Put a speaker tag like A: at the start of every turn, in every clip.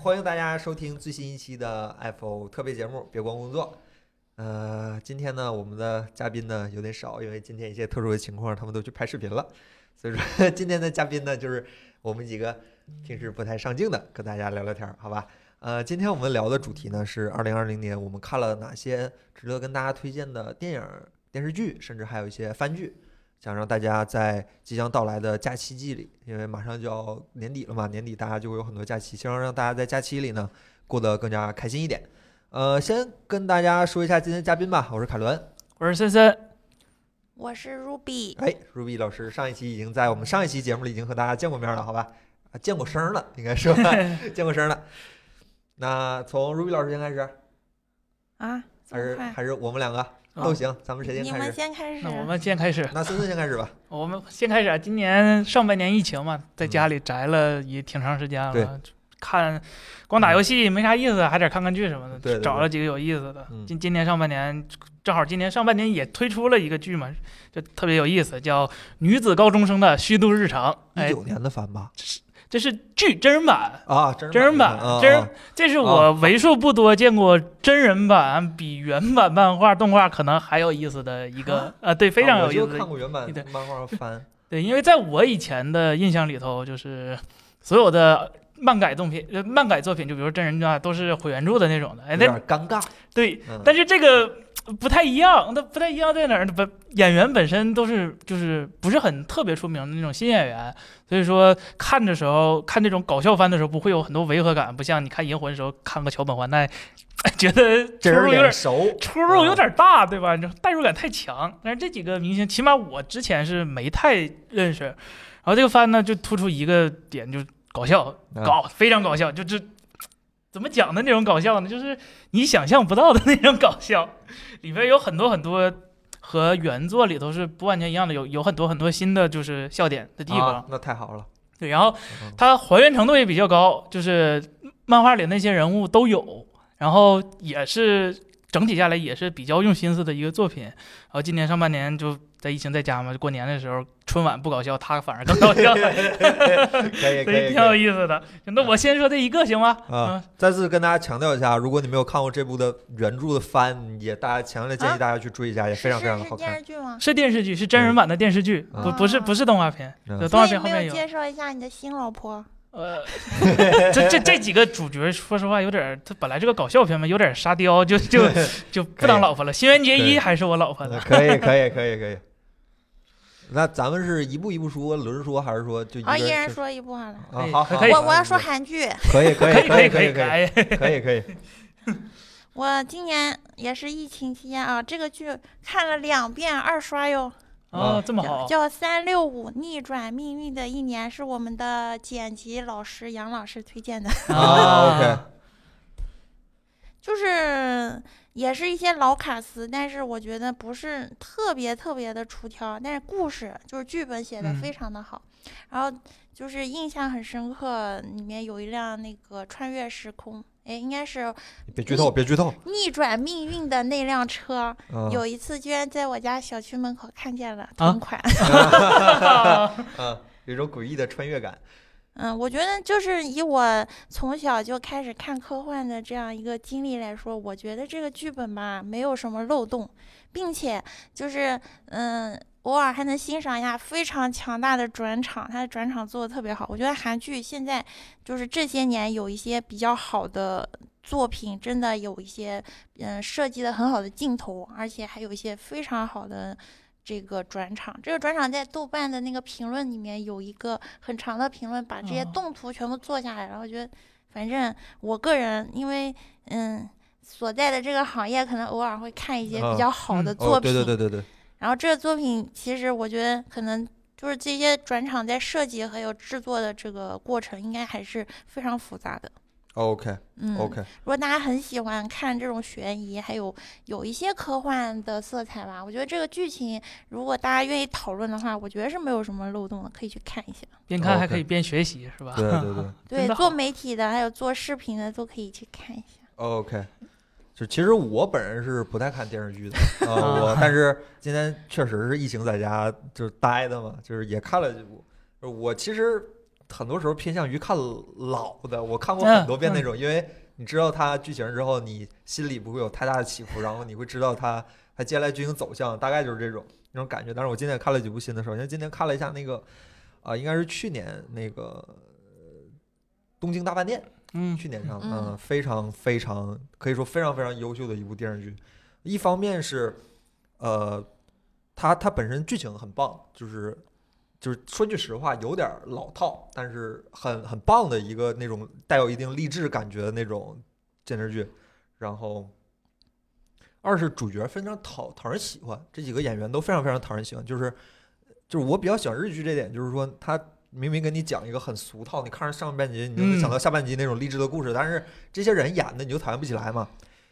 A: 欢迎大家收听最新一期的 FO 特别节目《别光工作》。呃，今天呢，我们的嘉宾呢有点少，因为今天一些特殊的情况，他们都去拍视频了。所以说 今天的嘉宾呢，就是我们几个平时不太上镜的，跟大家聊聊天儿，好吧？呃，今天我们聊的主题呢是二零二零年我们看了哪些值得跟大家推荐的电影、电视剧，甚至还有一些番剧，想让大家在即将到来的假期季里，因为马上就要年底了嘛，年底大家就会有很多假期，希望让大家在假期里呢过得更加开心一点。呃，先跟大家说一下今天的嘉宾吧，我是凯伦，
B: 我是森森，
C: 我是 Ruby，
A: 哎，Ruby 老师上一期已经在我们上一期节目里已经和大家见过面了，好吧？啊，见过声儿了，应该说 见过声儿了。那从 Ruby 老师先开始，
C: 啊，这
A: 还
C: 么
A: 是
C: 快？
A: 还是我们两个
B: 啊
A: 都行，咱们谁
C: 你
A: 先开
C: 们
A: 始？
C: 先开始
B: 那，我们先开始，
A: 那森森先开始吧。
B: 我们先开始啊。今年上半年疫情嘛，在家里宅了也挺长时间
A: 对
B: 了，看光打游戏没啥意思，还得看看剧什么的，
A: 对对对
B: 找了几个有意思的
A: 嗯。
B: 今今年上半年正好今年上半年也推出了一个剧嘛，就特别有意思，叫《女子高中生的虚度日常》。
A: 一
B: 哎，
A: 九年的番吧？
B: 这是剧真人版。
A: 啊，真
B: 真人版
A: 啊，
B: 真人
A: 啊，
B: 这是我为数不多见过真人版比原版漫画、动画可能还有意思的一个
A: 啊，
B: 呃，对，非常
A: 啊
B: 有
A: 我
B: 意思
A: 就
B: 的一
A: 看
B: 个。
A: 过原版
B: 对
A: 漫 画番，
B: 对，因为在我以前的印象里头，就是所有的漫改动品、呃漫改作品，就比如说真人啊，都是毁原著的那种的。哎，
A: 有
B: 那
A: 点尴尬。
B: 对，
A: 嗯，
B: 但是这个呃不太一样，它不太一样在哪儿呢？本演员本身都是就是不是很特别出名的那种新演员，所以说看的时候看这种搞笑番的时候，不会有很多违和感，不像你看《银魂》的时候看个桥本环奈， 觉得出
A: 真人
B: 入有点
A: 脸熟，
B: 出入有点大，对吧？你这代入感太强。但是这几个明星，起码我之前是没太认识。然后这个番呢，就突出一个点，就是搞笑，
A: 啊
B: 搞非常搞笑，就这怎么讲的那种搞笑呢？就是你想象不到的那种搞笑。里边有很多很多和原作里头是不完全一样的，有有很多很多新的就是笑点的地方。
A: 啊，那太 好了。
B: 对，然后
A: 嗯
B: 它还原程度也比较高，就是漫画里那些人物都有，然后也是整体下来也是比较用心思的一个作品。然后今年上半年就在疫情在家嘛，就过年的时候春晚不搞笑，他反而更 搞笑，
A: 可以
B: 所
A: 可
B: 以
A: 以
B: 挺
A: 可
B: 有
A: 以
B: 意嗯思的。那我先说这一个行吗？
A: 啊！再次跟大家强调一下，如果你没有看过这部的原著的番，也大家强烈建议
C: 啊
A: 大家去追一下，也哎非
C: 是
A: 常非常
C: 是
A: 的好
C: 是
A: 看
C: 电。视剧吗？
B: 嗯是电视剧，是真人版的电视剧，
A: 嗯
B: 不不是不是动画片，
A: 嗯
B: 就动画
C: 啊所以
B: 片后面
C: 没
B: 有
C: 有。介绍一下你的新老婆，
B: 呃，这这这几个主角，说实话有点儿，他本来这个搞笑片嘛，有点儿沙雕，就 就就不当老婆了。新垣结
A: 可以
B: 衣还是我老婆
A: 呃
B: 呢。
A: 可以，可以，可以，可以。那咱们是一步一步说，轮说，还是说就一个
C: 啊，一人
A: 是
C: 说一部好了。
A: 啊
B: 可？以
A: 好，
B: 可
A: 好
B: 可以
A: 好
C: 我我要说
A: 好
C: 韩剧，
A: 可以，可
B: 可
A: 以，
B: 以 可
A: 可
B: 以
A: 可
B: 可
A: 以，
B: 以，
A: 可以，
B: 哎，
A: 可以，可以。
C: 我今年也是疫情期间啊，这个剧看了两遍二刷哟，
A: 啊
B: 哦，这么好，
C: 叫《三六五逆转命运的一年》，是我们的剪辑老师杨老师推荐的，
A: 啊，OK，
C: 就是也是一些老卡司，但是我觉得不是特别特别的出挑，但是故事就是剧本写的
B: 嗯
C: 非常的好，然后就是印象很深刻，里面有一辆那个穿越时空，哎，应该是
A: 别剧透，别剧透。
C: 逆转命运的那辆车，
A: 嗯
C: 有一次居然在我家小区门口看见了
B: 啊
C: 同款，
A: 嗯，有一种诡异的穿越感。
C: 嗯，我觉得就是以我从小就开始看科幻的这样一个经历来说，我觉得这个剧本吧没有什么漏洞，并且就是嗯，偶尔还能欣赏一下非常强大的转场，它的转场做的特别好。我觉得韩剧现在就是这些年有一些比较好的作品，真的有一些嗯设计的很好的镜头，而且还有一些非常好的这个转场。这个转场在豆瓣的那个评论里面有一个很长的评论，把这些
B: 哦
C: 动图全部做下来，然后觉得反正我个人因为嗯。所在的这个行业，可能偶尔会看一些
A: 啊
C: 比较好的
B: 嗯
C: 作
A: 哦，
C: 品，
A: 对对对对对，
C: 然后这个作品其实我觉得可能就是这些转场在设计还有制作的这个过程，应该还是非常复杂的。
A: 哦 OK
C: 嗯
A: OK，
C: 如果大家很喜欢看这种悬疑，还有有一些科幻的色彩吧，我觉得这个剧情如果大家愿意讨论的话，我觉得是没有什么漏洞的，可以去看一下。
B: 边看还可以边学习，是吧？
A: 哦对对对
C: 对
B: 真，的好
C: 做媒体的还有做视频的都可以去看一下。
A: OK。就其实我本人是不太看电视剧的啊，我但是今天确实是疫情在家就是待的嘛，就是也看了几部。我其实很多时候偏向于看老的，我看过很多遍那种，因为你知道它剧情之后，你心里不会有太大的起伏，然后你会知道它它接下来剧情走向，大概就是这种那种感觉。但是我今天也看了几部新的，首先今天看了一下那个，啊、应该是去年那个呃东京大饭店，
B: 嗯
A: 去年上的，
C: 嗯
A: 嗯，非常非常可以说非常非常优秀的一部电视剧。一方面是，呃，它它本身剧情很棒，就是就是说句实话，有点儿老套，但是很很棒的一个那种带有一定励志感觉的那种电视剧。然后，二是主角非常讨讨人喜欢，这几个演员都非常非常讨人喜欢。就是就是我比较喜欢日剧这点，就是说他明明跟你讲一个很俗套，你看着上半集，你就能
B: 嗯
A: 想到下半集那种励志的故事，但是这些人演的你就讨厌不起来嘛。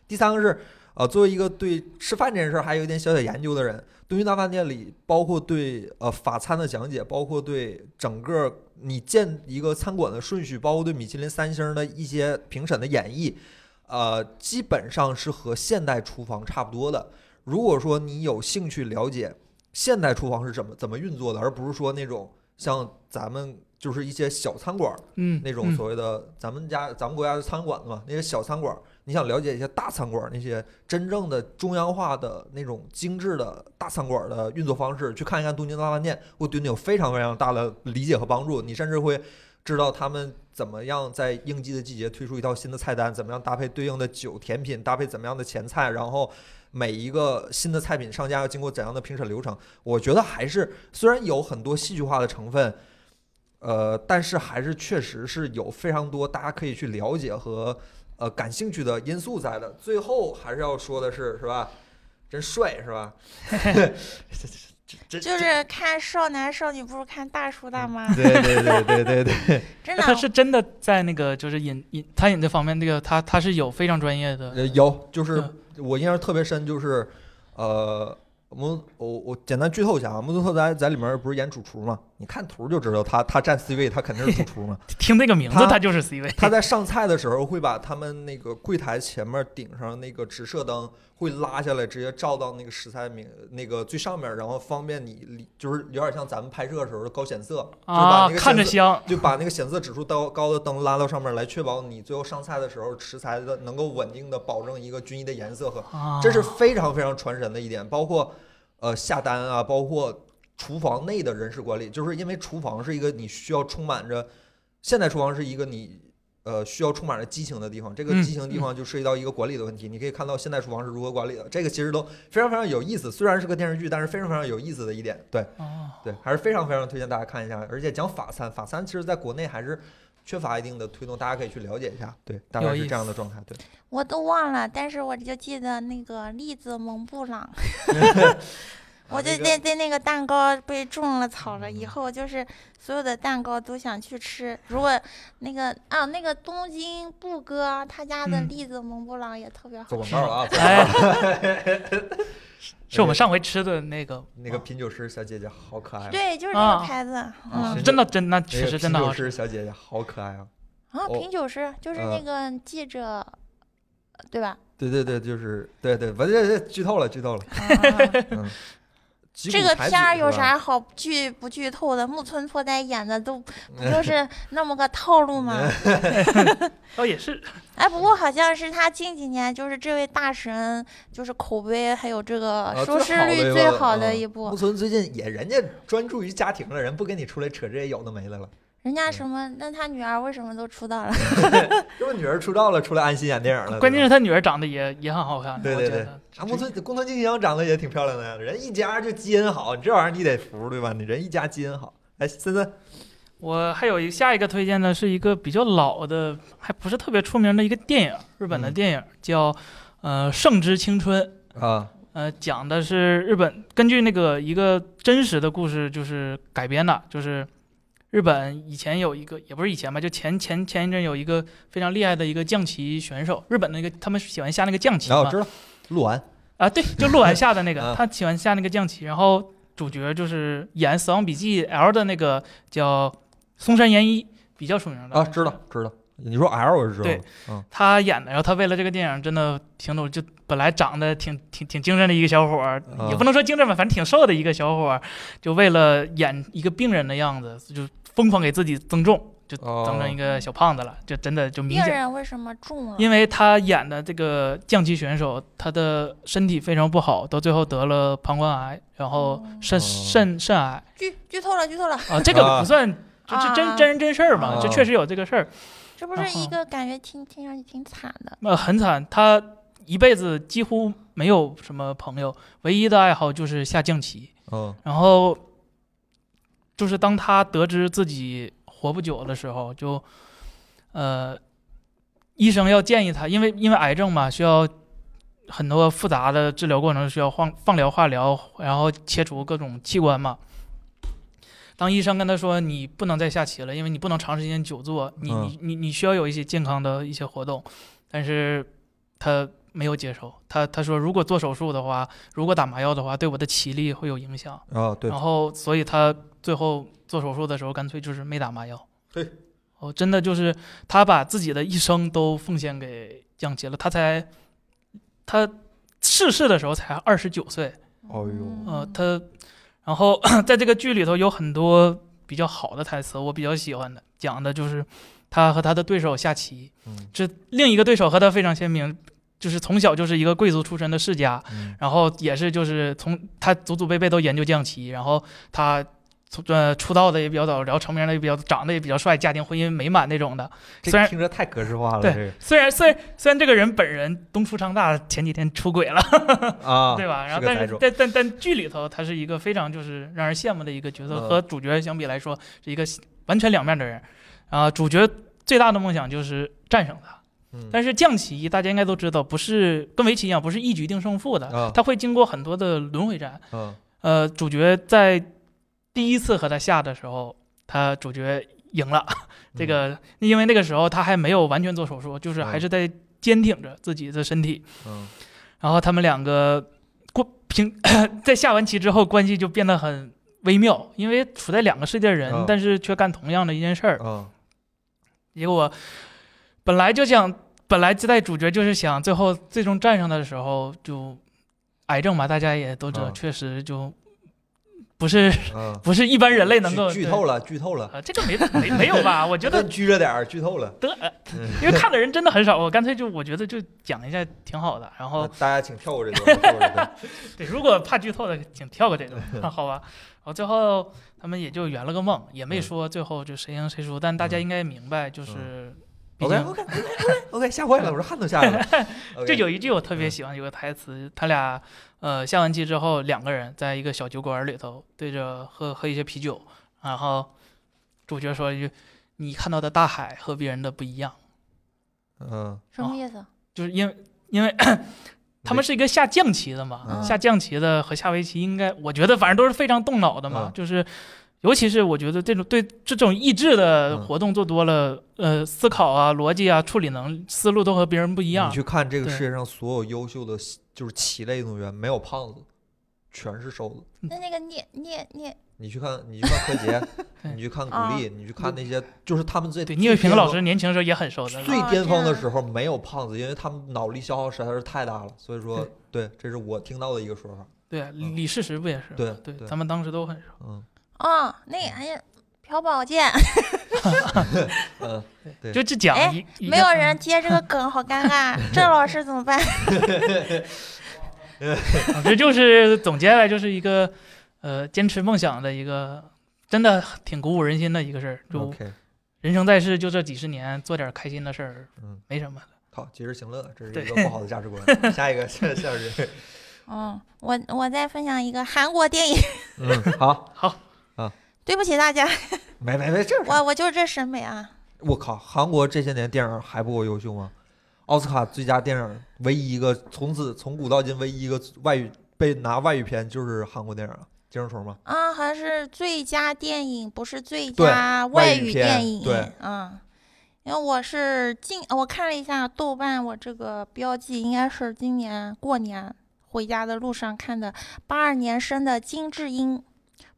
A: 第三个是，呃，作为一个对吃饭这件事儿还有一点小小研究的人，《东京大饭店》里包括对呃法餐的讲解，包括对整个你建一个餐馆的顺序，包括对米其林三星的一些评审的演绎，呃，基本上是和现代厨房差不多的。如果说你有兴趣了解现代厨房是怎么怎么运作的，而不是说那种像咱们就是一些小餐馆儿
B: 嗯，
A: 那种所谓的咱们家咱们国家的餐馆子嘛，那些小餐馆儿，你想了解一些大餐馆儿那些真正的中央化的那种精致的大餐馆儿的运作方式，去看一看东京大饭店，会对你有非常非常大的理解和帮助。你甚至会知道他们怎么样在应季的季节推出一套新的菜单，怎么样搭配对应的酒、甜品，搭配怎么样的前菜，然后每一个新的菜品上架要经过怎样的评审流程。我觉得还是虽然有很多戏剧化的成分，呃，但是还是确实是有非常多大家可以去了解和呃感兴趣的因素在的。最后还是要说的是，是吧？真帅是吧？ 这这这
C: 就
A: 这嗯
C: 是看少男少女不如看大叔大妈，
A: 对对对对对对，
C: 真
B: 那。
C: 的
B: 他是真的在那个就是饮饮餐饮这方面，这个他他是有非常专业的，
A: 呃，有，就是
B: 嗯
A: 我印象特别深，就是呃，摩我我简单剧透一下啊，摩托特在在里面不是演主厨嘛？你看图就知道他他占 C 位，他肯定是主厨嘛。
B: 听这个名字
A: 他
B: 他就是 C 位，
A: 他在上菜的时候会把他们那个柜台前面顶上那个直射灯会拉下来，直接照到那个食材名那个最上面，然后方便你理就是有点像咱们拍摄的时候的高显色，就是把
B: 啊
A: 那，个
B: 看着
A: 显色
B: 香，
A: 就把那个显色指数高高的灯拉到上面来，确保你最后上菜的时候食材的能够稳定的保证一个均一的颜色和
B: 啊，
A: 这是非常非常传神的一点，包括呃下单啊，包括厨房内的人事管理，就是因为厨房是一个你需要充满着，现代厨房是一个你呃需要充满着激情的地方，这个
B: 嗯
A: 激情的地方就涉及到一个管理的问题。你可以看到现代厨房是如何管理的，这个其实都非常非常有意思，虽然是个电视剧，但是非常非常有意思的一点，对。
B: 啊
A: 对，还是非常非常推荐大家看一下。而且讲法餐，法餐其实在国内还是缺乏一定的推动，大家可以去了解一下。对，大概
B: 有
A: 是
B: 意
A: 这样的状态。对，
C: 我都忘了，但是我就记得那个栗子蒙布 朗， 我
A: 啊
C: 就
A: 那个嗯
C: 对对那个蛋糕被种了草了，以后就是所有的蛋糕都想去吃。如果那个啊，那个东京布哥他家的
B: 嗯
C: 栗子蒙布朗也特别
A: 做
C: 好
A: 广
C: 吃，
A: 告了啊！做广告
B: 哎，是我们上回吃的那个
A: 那个品酒师小姐姐好可爱啊，
C: 对，就是那
B: 啊
C: 个牌子，
A: 啊
C: 嗯
A: 是
B: 真的真那
A: 那
B: 确
A: 个
B: 实
A: 品
B: 真的好
A: 酒师
B: 吃，
A: 小姐姐好可爱啊！
C: 啊，
A: 哦
C: 品酒师就是
A: 呃
C: 那个记者，对吧？
A: 对对对，就是对对，我这这剧透了，剧透了。
C: 啊
A: 嗯，吉
C: 这
A: 谷
C: 个
A: 才子
C: 片儿有
A: 是吧？
C: 啥好剧不剧透的？木村拓哉演 的都不就是那么个套路吗？
B: 倒哦也是
C: 哎，不过好像是他近几年就是这位大神，就是口碑还有这个
A: 啊
C: 收视率
A: 最
C: 最
A: 好
C: 好
A: 的
C: 的
A: 一啊嗯
C: 一
A: 木
C: 部。
A: 村最近也人家专注于家庭了，人不跟你出来扯这些有的没的了。
C: 人家什么？那他女儿为什么都出道了？
A: 这不女儿出道了，出来安心演电影了。
B: 关键
A: 是
B: 是他女儿长得也也很好看，
A: 呃对
B: 我
A: 对
B: 觉
A: 对
B: 得
A: 啊，木村宫藤静香长得也挺漂亮的呀，人一家就基因好，你这玩意儿你得服对吧？你人一家基因好。哎，森森，
B: 我还有一下一个推荐的是一个比较老的，还不是特别出名的一个电影，日本的
A: 嗯
B: 电影、叫呃《圣之青春》。
A: 啊，
B: 呃，讲的是日本根据那个一个真实的故事就是改编的，就是日本以前有一个，也不是以前吧，就前前前一阵有一个非常厉害的一个降旗选手，日本那个他们喜欢下那个降旗
A: 然后我，
B: 嘛
A: 知道，鹿丸
B: 啊，对，就鹿丸下的那
A: 啊
B: 个，他喜欢下那个降旗，然后主角就是演《死亡笔记 L》的那个叫松山研一，比较出名的
A: 啊，知道知道。你说 L 我就知道了
B: 嗯对，他演的，然后他为了这个电影真的挺努，就本来长得挺挺挺精神的一个小伙儿，
A: 啊
B: 也不能说精神吧，反正挺瘦的一个小伙儿，就为了演一个病人的样子，就疯狂给自己增重，就
A: 哦
B: 增成一个小胖子了，就真的就明
C: 病
B: 显。
C: 人为什么重了？
B: 因为他演的这个降级选手，他的身体非常不好，到最后得了膀胱癌，然后肾
A: 哦
B: 肾肾癌
C: 剧剧透了，剧透了，
B: 啊，这个
A: 啊
B: 不算，这这
C: 啊
B: 真真人真事儿嘛，
A: 啊
B: 这确实有这个事儿，
C: 这不是
B: 然
C: 一
B: 后
C: 个感觉听听上去挺惨的。
B: 呃，很惨，他一辈子几乎没有什么朋友，唯一的爱好就是下象棋，
A: 嗯
B: 然后就是当他得知自己活不久的时候，就呃，医生要建议他，因为因为癌症嘛，需要很多复杂的治疗过程，需要放放疗、化疗，然后切除各种器官嘛。当医生跟他说你不能再下棋了，因为你不能长时间久坐，你
A: 嗯
B: 你你你需要有一些健康的一些活动，但是他没有接受，他他说如果做手术的话，如果打麻药的话，对我的棋力会有影响。
A: 哦对
B: 然后，所以他最后做手术的时候，干脆就是没打麻药。
A: 嘿，
B: 哦，真的就是他把自己的一生都奉献给降级了。他才他逝世的时候才二十九岁，
A: 哦呦
B: 呃，
C: 嗯
B: 他然后 在这个剧里头有很多比较好的台词，我比较喜欢的，讲的就是他和他的对手下棋，
A: 嗯
B: 这另一个对手和他非常鲜明，就是从小就是一个贵族出身的世家，
A: 嗯
B: 然后也是就是从他祖祖辈辈都研究将棋，然后他从呃出道的也比较早，然后成名的也比较早，长得也比较帅，家庭婚姻美满那种的。虽
A: 这
B: 然
A: 听着太格式化了，
B: 对
A: 这个
B: 虽然虽然虽然这个人本人东出昌大前几天出轨了，
A: 啊，
B: 对吧？然
A: 是
B: 后
A: 个
B: 但
A: 宅
B: 是
A: 种
B: 但但但剧里头他是一个非常就是让人羡慕的一个角色，
A: 嗯
B: 和主角相比来说是一个完全两面的人。啊、主角最大的梦想就是战胜他。
A: 嗯
B: 但是降棋大家应该都知道，不是跟围棋一样，不是一局定胜负的，
A: 啊
B: 他会经过很多的轮回战。
A: 嗯
B: 呃，主角在第一次和他下的时候，他主角赢了。
A: 嗯
B: 这个因为那个时候他还没有完全做手术，就是还
A: 嗯
B: 是在坚挺着自己的身体。
A: 嗯
B: 然后他们两个过平 在下完棋之后，关系就变得很微妙，因为处在两个世界的人，
A: 嗯
B: 但是却干同样的一件事儿。
A: 嗯
B: 结果本来就想，本来这代主角就是想最后最终战胜他的时候，就癌症嘛，大家也都知道，
A: 嗯
B: 确实就不是
A: 嗯，
B: 不是一般人类能够
A: 剧剧
B: 对
A: 透了，剧透了，
B: 啊，这个没没没有吧？我觉得
A: 更拘着点儿，剧透了，
B: 得，呃
A: 嗯
B: 因为看的人真的很少，我干脆就我觉得就讲一下挺好的。然后
A: 大家请跳过这段，跳过这 段
B: 对，如果怕剧透的，请跳过这个， 好吧？然后最后他们也就圆了个梦，也没
A: 嗯
B: 说最后就谁赢谁输，但大家应该明白，就是毕
A: ，OK
B: 竟
A: OK OK OK，吓坏了，我说汗都吓 了，
B: 就
A: OK，
B: 有一句我特别
A: 嗯
B: 喜欢，有个台词，他俩呃下完棋之后，两个人在一个小酒馆里头对着喝喝一些啤酒，然后主角说一句：“你看到的大海和别人的不一样。”
A: 嗯，
C: 什么意思？
B: 就是因为因为他们是一个下象棋的嘛，
A: 嗯
B: 下象棋的和下围棋应该，我觉得反正都是非常动脑的嘛，
A: 嗯
B: 就是。尤其是我觉得这种对这种益智的活动做多了，
A: 嗯
B: 呃，思考啊、逻辑啊、处理能思路都和别人不一样
A: 你。去看这个
B: 对，
A: 世界上所有优秀的就是棋类运动员，没有胖子，全是瘦子。
C: 那那个聂聂聂，
A: 你去看，你去看柯洁
B: 对
A: 你去看
C: 啊
A: 古力，你去看那些，就是他们最
B: 对，
A: 最
B: 聂卫平
A: 巅
B: 老
A: 峰
B: 师年轻时候也很瘦的，
A: 最
C: 哦
A: 巅
C: 这
A: 峰的
C: 样
A: 时候没有胖子，因为他们脑力消耗实在是太大了。所以 说，对，这是我听到的一个说法。
B: 对，李世石不也是吗？
A: 对
B: 对，
A: 对
B: 他们当时都很瘦。
A: 嗯
C: 哦，那个哎呀，朴宝剑，
A: 嗯，对
B: 就这讲
C: 哎
B: 一，一个
C: 没有人
A: 嗯
C: 接这个梗，好尴尬。郑老师怎么办？
B: 总之嗯啊就是总结来就是一个，呃，坚持梦想的一个，真的挺鼓舞人心的一个事儿。就
A: OK，
B: 人生在世就这几十年，做点开心的事儿，
A: 嗯，
B: 没什么的。
A: 好，及时行乐，这是
B: 对
A: 一个不好的价值观。 下一个，下下一个，
C: 嗯，我我再分享一个韩国电影。
A: 嗯，好，
C: 对不起大家，
A: 没没没，这有啥
C: 我我就这审美啊。
A: 我靠，韩国这些年电影还不够优秀吗？奥斯卡最佳电影唯一一个，从此从古到今唯一一个外语被拿外语片就是韩国电影《寄生虫》吗？
C: 啊，还是最佳电影，不是最
A: 对
C: 佳
A: 外
C: 外
A: 语
C: 语
A: 片
C: 电影。
A: 对，
C: 嗯，因为我是今我看了一下豆瓣，我这个标记应该是今年过年回家的路上看的，八二年生的金智英，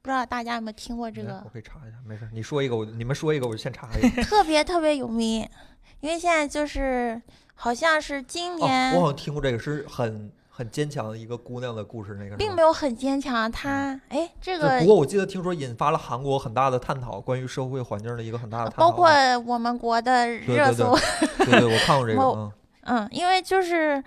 C: 不知道大家有没有听过这
A: 哎
C: 个
A: 我，可以查一下，没事，你说一个，我你们说一个，我就先查一个。
C: 特别特别有名，因为现在就是好像是今
A: 哦，
C: 年、
A: 我好像听过这个，是很很坚强的一个姑娘的故事，那个是
C: 并
A: 吗
C: 没有很坚强。
A: 嗯
C: 他哎，这
A: 就
C: 个
A: 不过我记得听说引发了韩国很大的探讨，关于社会环境的一个很大的探讨
C: 包
A: 啊。
C: 括我们国的
A: 对
C: 热
A: 对
C: 搜
A: 对，对对，我看过这个，
C: 我
A: 嗯，
C: 嗯，因为就是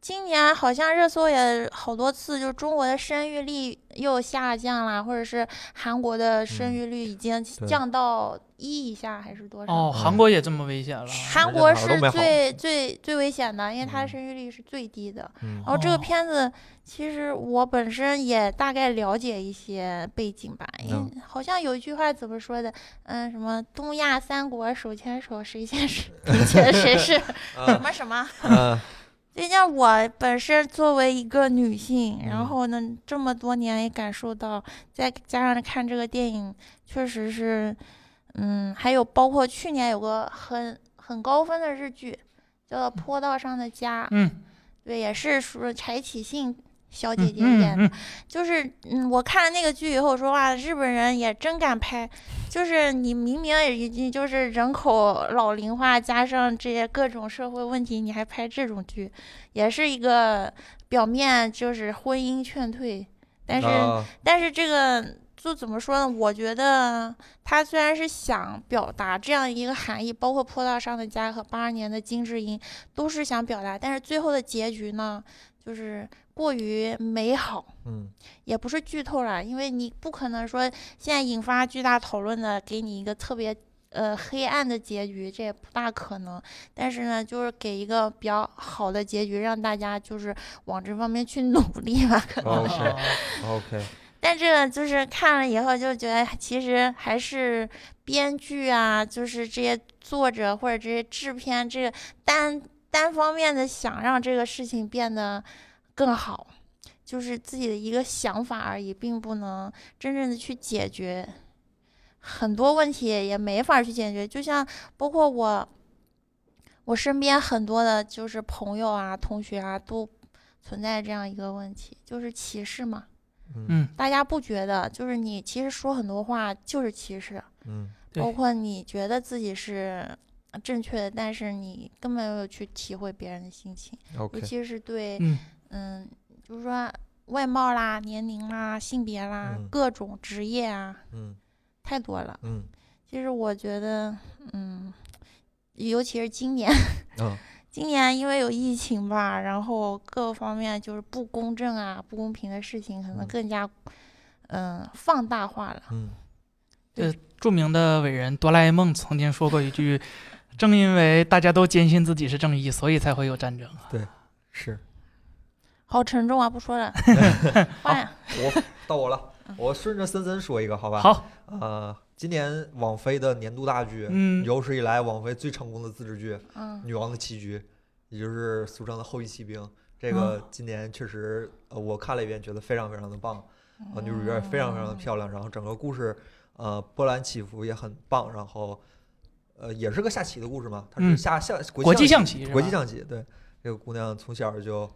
C: 今年好像热搜也好多次，就是中国的生育率又下降啦，或者是韩国的生
A: 嗯
C: 育率已经
A: 对
C: 降到一以下还是多少？
B: 哦，
A: 嗯
B: 韩国也这么危险了。
C: 韩
A: 人家
C: 国
A: 哪儿都
C: 是
A: 没好
C: 最最最危险的，因为它的
A: 嗯
C: 生育率是最低的。
A: 嗯
C: 然后这
B: 哦
C: 个片子其实我本身也大概了解一些背景吧，因
A: 嗯
C: 为好像有一句话怎么说的，嗯，什么东亚三国手牵手，谁先是 谁前 谁是什
A: 嗯
C: 么什么。
A: 嗯
C: 就像我本身作为一个女性，
A: 嗯
C: 然后呢，这么多年也感受到，再加上看这个电影，确实是，嗯，还有包括去年有个很很高分的日剧，叫做《坡道上的家》，
B: 嗯
C: 对，也是属于柴启信小姐
B: 嗯
C: 姐演的。
B: 嗯嗯，
C: 就是嗯，我看了那个剧以后，我说哇，日本人也真敢拍。就是你明明已经就是人口老龄化，加上这些各种社会问题，你还拍这种剧，也是一个表面就是婚姻劝退， 但是、
A: 啊
C: 但是这个就怎么说呢？我觉得他虽然是想表达这样一个含义，包括《坡道上的家》和八二年的《金智英》都是想表达，但是最后的结局呢，就是过于美好。
A: 嗯
C: 也不是剧透了，因为你不可能说现在引发巨大讨论的，给你一个特别呃黑暗的结局，这也不大可能。但是呢，就是给一个比较好的结局，让大家就是往这方面去努力吧。可能
A: 哦
C: 是，
B: 哦
A: OK，
C: 但这个就是看了以后就觉得，其实还是编剧啊，就是这些作者或者这些制片，这个单单方面的想让这个事情变得更好，就是自己的一个想法而已，并不能真正的去解决很多问题，也没法去解决。就像包括我，我身边很多的就是朋友啊、同学啊，都存在这样一个问题，就是歧视嘛。
A: 嗯
B: 嗯
C: 大家不觉得，就是你其实说很多话就是歧视，
A: 嗯
B: 对
C: 包括你觉得自己是正确的，但是你根本没有去体会别人的心情，尤
A: ，OK，
C: 其是对，
B: 嗯，
C: 嗯，就是说外貌啦、年龄啦、性别啦、
A: 嗯
C: 各种职业啊，
A: 嗯
C: 太多了。
A: 嗯
C: 其实我觉得，嗯，尤其是今年，
A: 嗯
C: 今年因为有疫情吧，然后各方面就是不公正啊、不公平的事情，可能
A: 嗯
C: 更加，嗯、放大化了。
A: 嗯，
B: 著名的伟人哆啦 A 梦曾经说过一句：“正因为大家都坚信自己是正义，所以才会有战争。
A: 是
C: 好沉重啊，不说了，换呀，
A: 我到我了，
C: 嗯
A: 我顺着森森说一个，好”吧？，
B: 好，
A: 呃，今年网飞的年度大剧，
B: 嗯
A: 有史以来网飞最成功的自制剧《
C: 嗯，
A: 女王的棋局》，也就是俗称的《后裔骑兵》。这个
B: 哦
A: 今年确实，呃，我看了一遍，觉得非常非常的棒。啊，女主角也非
C: 哦
A: 常非
B: 哦
A: 常的漂亮，然后整个故事，呃，波澜起伏也很棒，然后，呃，也是个下棋的故事嘛，它是
B: 嗯
A: 下下国
B: 国际
A: 际
B: 象棋
A: 棋，
B: 是
A: 国际
B: 吧
A: 象棋，对，这个姑娘从小就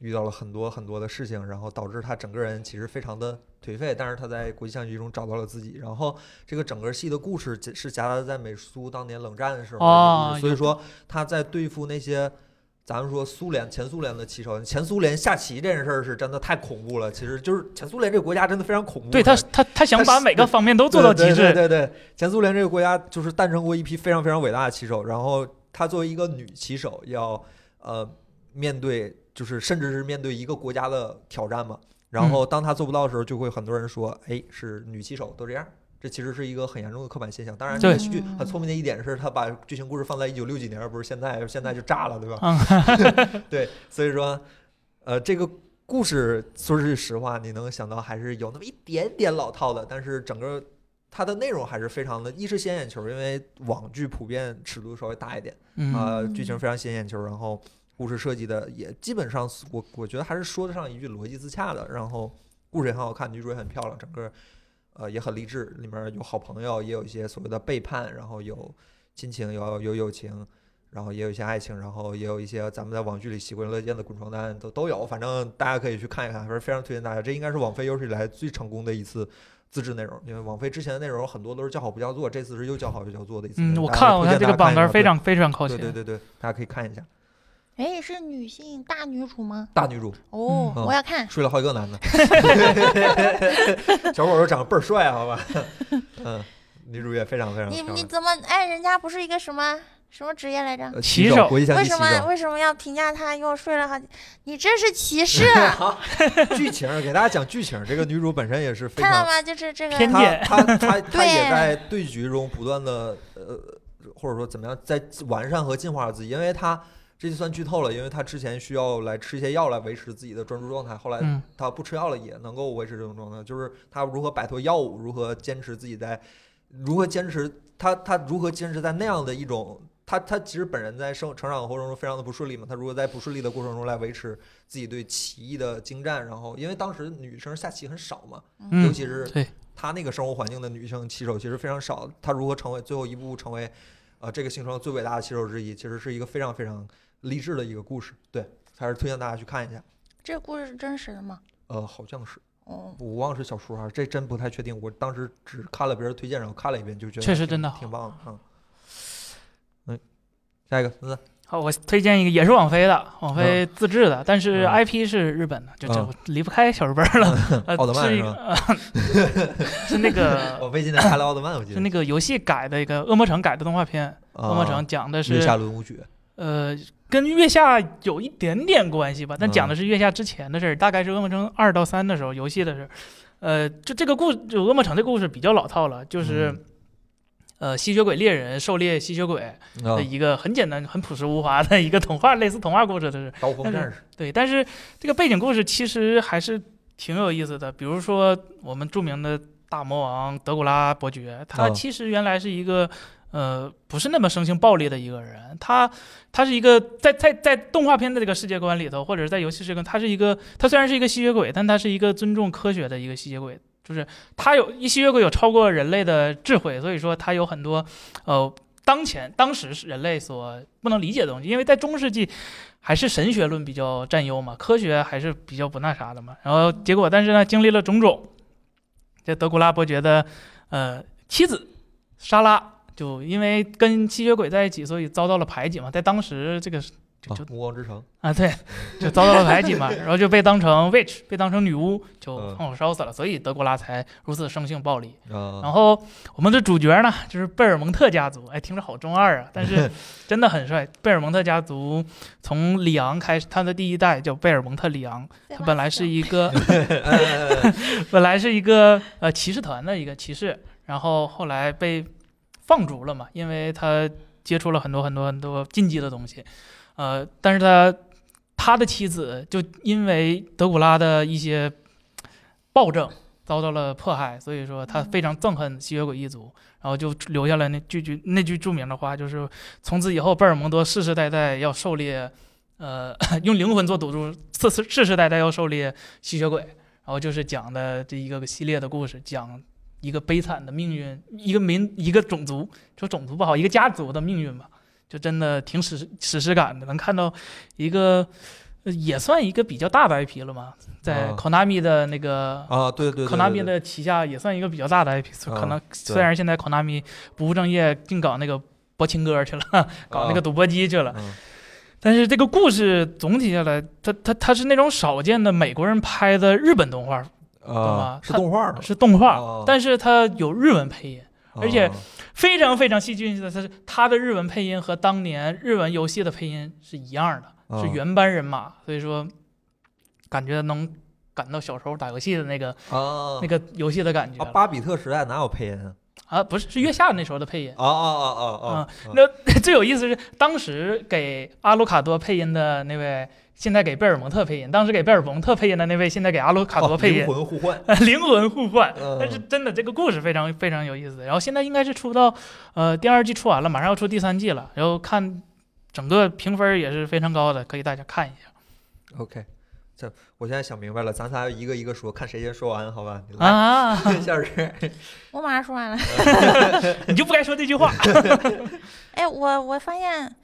A: 遇到了很多很多的事情，然后导致她整个人其实非常的颓废，但是她在国际象棋中找到了自己，然后这个整个戏的故事夹是夹杂在美苏当年冷战的时候的故
B: 哦
A: 事，所以
B: 有
A: 说她在对付那些。咱们说苏联前苏联的棋手，前苏联下棋这件事儿是真的太恐怖了。其实就是前苏联这个国家真的非常恐怖。
B: 对他，他他想把每个方面都做到极
A: 对对
B: 致。
A: 对对对前苏联这个国家就是诞生过一批非常非常伟大的棋手，然后她作为一个女棋手，要呃面对就是甚至是面对一个国家的挑战嘛。然
B: 嗯
A: 后当她做不到的时候，就会很多人说，哎，是女棋手都这样。这其实是一个很严重的刻板现象。当然，这个
B: 对
A: 剧很聪明的一点是，他把剧情故事放在一九六几年，而不是现在，现在就炸了，对吧？
B: 嗯，
A: 对，所以说，呃，这个故事说句实话，你能想到还是有那么一点点老套的，但是整个它的内容还是非常的，一是显眼球，因为网剧普遍尺度稍微大一点，
B: 嗯，
A: 啊、
C: 嗯
A: 剧情非常显眼球，然后故事设计的也基本上是，我我觉得还是说得上一句逻辑自洽的，然后故事也很好看，女主也很漂亮，整个呃也很励志，里面有好朋友，也有一些所谓的背叛，然后有亲情，有有友情。然后也有一些爱情，然后也有一些咱们在网剧里喜闻乐见的滚床单都都有，反正大家可以去看一看，还是非常推荐大家。这应该是网飞有史以来最成功的一次自制内容，因为网飞之前的内容很多都是叫好不叫座，这次是又叫好又叫座的一次内
B: 嗯，
A: 容。
B: 我
A: 大家
B: 看
A: 推
B: 我看
A: 荐
B: 这
A: 大
B: 个
A: 家
B: 榜
A: 一
B: 单
A: 下
B: 非
A: 对
B: 常非常靠
A: 对对
B: 前。嗯
A: 对对，大家可以看一下。
C: 哎，是女性大女主吗？
A: 大女主
C: 哦，
A: 嗯
C: 我要看。
A: 睡了好几个男 的，小伙儿长得倍儿帅，啊好吧？嗯，女主也非嗯常非常
C: 你
A: 漂
C: 你
A: 亮。
C: 怎么哎？人家不是一个什么什么职业来着？
A: 呃
B: 骑手
A: 国际象
C: 为
A: 棋
C: 什
A: 骑
C: 么
A: 手。
C: 为什么要评价他又睡了好几？你这是歧视，
A: 好， 剧情儿给大家讲剧情儿，这个女主本身也是非
C: 看到
A: 常，
C: 吗？就是这个
B: 偏见
A: 她她她她
C: 对
A: 也在对局中不断的呃，或者说怎么样，在完善和进化自己，因为她这就算剧透了，因为她之前需要来吃一些药来维持自己的专注状态，后来
B: 嗯，
A: 他不吃药了也能够维持这种状态，就是他如何摆脱药物，如何坚持自己在，如何坚持他他如何坚持在那样的一种他他其实本人在生成长过程中非常的不顺利嘛，他如何在不顺利的过程中来维持自己对棋艺的精湛，然后因为当时女生下棋很少嘛，
B: 嗯
A: 尤其是
B: 对
A: 他那个生活环境的女性棋手其实非常少，他如何成为最后一步成为呃这个星球最伟大的棋手之一，其实是一个非常非常励志的一个故事，对，还是推荐大家去看一下，
C: 这故事是真实的吗？
A: 呃，好像是。
C: 哦，
A: 我忘了是小说还是这真不太确定。我当时只看了别人推荐，然后看了一遍就觉得
B: 确实
A: 挺
B: 真的好
A: 挺棒的。嗯，嗯，下一个，嗯，
B: 好，我推荐一个也是网飞的，网飞自制的，但是
A: 嗯
B: IP 是日本的，就这
A: 嗯
B: 我离不开小日本儿了。呃
A: 奥特曼
B: 是一
A: 是
B: 个
A: 吧
B: 呃是那个
A: 我最近 在看了奥特曼，我记
B: 是
A: 得
B: 那个游戏改的一个《恶魔城》改的动画片，《恶魔城》讲的
A: 啊月
B: 是
A: 下轮舞曲，
B: 呃，跟月下有一点点关系吧，但
A: 嗯
B: 讲的是月下之前的事儿，大概是《恶魔城二》到三的时候游戏的事儿。呃，就这个故，就《恶魔城》这故事比较老套了，就是、
A: 嗯
B: 呃，吸血鬼猎人狩猎吸血鬼
A: 啊
B: 的，一个很简单、很朴实无华的一个童话，类似童话故事的是。
A: 刀锋战士，
B: 对，但是这个背景故事其实还是挺有意思的。比如说我们著名的大魔王德古拉伯爵，他
A: 嗯
B: 其实原来是一个、呃不是那么生性暴力的一个人，他他是一个在在在动画片的这个世界观里头，或者是在游戏世界观，他是一个他虽然是一个吸血鬼，但他是一个尊重科学的一个吸血鬼。就是他有一吸血鬼有超过人类的智慧，所以说他有很多，呃，当前当时是人类所不能理解的东西，因为在中世纪还是神学论比较占优嘛，科学还是比较不那啥的嘛。然后结果，但是呢，经历了种种，这德古拉伯爵的呃妻子莎拉就因为跟吸血鬼在一起，所以遭到了排挤嘛。在当时这个 就
A: 啊
B: 就，
A: 暮光之城，
B: 啊，对，就遭到了排挤嘛，然后就被当成 witch，被当成女巫，就
A: 嗯
B: 放火烧死了，所以德古拉才如此生性暴力。
A: 啊
B: 然，后我们的主角呢，就是贝尔蒙特家族，哎，听着好中二啊，但是真的很帅。贝尔蒙特家族从里昂开始，他的第一代叫贝尔蒙特里昂，
C: 对
B: 他
C: 吧
B: 本来是一个
A: 哎哎哎哎
B: 本来是一个呃骑士团的一个骑士，然后后来被放逐了嘛，因为他接触了很多很多很多禁忌的东西，呃，但是他他的妻子就因为德古拉的一些暴政遭到了迫害，所以说他非常憎恨吸血鬼一族，然后就留下了那句句那句著名的话，就是从此以后贝尔蒙多世世代代要狩猎。呃， 用灵魂做赌注，世世世世代代要狩猎吸血鬼，然后就是讲的这一个系列的故事，讲一个悲惨的命运，一个民一个种族，说种族不好，一个家族的命运吧，就真的挺史史诗感的，能看到一个呃也算一个比较大的 IP 了嘛，在
A: 啊
B: Konami 的那个。
A: 啊，对 对对对
B: Konami
A: 对对，
B: 的旗下也算一个比较大的 IP，、
A: 啊
B: 可能虽然现在 Konami 不务正业，净搞那个博青哥去了， 搞那个
A: 啊
B: 赌博机去了，
A: 嗯
B: 但是这个故事总体下来，它它它是那种少见的美国人拍的日本动画
A: 啊
B: 吗，
A: 是
B: 他
A: 动画的，
B: 是动画，
A: 哦
B: 但是它有日文配音，而且
A: 啊
B: 非常非常戏剧性的，它是它的日文配音和当年日文游戏的配音是一样的，
A: 啊
B: 是原班人马，所以说感觉能感到小时候打游戏的那个、
A: 啊
B: 那个游戏的感觉
A: 啊，巴比特时代哪有配音啊？
B: 啊不是是月下那时候的配音。
A: 啊啊啊啊啊
B: 啊！那最有意思是，当时给阿鲁卡多配音的那位，现在给贝尔蒙特配音；当时给贝尔蒙特配音的那位，现在给阿鲁卡多
A: 哦
B: 配音
A: 灵。魂互换，
B: 灵魂互换。
A: 嗯
B: 但是真的，这个故事非常非常有意思。然后现在应该是出到，呃，第二季出完了，马上要出第三季了。然后看整个评分也是非常高的，可以大家看一下。
A: OK，这我现在想明白了，咱仨一个一个说，看谁先说完，好吧？你来，
B: 啊，
A: 夏日，
C: 我马上说完了。
B: 你就不该说这句 话。
C: 哎，我我发现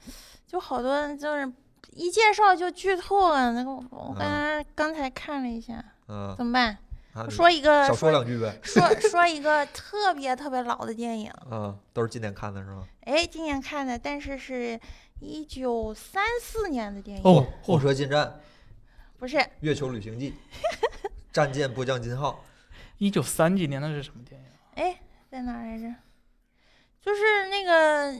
C: 就好多人就是一介绍就剧透了，那个我我
A: 嗯
C: 刚刚才看了一下，
A: 嗯
C: 怎么办？
A: 啊，你
C: 说一个
A: 少说
C: 说
A: 两句呗。
C: 说说一个特别特别老的电影，
A: 嗯，都是今年看的是吗？
C: 哎，今年看的，但是是一九三四年的电影，
B: 哦，
A: 火车进站、
C: 不是
A: 月球旅行记、战舰迫降金号，
B: 一九三几年那是什么电影？
C: 哎，在哪儿来着？就是那个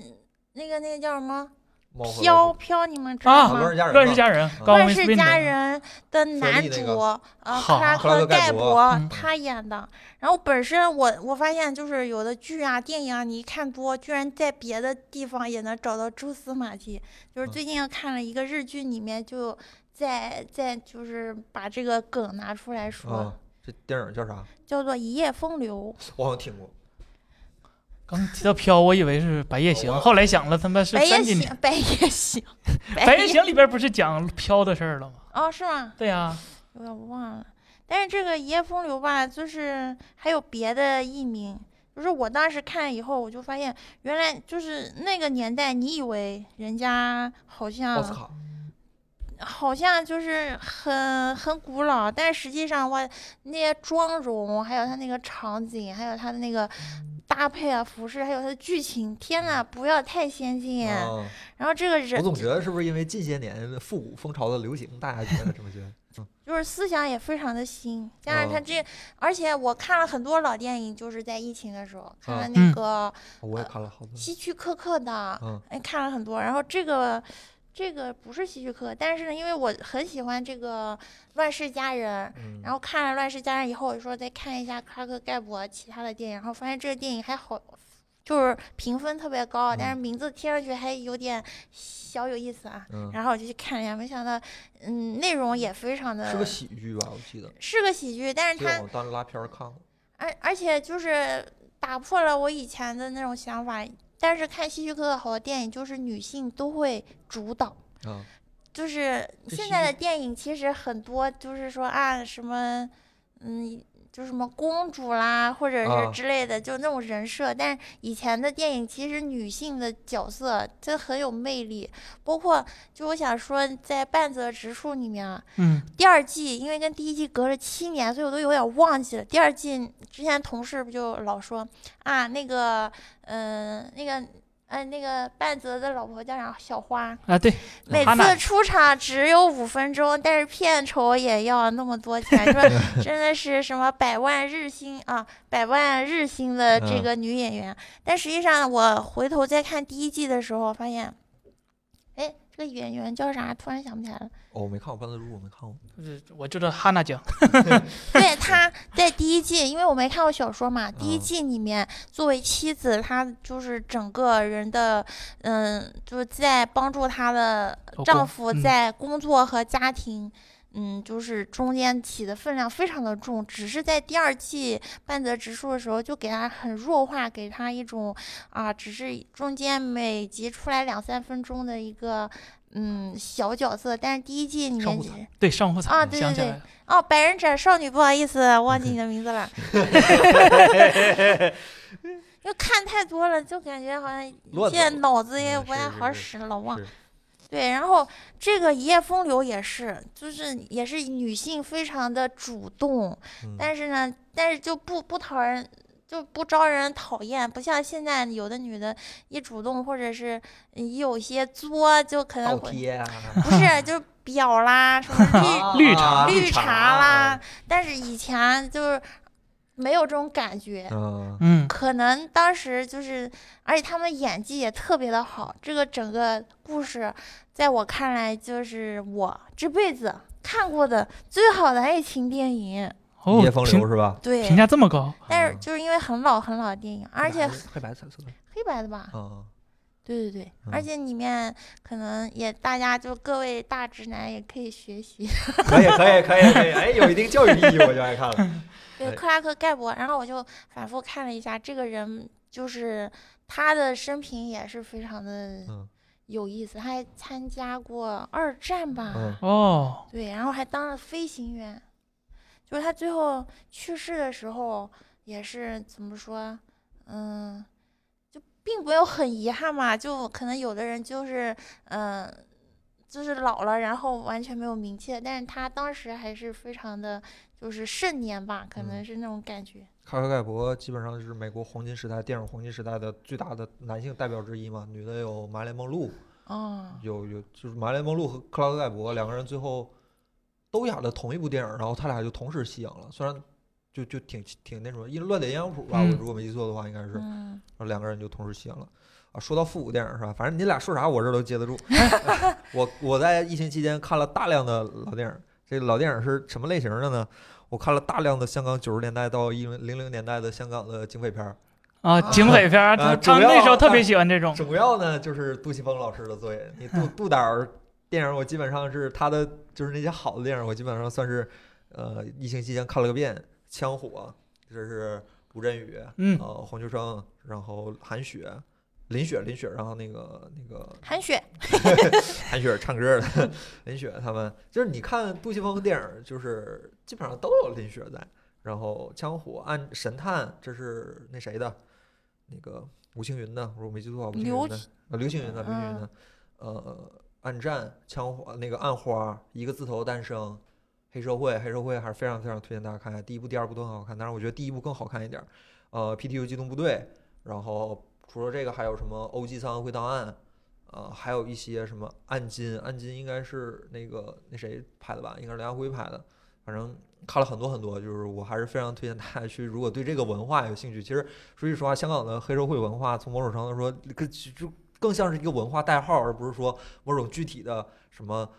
C: 那个那个叫什么
A: 猫和
C: 飘
A: 老
C: 飘，你们知
B: 啊
C: 道
A: 虎，
C: 吗？
A: 乱世佳人，啊
B: 乱世佳人，高
C: 乱
B: 文斯
C: 世
B: 宾
C: 佳
B: 的。
C: 人的男主
A: 雪莉那，
C: 呃，
B: 好
C: 克拉
A: 克拉克
C: 克
A: 盖
C: 盖
A: 博
C: 博
B: 嗯
C: 他演的。然后本身我我发现就是有的剧啊、电影啊，你一看多，居然在别的地方也能找到蛛丝马迹。就是
A: 嗯
C: 最近又看了一个日剧，里面就在在就是把这个梗拿出来说
A: 啊，，这电影叫啥？
C: 叫做《一夜风流
A: 我好像听过。
B: 刚提到飘，我以为是《白夜
A: 哦
B: 行》，后来想了，他妈》，是
C: 白夜
B: 三几
C: 行，
B: 年，《
C: 白夜行，
B: 白夜行》里边不是讲飘的事儿了吗？
C: 哦，是吗？
B: 对呀，
C: 有点忘了。但是这个《一夜风流》吧，就是还有别的译名。就是我当时看以后，我就发现原来就是那个年代，你以为人家好
A: 奥斯
C: 像
A: 卡
C: 好像就是很很古老，但实际上哇，那些妆容，还有它那个场景，还有它的那个搭配啊、服饰，还有它的剧情，天呐，不要太先进。
A: 啊，
C: 然后这个
A: 我
C: 人
A: 总觉得是不是因为近些年复古风潮的流行，大家觉得这么觉得？嗯
C: 就是思想也非常的新，加上他
A: 嗯
C: 这，而且我看了很多老电影，就是在疫情的时候看了
A: 嗯
B: 嗯
C: 那个
A: 我也看了好多。
C: 希区柯克的，
A: 嗯
C: 哎，看了很多。然后这个这个不是希区柯克，但是呢，因为我很喜欢这个《乱世佳人》，
A: 嗯，
C: 然后看了《乱世佳人》以后，我就说再看一下克拉克盖博其他的电影，然后发现这个电影还好，就是评分特别高，但是
A: 嗯
C: 名字听上去还有点小有意思啊。
A: 嗯，
C: 然后我就去看了一下，没想到，嗯，内容也非常的
A: 嗯是个喜剧吧？我记得，
C: 是个喜剧，但是
A: 对，
C: 它
A: 我当拉片儿看过。
C: 而而且就是打破了我以前的那种想法。但是看希区柯克好多电影，就是女性都会主导，
A: 啊，
C: 就是
A: 这
C: 现
A: 希
C: 在
A: 区
C: 的电影其实很多就是说啊什么，嗯，就什么公主啦，或者
A: 啊
C: 是之类的，就那种人设。但是以前的电影其实女性的角色这很有魅力，包括就我想说，在半泽直树里面啊，
B: 嗯，
C: 第二季因为跟第一季隔了七年，所以我都有点忘记了。第二季之前同事不就老说啊，那个，嗯、那个，嗯、那个半泽的老婆叫啥？小花，
B: 啊对，
C: 每
B: 哈娜
C: 次出场只有五分钟，但是片酬也要那么多钱， 说真的是什么百万日薪啊，百万日薪的这
A: 嗯
C: 个女 演员。但实际上，我回头再看第一季的时候，发现，哎，这个演员叫啥？突然想不起来了。
A: 哦，我没看过《半泽直树》，我没看 过。
B: 我知道哈娜讲，
C: 对，他在第一季，因为我没看过小说嘛，第一
B: 嗯
C: 季里面作为妻子，她就是整个人的，嗯，就是在帮助她的
B: 老公
C: 丈夫
B: 嗯
C: 在工作和家庭。嗯，就是中间起的分量非常的重，只是在第二季半泽直树的时候就给他很弱化，给他一种啊，只是中间每集出来两三分钟的一个嗯小角色，但是第一季里
A: 上
C: 面
A: 户
C: 只
A: 彩
B: 对上户彩，
C: 啊对
B: 想
C: 对
B: 起
C: 对
B: 来了，
C: 哦，百人斩少女，不好意思，忘记 你的名字了。因为看太多了，就感觉好像
A: 乱
C: 现在
A: 走了
C: 脑子也
A: 嗯
C: 不太
A: 是
C: 好
A: 是是
C: 使了，忘
A: 是。
C: 对，然后这个《一夜风流》也是，就是也是女性非常的主动，
A: 嗯
C: 但是呢，但是就不不讨人，就不招人讨厌，不像现在有的女的一主动或者是一有些作，就可能
A: 倒
C: 会
A: 贴啊，
C: 不是就是表啦 什么绿
B: 绿
A: 啊
B: 茶
C: 绿茶啊啦，，但是以前啊就是没有这种感觉。
A: 嗯，
B: 嗯，
C: 可能当时就是，而且他们演技也特别的好。这个整个故事，在我看来，就是我这辈子看过的最好的爱情电影。
A: 《
B: 哦
A: 一夜风，流
B: 评》
A: 是吧？
B: 评
C: 对，
B: 价这么高，
C: 但是就是因为很老很老的电影，而且
A: 黑白彩色的
C: 黑白的吧，
A: 啊，
C: 对对对，而
A: 嗯
C: 且里面可能也大家就各位大直男也可以学习。
A: 可以可以可以可以，哎，有一定教育意义，我就爱看 了。
C: 对，
A: 哎
C: 克拉克盖博，然后我就反复看了一下这个人，就是他的生平也是非常的
A: 嗯
C: 有意思，他还参加过二战吧，
A: 嗯，
B: 哦，
C: 对，然后还当了飞行员，就是他最后去世的时候也是怎么说，嗯，就并没有很遗憾嘛，就可能有的人就是嗯、就是老了，然后完全没有名气了。但是他当时还是非常的，就是盛年吧，可能
A: 嗯
C: 是那种感觉。
A: 卡尔盖博基本上是美国黄金时代电影黄金时代的最大的男性代表之一嘛，女的有玛丽梦露，
C: 嗯，
A: 有有就是玛丽梦露和克劳德盖博两个人最后都演了同一部电影，然后他俩就同时吸影了，虽然就就挺挺那什么，因为乱点鸳鸯谱吧，
B: 嗯
A: 我如果没记错的话，应该是，然
C: 嗯，
A: 后两个人就同时吸影了。啊，说到复古电影是吧？反正你俩说啥我这都接得住。 我我在疫情期间看了大量的老电影，这个老电影是什么类型的呢？我看了大量的香港九十年代到一零零年代的香港的警匪片儿，
B: 啊，警匪片儿，
A: 啊
B: 他
A: 主
B: 他那时
A: 要
B: 候特别
A: 啊
B: 喜欢这种，
A: 主要呢就是杜琪峰老师的作业。你杜
B: 嗯
A: 杜导儿电影，我基本上是他的，就是那些好的电影，我基本上算是呃疫情期间看了个遍，《枪火》，这是吴镇宇，
B: 嗯
A: 呃，黄秋生，然后韩雪。林雪，林雪，然后那个那个
C: 韩雪，
A: 韩雪唱歌的林雪他们，就是你看杜琪峰电影，就是基本上都有林雪在。然后《枪火》《暗神探》，这是那谁的？那个吴青云的，我没记错，吴青
C: 刘
A: 云的，呃，刘青云的，刘青云
C: 嗯
A: 的，呃，暗战、枪火那个暗花，一个字头诞生，黑社会，黑社会还是非常非常推荐大家看，第一部、第二部都很好看，但是我觉得第一部更好看一点儿。呃，PTU 机动部队，然后除了这个还有什么欧记三合会档案，呃，还有一些什么暗金，暗金应该是那个那谁拍的吧？应该是梁家辉拍的，反正。看了很多很多，就是我还是非常推荐大家去，如果对这个文化有兴趣，其实说句实话，香港的黑社会文化从某种程度说，跟就更像是一个文化代号，而不是说某种具体的什么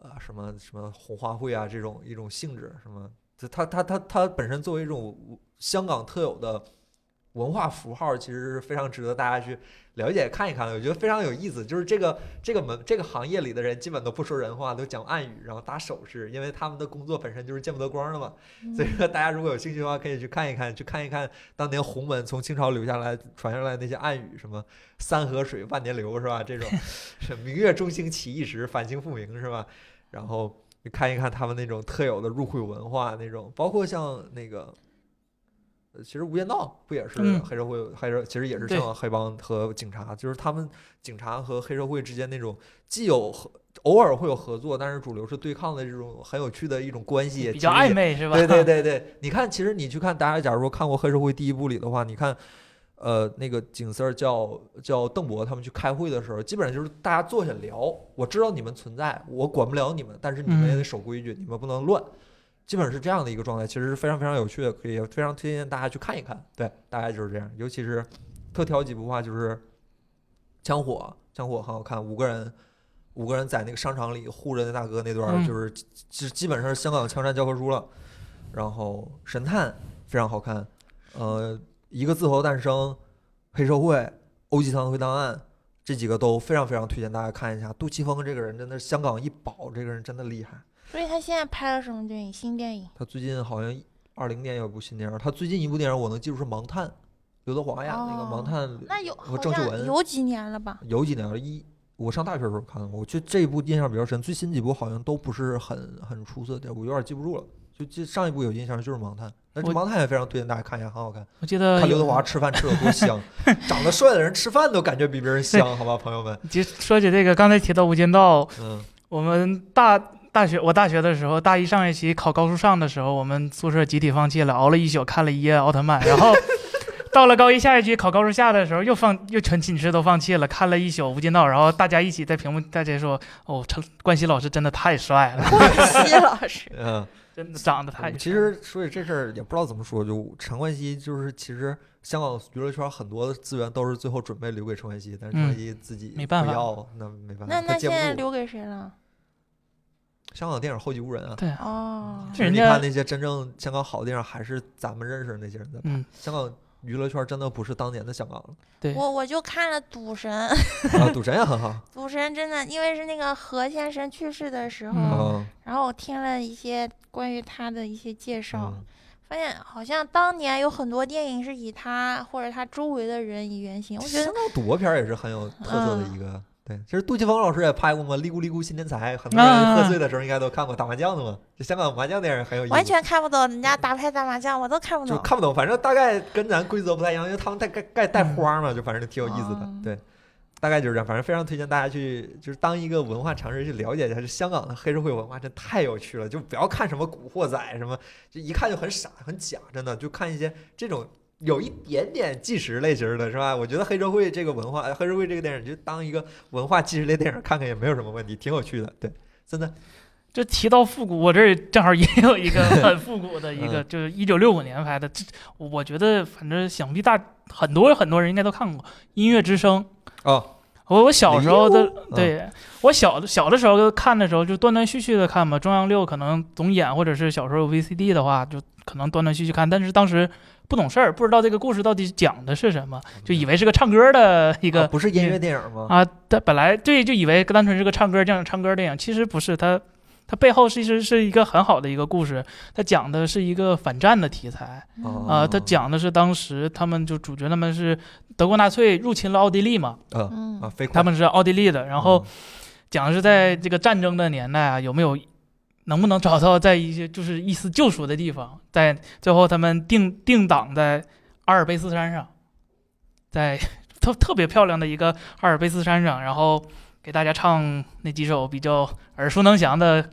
A: 呃什么什么红花会啊这种一种性质，什么就它它它它本身作为一种香港特有的文化符号，其实是非常值得大家去了解看一看的，我觉得非常有意思。就是这个这个门这个行业里的人基本都不说人话，都讲暗语，然后打手势，因为他们的工作本身就是见不得光的嘛。 所
C: 嗯
A: 以说，大家如果有兴趣的话，可以去看一看，去看一看当年洪门从清朝留下来传下来那些暗语，什么“三河水万年流”是吧？这 种是“明月中兴起一时，反清复明”是吧？然后你看一看他们那种特有的入会文化，那种包括像那个，呃其实《无间道》不也是
B: 嗯
A: 黑社会，黑社其实也是
B: 对
A: 香港黑帮和警察，就是他们警察和黑社会之间那种既有合偶尔会有合作，但是主流是对抗的这种很有趣的一种关系，
B: 比较
A: 其实也
B: 暧昧是吧？
A: 对对对对，你看，其实你去看，大家假如说看过《黑社会》第一部里的话，你看，呃，那个景色叫叫邓博他们去开会的时候，基本上就是大家坐下聊。我知道你们存在，我管不了你们，但是你们也得守规矩，你们不能乱。基本上是这样的一个状态，其实是非常非常有趣的，可以非常推荐大家去看一看。对，大概就是这样。尤其是特挑几部话，就是《枪火》，《枪火》很好看，五个人。五个人在那个商场里护着那大哥那段儿，
B: 嗯
A: 就是基基基本上是香港枪战教科书了。然后神探非常好看，呃，一个字头诞生，黑社会、欧吉桑会档案这几个都非常非常推荐大家看一下。杜琪峰这个人真的是香港一宝，这个人真的厉害。
C: 所以他现在拍了什么电影？新电影？
A: 他最近好像二零年有部新电影，他最近一部电影我能记住是《盲探》，刘德华演的那个《盲
C: 哦
A: 探》
C: 那有
A: 和
C: 好
A: 呃郑秀文
C: 像有几年 了吧？
A: 有几年了，一我上大学的时候看的，我觉得这一部印象比较深，最新几部好像都不是很很出色的，我有点记不住了。就这上一部有印象就是《盲探》，但是《
B: 我
A: 盲探》也非常推荐大家看一下，很好看。
B: 我记得
A: 看刘
B: 有
A: 德华吃饭吃有多香， 长得帅的人吃饭都感觉比别人香， 好吧，朋友们。
B: 其实说起这个，刚才提到《无间道》，
A: 嗯
B: 我们大大学，我大学的时候，大一上学期考高数上的时候，我们宿舍集体放弃了，熬了一宿看了一夜奥特曼，然后到了高一下学期考高数下的时候，又放又全寝室都放弃了，看了一宿《无间道》，然后大家一起在屏幕大家说：“哦，陈冠希老师真的太帅了，
C: 关西老师，
A: 嗯，
B: 真的长得太帅了……”
A: 其实所以这事儿也不知道怎么说，就陈冠希就是其实香港娱乐圈很多的资源都是最后准备留给陈冠希，但是陈冠
B: 嗯
A: 希自己
B: 没办
A: 不
B: 法
A: 要，那没办法，
C: 那
A: 他
C: 那
A: 接
C: 现
A: 不
C: 在
A: 住。
C: 留给谁了？
A: 香港电影后继无人啊。
B: 对啊，
C: 哦，
A: 其实你
B: 人家
A: 看那些真正香港好的电影，还是咱们认识的那些人在拍。
B: 嗯，
A: 香港娱乐圈真的不是当年的香 港了。
B: 对，
C: 我我就看了《赌神》，
A: 啊，赌神也很好。
C: 《赌神》真的，因为是那个何先生去世的时候，
B: 嗯
A: 嗯，
C: 然后我听了一些关于他的一些介绍，
A: 嗯
C: 发现好像当年有很多电影是以他或者他周围的人以原型，我觉
A: 香
C: 得嗯
A: 港赌博片儿也是很有特色的一个。对，其实杜琪峰老师也拍过嘛，《利咕利咕新天才》，很
C: 嗯
A: 多人喝醉的时候应该都看过打麻将的嘛。这香港麻将电影很有意思，
C: 完全看不懂人家打牌打麻将，我都看不
A: 就
C: 懂。
A: 看不懂，反正大概跟咱规则不太一样，因为他们带带带带花嘛，就反正挺有意思的。
C: 嗯
A: 对，大概就是这样，反正非常推荐大家去，就是当一个文化常识去了解一下。这香港的黑社会文化真太有趣了，就不要看什么《古惑仔》什么，就一看就很傻很假，真的就看一些这种有一点点纪实类型的，是吧？我觉得黑社会这个文化，呃黑社会这个电影就当一个文化纪实类电影看看也没有什么问题，挺有趣的。对，真的，
B: 这提到复古，我这儿正好也有一个很复古的一个，就是一九六五年拍的。这我觉得，反正想必大很多很多人应该都看过《音乐之声》。
A: 哦，
B: 我我小时候的，
A: 嗯
B: 对、我小小的时候看的时候，就断断续续的看嘛。中央六可能总演，或者是小时候有 VCD 的话，就可能断断续续看。但是当时不懂事儿，不知道这个故事到底讲的是什么，就以为是个唱歌的一
A: 一
B: 个
A: 啊不是音乐电影吗？
B: 啊，他本来对就以为单纯是个唱歌这样唱歌电影，其实不是，它它背后其实是一个很好的一个故事，它讲的是一个反战的题材
C: 嗯
B: 啊、
A: 哦
B: 它讲的是当时他们就主角他们是德国纳粹入侵了奥地利嘛，
A: 嗯啊，
C: 嗯
A: 飞快
B: 他们是奥地利的，然后讲的是在这个战争的年代啊，有没有能不能找到在一些就是一丝救赎的地方，在最后他们定定档在阿尔卑斯山上，在 特特别漂亮的一个阿尔卑斯山上，然后给大家唱那几首比较耳熟能详的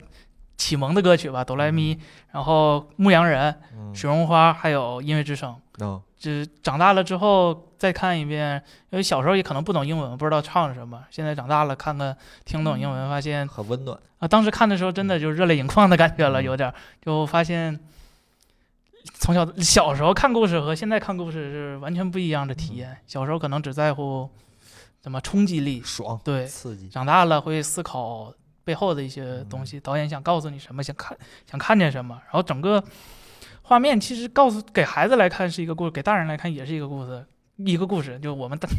B: 启蒙的歌曲吧，哆来咪，然后《牧羊人》
A: 嗯
B: 《雪绒花》，还有《音乐之声》。
A: 哦
B: 就是长大了之后再看一遍，因为小时候也可能不懂英文，不知道唱什么。现在长大了，看看听懂英文，发现
A: 很温暖，
B: 啊，当时看的时候真的就热泪盈眶的感觉了，
A: 嗯
B: 有点儿就发现，从小小时候看故事和现在看故事是完全不一样的体验。小时候可能只在乎怎么冲击力，
A: 爽，
B: 对，
A: 刺激，
B: 长大了会思考背后的一些东西，导演想告诉你什么，想看想看见什么，然后整个画面其实告诉给孩子来看是一个故事，给大人来看也是一个故事，一个故事。就我们大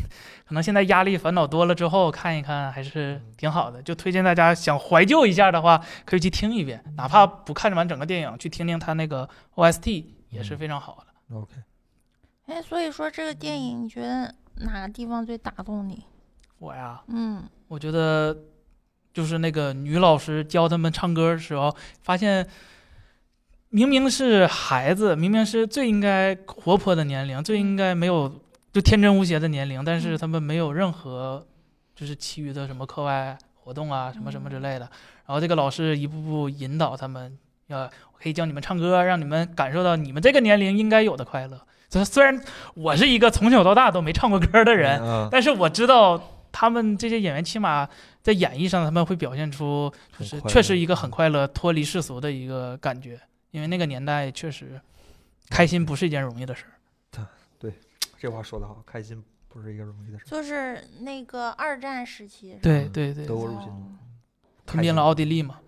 B: 可能现在压力烦恼多了之后看一看还是挺好的，就推荐大家想怀旧一下的话，可以去听一遍，哪怕不看完整个电影，去听听他那个 OST 也是非常好的。
A: OK，
C: 哎，所以说这个电影，你觉得哪个地方最打动你？
B: 我呀，
C: 嗯
B: 我觉得就是那个女老师教他们唱歌的时候，发现明明是孩子，明明是最应该活泼的年龄，最应该没有就天真无邪的年龄，但是他们没有任何就是其余的什么课外活动啊，什么什么之类的。然后这个老师一步步引导他们，要我可以教你们唱歌，让你们感受到你们这个年龄应该有的快乐。虽虽然我是一个从小到大都没唱过歌的人，
A: 嗯，
B: 但是我知道他们这些演员起码在演绎上，他们会表现出就是
A: 很快乐
B: 确实一个很快乐、脱离世俗的一个感觉，因为那个年代确实开心不是一件容易的事儿。
A: 这话说得好，开心不是一个容易的事，
C: 就是那个二战时期是吧，
B: 对
A: 嗯
B: 对对
A: 德，国入侵
C: 哦
B: 吞并了奥地利嘛。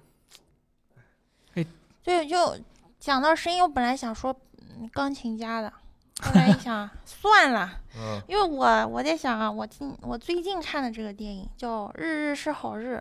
C: 对，就讲到声音，我本来想说嗯钢琴家的，后来一想 算了，
A: 嗯，
C: 因为我我在想啊，我近我最近看的这个电影叫《日日是好日》，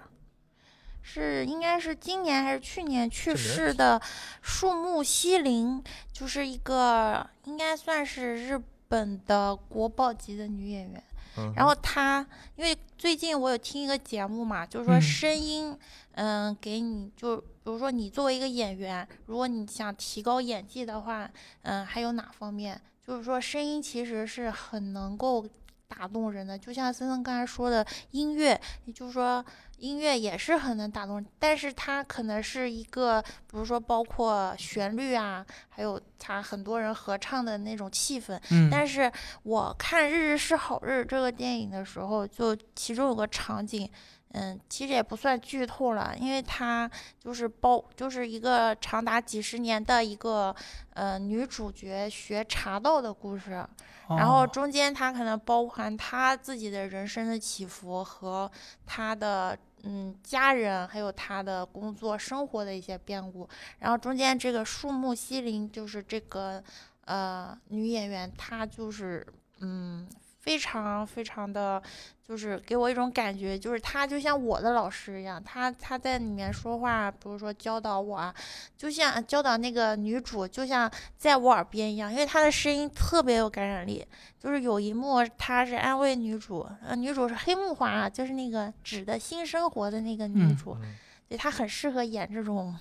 C: 是应该是今年还是去年去
A: 去年
C: 世的树木希林，就是一个应该算是日本的国宝级的女演员。
A: 嗯
C: 然后他，因为最近我有听一个节目嘛，就是说
B: 嗯
C: 声音，嗯、给你就比如说你作为一个演员，如果你想提高演技的话，嗯、还有哪方面？就是说声音其实是很能够打动人的，就像森森刚才说的，音乐，也就是说音乐也是很能打动人，但是它可能是一个，比如说包括旋律啊，还有它很多人合唱的那种气氛。
B: 嗯，
C: 但是我看《日日是好日》这个电影的时候，就其中有个场景，嗯，其实也不算剧透了，因为它就是包就是一个长达几十年的一个呃女主角学茶道的故事，然后
B: 哦
C: 中间她可能包含她自己的人生的起伏和她的。嗯，家人还有她的工作生活的一些变故，然后中间这个树木希林就是这个呃女演员，她就是嗯非常非常的，就是给我一种感觉，就是她就像我的老师一样，她她在里面说话，比如说教导我啊，就像教导那个女主，就像在我耳边一样，因为她的声音特别有感染力。就是有一幕，她是安啊慰女主，呃，女主是黑木华，就是那个《纸的新生活》的那个女
B: 嗯
C: 主，
A: 嗯
C: 对他很适合演这种，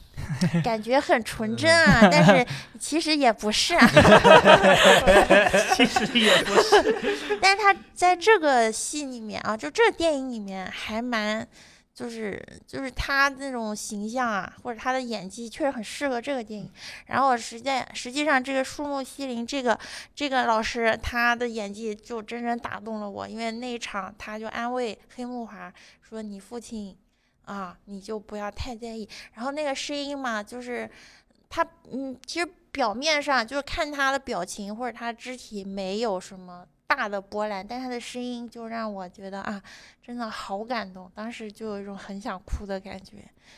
C: 感觉很纯真啊，但是其实也不是啊。
B: 其实也不是，
C: 但是他在这个戏里面啊，就这电影里面还蛮，就是就是他那种形象啊，或者他的演技确实很适合这个电影。然后实际实际上这个树木希林这个这个老师他的演技就真正打动了我，因为那一场他就安慰黑木华说：“你父亲啊，你就不要太在意。”然后那个声音嘛，就是他嗯，其实。表面上就是看他的表情或者他肢体没有什么大的波澜，但他的声音就让我觉得啊，真的好感动，当时就有一种很想哭的感觉。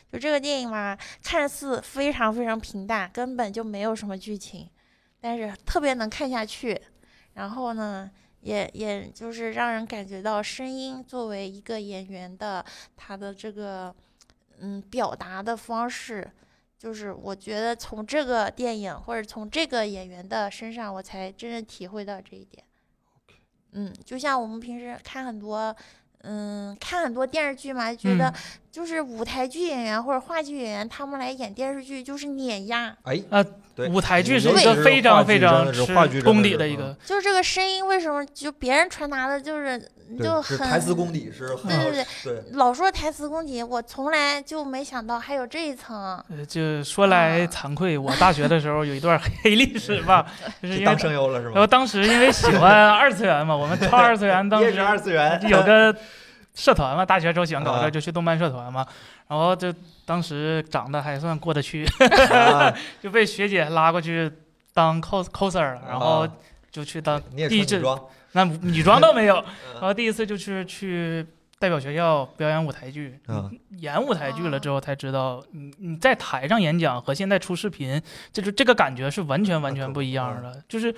C: 就这个电影嘛，看似非常非常平淡，根本就没有什么剧情，但是特别能看下去。然后呢，也也就是让人感觉到声音作为一个演员的他的这个嗯表达的方式。就是我觉得从这个电影或者从这个演员的身上，我才真正体会到这一点。嗯，就像我们平时看很多，嗯，看很多电视剧嘛，觉得
B: 嗯
C: 就是舞台剧演员或者话剧演员，他们来演电视剧就是碾压，
A: 哎
B: 啊
A: 对，
B: 舞台剧是
C: 尤
B: 一
C: 其
B: 个
C: 是
B: 非
D: 话
B: 常
D: 剧
B: 非
D: 真
B: 常
D: 的是
B: 吃
D: 话剧真的
B: 功底
D: 是
B: 的一
D: 嗯
B: 个，
C: 就是这个声音为什么就别人传达的就是
B: 嗯
C: 就
A: 对是
C: 很
A: 台词功底是很
C: 对
A: 好
C: 对，
A: 对，
C: 老说台词功底，我从来就没想到还有这一层。
B: 呃，就说来
C: 啊
B: 惭愧，我大学的时候有一段黑历史吧，就
A: 就
B: 是因为
A: 当声优了是
B: 然后
A: 吗？
B: 当时因为喜欢二次元嘛，我们超二次元当
A: 也
B: 时
A: 是二次 元，
B: 有 个社团嘛，大学时候喜欢搞
A: 啊
B: 这，就去动漫社团嘛，然后就当时长得还算过得去，
A: 啊
B: 就被学姐拉过去当 cos coser 了，然
A: 啊
B: 后就去当
A: 你也
B: 地
A: 穿
B: 质
A: 女装，
B: 那女装倒没 有，然
A: 嗯
B: 后第一次就是去代表学校表演舞台剧，
A: 啊
B: 演舞台剧了之后才知道，你你在台上演讲和现在出视频，这就这个感觉是完全完全不一样的。就是，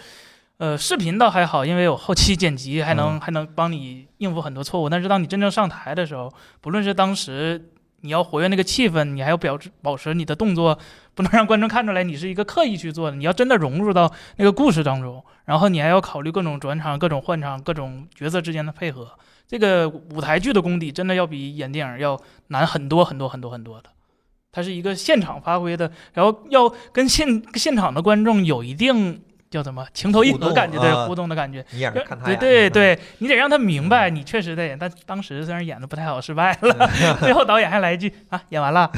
B: 呃，视频倒还好，因为有后期剪辑，还能、还能帮你应付很多错误。但是当你真正上台的时候，不论是当时你要活跃那个气氛，你还要表保持你的动作，不能让观众看出来你是一个刻意去做的，你要真的融入到那个故事当中，然后你还要考虑各种转场、各种换场、各种角色之间的配合。这个舞台剧的功底真的要比演电影要难很多很多很多很多的。它是一个现场发挥的，然后要跟现现场的观众有一定叫什么情投意
A: 互
B: 合
A: 动
B: 感觉，对
A: 啊
B: 互动的感觉。
A: 你也是看他
B: 对
A: 演的
B: 对
A: 嗯
B: 对，你得让他明白你确实在演，但当时虽然演的不太好，失败了，最后导演还来一句啊，演完了，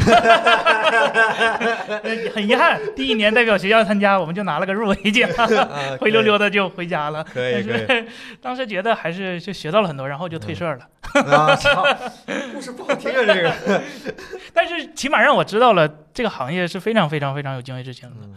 B: 很遗憾，第一年代表学校参加，我们就拿了个入围奖，
A: 啊
B: 灰溜溜的就回家了。
A: 可
B: 但
A: 以可以
B: 是 当时觉得还是就学到了很多，然后就退社了。
A: 啊，操，故事不好听啊这个。
B: 但是起码让我知道了这个行业是非常非常非常有敬畏之心的。
A: 嗯，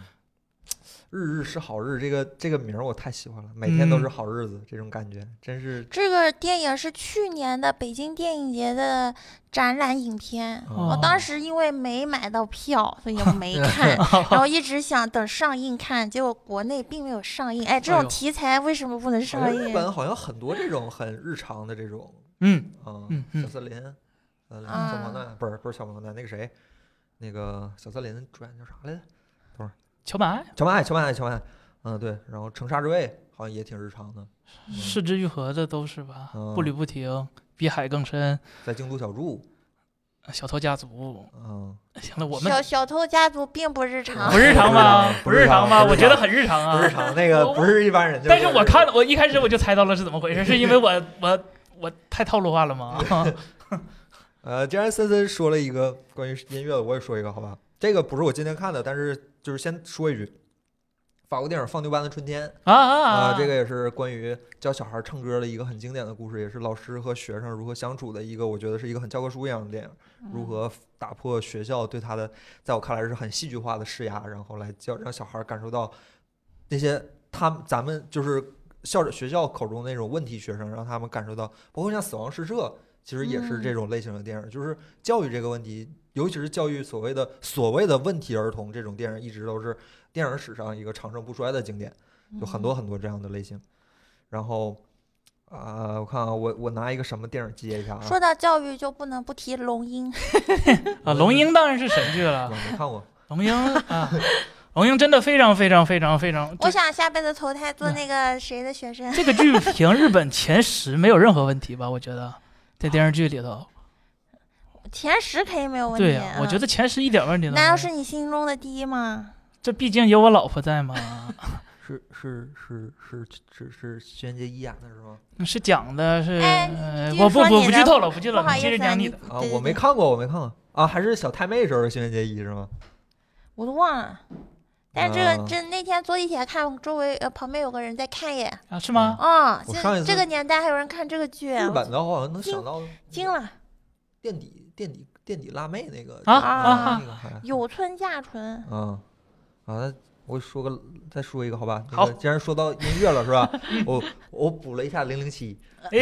A: 日日是好日，这个这个名儿我太喜欢了，每天都是
B: 嗯
A: 好日子，这种感觉真是
C: 这个电影是去年的北京电影节的展览影片，
B: 哦
A: 啊
C: 我哦当时因为没买到票，所以也 没看，
A: 哦
C: 然后一直想等上映看，结果国内并没有上映。哎，这
B: 哎
C: 种
B: 呦
C: 题材为什么不能
A: 好像
C: 上
A: 日
C: 映？
A: 本好像很多这种很日常的这种
B: 嗯，
A: 啊
B: 嗯，嗯
A: 小森林，呃，
C: 啊
A: 小毛蛋不是不是小毛蛋，那个谁，那个小森林主演叫啥来着？
B: 桥本爱
A: 乔曼爱，乔曼爱，乔曼爱，嗯对，然后城沙之味好像也挺日常的，嗯
B: 失之愈合的都是吧，
A: 嗯
B: 步履不停，比海更深，
A: 在京都小筑，
B: 小偷家族。
A: 嗯，
B: 行了，我们
C: 小小偷家族并不日常
B: 不，日常吗？
A: 不
B: 不
A: 日
B: 日
A: 常
B: 常吗？
A: 不日常
B: 我觉得很日常
A: 不日
B: 啊。
A: 常，那个不是一般人，
B: 但是我看
A: 了，
B: 我一开始我就猜到了是怎么回事，是因为我 我我太套路化了吗？啊
A: 呃，既然森森说了一个关于音乐的，我也说一个好吧，这个不是我今天看的，但是就是先说一句。法国电影《放牛班的春天》
B: 啊啊
A: 啊、
B: 啊！
A: 这个也是关于教小孩唱歌的一个很经典的故事，也是老师和学生如何相处的一个，我觉得是一个很教科书一样的电影。嗯如
C: 嗯
A: 何打破学校对他的，在我看来是很戏剧化的施压，然后来教让小孩感受到那些他们咱们就是校长学校口中那种问题学生，让他们感受到，包括像《死亡诗社》，其实也是这种类型的电影，就是教育这个问题，尤其是教育所谓的所谓的问题儿童这种电影，一直都是电影史上一个长盛不衰的经典。就很
C: 嗯
A: 多很多这样的类型。然后，啊、我看啊，我我拿一个什么电影接一下啊？
C: 说到教育，就不能不提龙樱。
B: 啊，龙樱当然是神剧
A: 我
B: 了，
A: 没看过，
B: 龙樱啊，龙樱真的非常非常非常非常，
C: 我想下辈子投胎做那个谁的 学生。
B: 这个剧评日本前十没有任何问题吧？我觉得在电视剧里头，
C: 前十肯定没有问题。
B: 对呀、我觉
C: 嗯
B: 得啊前十一点问题都没
C: 难
B: 有
C: 道。是你心中的第一吗？
B: 这毕竟有我老婆在嘛，
A: 是是是是是是轩辕杰一演的是吗？
B: 是讲的是，
C: 哎
B: 呃
C: 你继续
B: 我不
C: 说
B: 不
C: 你
B: 不
C: 的
B: 剧透了，不剧
C: 不
B: 透了，
C: 好
B: 你接着
C: 意思啊，
B: 讲
C: 你
B: 你的。
A: 啊，
C: 对对
A: 我没
C: 对
A: 看过，我没看过啊，还是小太妹时候的轩辕杰一是吗？
C: 我都忘了。但这个
A: 啊
C: 这那天坐地铁看周围呃旁边有个人在看一眼，
B: 啊，是吗？
C: 哦，
A: 我上一
C: 这
A: 次
C: 这个年代还有人看这个剧，
A: 日
C: 啊我
A: 本的话，我能想到
C: 惊了。
A: 垫底垫底垫底辣妹那个
B: 啊
C: 啊
A: 那个还
C: 有村 架纯，
A: 嗯，啊，那我说个再说一个好吧？那
B: 好
A: 个既然说到音乐了是 吧？我我补了一下零零七，
B: 哎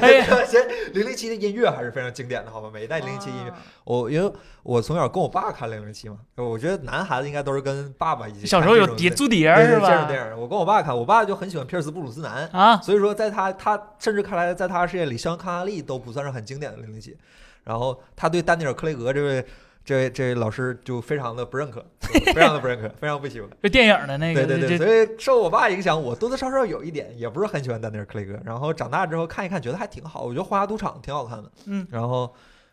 B: 哎，
A: 零零七的音乐还是非常经典的，好吧？每一代零零七音乐，
C: 啊
A: 我因为我从小跟我爸看零零七嘛，我觉得男孩子应该都是跟爸爸一起看这种。
B: 小时候有碟租碟
A: 对
B: 儿是
A: 这种电
B: 吧？
A: 影，我跟我爸看，我爸就很喜欢皮尔斯布鲁斯南。
B: 啊，
A: 所以说，在他他甚至看来，在他的世界里，肖恩康纳利都不算是很经典的零零七。然后他对丹尼尔·克雷格这位这位这位老师就非常的不认可， 非常的不认可，非常不喜欢。
B: 就电影的那
A: 对
B: 个，
A: 对对，
B: 这
A: 所以受我爸影响，我多多少少有一点，也不是很喜欢丹尼尔·克雷格。然后长大之后看一看，觉得还挺好，我觉得《花花赌场》挺好看的。
B: 嗯，
A: 然后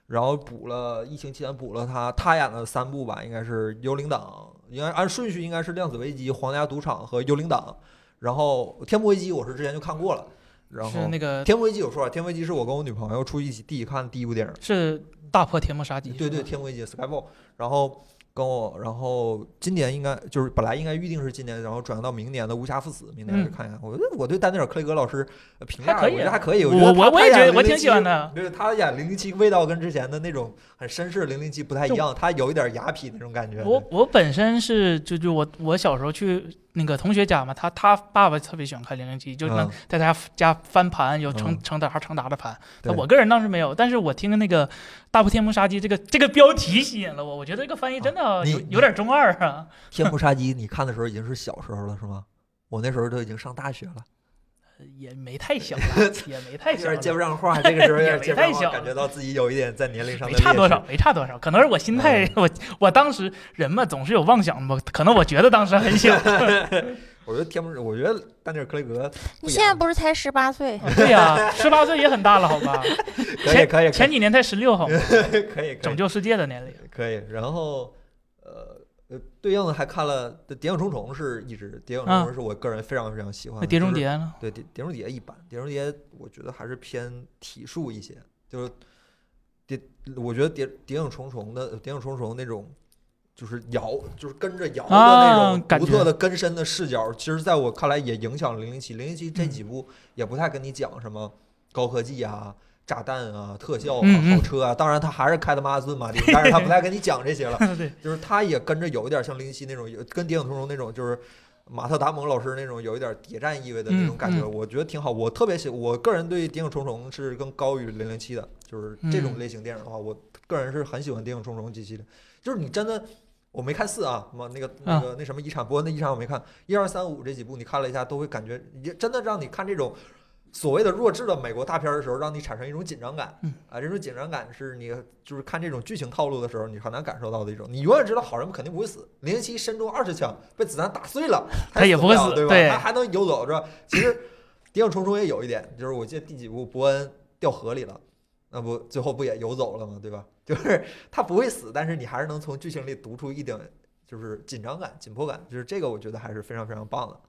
A: 然后补了疫情期间补了他他演的三部吧，应该是《幽灵党》，应该按顺序应该是《量子危机》《皇家赌场》和《幽灵党》。然后《天幕危机》我是之前就看过了，然后
B: 是那个
A: 天幕危机》有说啊，《天幕危机》是我跟我女朋友出去一起第一看的第一部电影，
B: 是大破铁幕杀机，，
A: 对对，《天幕危机》Skyfall，然后跟我，然后今年应该就是本来应该预定是今年，然后转到明年的《无暇赴死》，明年
B: 嗯
A: 去看一看。我觉得我对丹尼尔·克雷格老师呃评
B: 还
A: 价，
B: 可
A: 我
B: 以啊
A: 觉得还可以，觉
B: 我
A: 得
B: 我
A: 他
B: 我也觉得我挺喜欢。
A: 他演007
B: 的，
A: 就是他演零零七味道跟之前的那种很绅士零零七不太一
B: 就
A: 样，他有一点雅痞那种感觉。
B: 我我本身是就就我我小时候去那个同学家嘛，他他爸爸特别喜欢看零零七，就能
A: 嗯
B: 在他家翻盘，有成
A: 嗯
B: 成沓成沓的盘。
A: 对
B: 我个人当时没有，但是我听那个《大破天幕杀机》这个这个标题吸引了我，我觉得这个翻译真的
A: 啊你
B: 有
A: 你
B: 有点中二啊。
A: 天幕杀机》你看的时候已经是小时候了是吗？我那时候都已经上大学了，
B: 也没太 小了，也没太
A: 有
B: 小
A: 点接不
B: 了，
A: 上话，这个时候有 点
B: 也没
A: 接不上
B: 太
A: 话，
B: 小
A: 感觉到自己有一点在年龄上
B: 没
A: 的
B: 差
A: 劣
B: 多
A: 势嗯
B: 少，没差多少。可能是我心态，我我当时人嘛总是有妄想嘛，可能我觉得当时很小。
A: 我觉得天幕，我觉得丹尼尔·克雷格
C: 你现在不是才十八岁？
B: 对呀、1十八岁也很大了，好吧？
A: 可以可以可
B: 前
A: 以
B: 几年才十六，好吗？
A: 可以可
B: 拯
A: 以
B: 救世界的年龄。
A: 可以，然后呃呃，对应的还看了《谍影重重》，是一直《谍影重重》是我个人非常非常喜欢
B: 那
A: 的。
B: 啊碟中
A: 啊就是
B: 谍呢？
A: 对《碟碟中谍》一般，《碟中谍》我觉得还是偏体术一些，就是谍，我觉得谍《谍影重重》的《谍影重重》那种。就是摇，就是跟着摇的那
B: 啊
A: 种
B: 感
A: 独特
B: 觉
A: 的根深的视角，其实在我看来也影响了《零零七》。《零零七》这
B: 嗯
A: 几部也不太跟你讲什么高科技啊、炸弹啊、特效啊、
B: 嗯嗯
A: 好车啊，当然他还是开的马自马丁，但是他不太跟你讲这些了。
B: 对，
A: 就是他也跟着有一点像零零七那种，有跟《谍影重重》那种，就是马特·达蒙老师那种有一点谍战意味的那种感觉，
B: 嗯
A: 我觉得挺好。我特别喜，我个人对《谍影重重》是更高于零零七的，就是这种
B: 嗯
A: 类型电影的话，我个人是很喜欢《谍影重重》这系列。就是你真的，我没看四啊，妈那个那个那什么遗产，伯恩的遗产我没看，一二三五这几部你看了一下，都会感觉也真的让你看这种。所谓的弱智的美国大片儿的时候，让你产生一种紧张感，
B: 嗯
A: 啊，这种紧张感是你就是看这种剧情套路的时候，你很难感受到的一种。你永远知道好人们肯定不会死，零零七身中二十枪被子弹打碎 了，
B: 他也
A: 死
B: 不会
A: 了
B: 死
A: 对吧？
B: 对
A: 他还能游走，是吧？其实《谍影重重》也有一点，就是我记得第几部伯恩掉河里了，那不最后不也游走了吗？对吧？就是他不会死，但是你还是能从剧情里读出一点就是紧张感、紧迫感，就是这个我觉得还是非常非常棒的。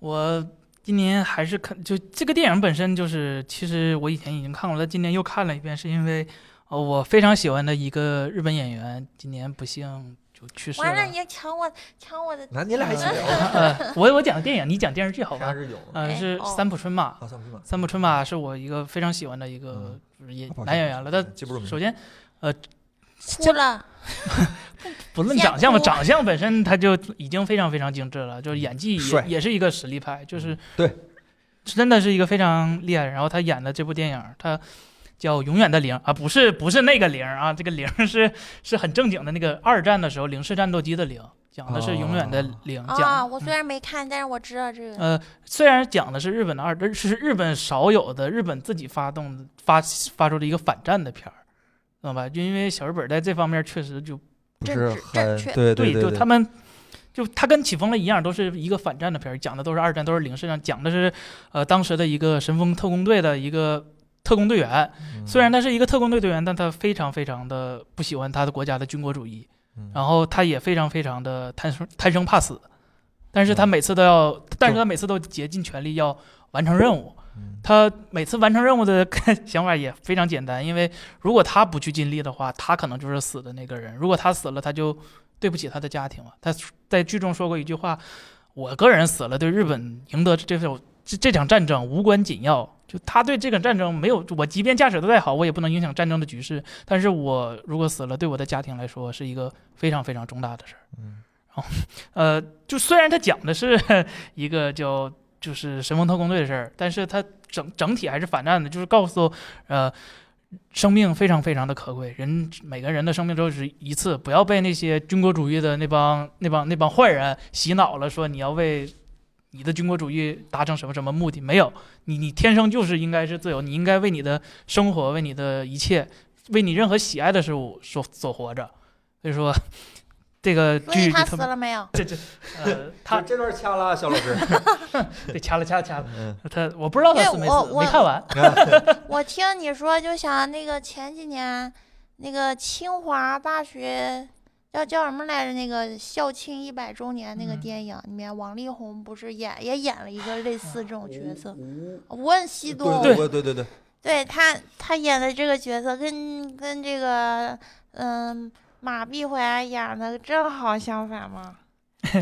B: 我今年还是看，就这个电影本身就是，其实我以前已经看过了，今年又看了一遍，是因为呃我非常喜欢的一个日本演员，今年不幸就去世
C: 完了，
B: 了。
C: 你抢我抢我的
A: 那你俩一起聊吧，
B: 呃，我我讲电影，你讲电视剧好
A: 夏
B: 吧？
A: 日勇
B: 呃，
C: 哎
B: 是
C: 哦
B: 三浦春马，
A: 好像不是吧
B: 三浦春马是我一个非常喜欢的一个
A: 嗯
B: 就是演
A: 好像
B: 男演员了。但
A: 记不住名字
B: 首先，
C: 哭了，
B: 不论长相吧，
C: 先哭
B: 长相本身他就已经非常非常精致了，就是演技
A: 嗯帅
B: 也也是一个实力派，
A: 嗯
B: 就是
A: 对，
B: 真的是一个非常厉害的人。然后他演的这部电影，他叫《永远的零》啊，不是不是那个零啊，这个零是是很正经的那个二战的时候零式战斗机的零，讲的是永远的零，
C: 啊！
B: 讲
C: 我
B: 嗯
C: 虽然没看，但是我知道这个。
B: 呃，虽然讲的是日本的二，是日本少有的日本自己发动的发发出的一个反战的片儿，知道吧？就因为小日本在这方面确实就
A: 不
C: 正
A: 是
C: 确正
A: 很
C: 确
A: 对对，
B: 就他们。就他跟《起风了》一样，都是一个反战的片儿，讲的都是二战，都是零式战，讲的是，呃，当时的一个神风特工队的一个特工队员，
A: 嗯
B: 虽然他是一个特工队队员，但他非常非常的不喜欢他的国家的军国主义，
A: 嗯
B: 然后他也非常非常的贪生贪生怕死，但
A: 嗯
B: 是他每次都要，但是他每次都竭尽全力要完成任务。
A: 嗯
B: 他每次完成任务的 想法也非常简单，因为如果他不去尽力的话，他可能就是死的那个人。如果他死了，他就对不起他的家庭了。他在剧中说过一句话：“我个人死了，对日本赢得这首这这场战争无关紧要。”就他对这个战争没有，我即便驾驶的再好，我也不能影响战争的局势。但是我如果死了，对我的家庭来说是一个非常非常重大的事儿。
A: 嗯
B: 呃，就虽然他讲的是 一个叫就是神风特工队的事儿，但是他整整体还是反战的，就是告诉呃，生命非常非常的可贵，人每个人的生命都只一次，不要被那些军国主义的那帮那帮那帮坏人洗脑了，说你要为你的军国主义达成什么什么目的，没有，你你天生就是应该是自由，你应该为你的生活，为你的一切，为你任何喜爱的事物所所活着，所以说。这个
C: 所以
B: 剧
C: 他
B: 特
C: 死
B: 别
C: 了没有？
B: 这这 呃，他
A: 就这段掐了啊，肖老 师。
B: 对掐了掐了掐 了，
A: 嗯，
B: 他我不知道他
C: 因为
B: 死没
C: 我
B: 死，
C: 我
B: 没看 完。
C: 我听你说，就想那个前几年那个清华大学叫叫什么来着？那个校庆一百周年那个
B: 嗯
C: 电影里面，王力宏不是演也演了一个类似这种角色，
A: 无
C: 《无问西东》
A: 啊对对对对对，
C: 对他，他演的这个角色跟跟这个嗯马碧怀演的正好相反 嘛，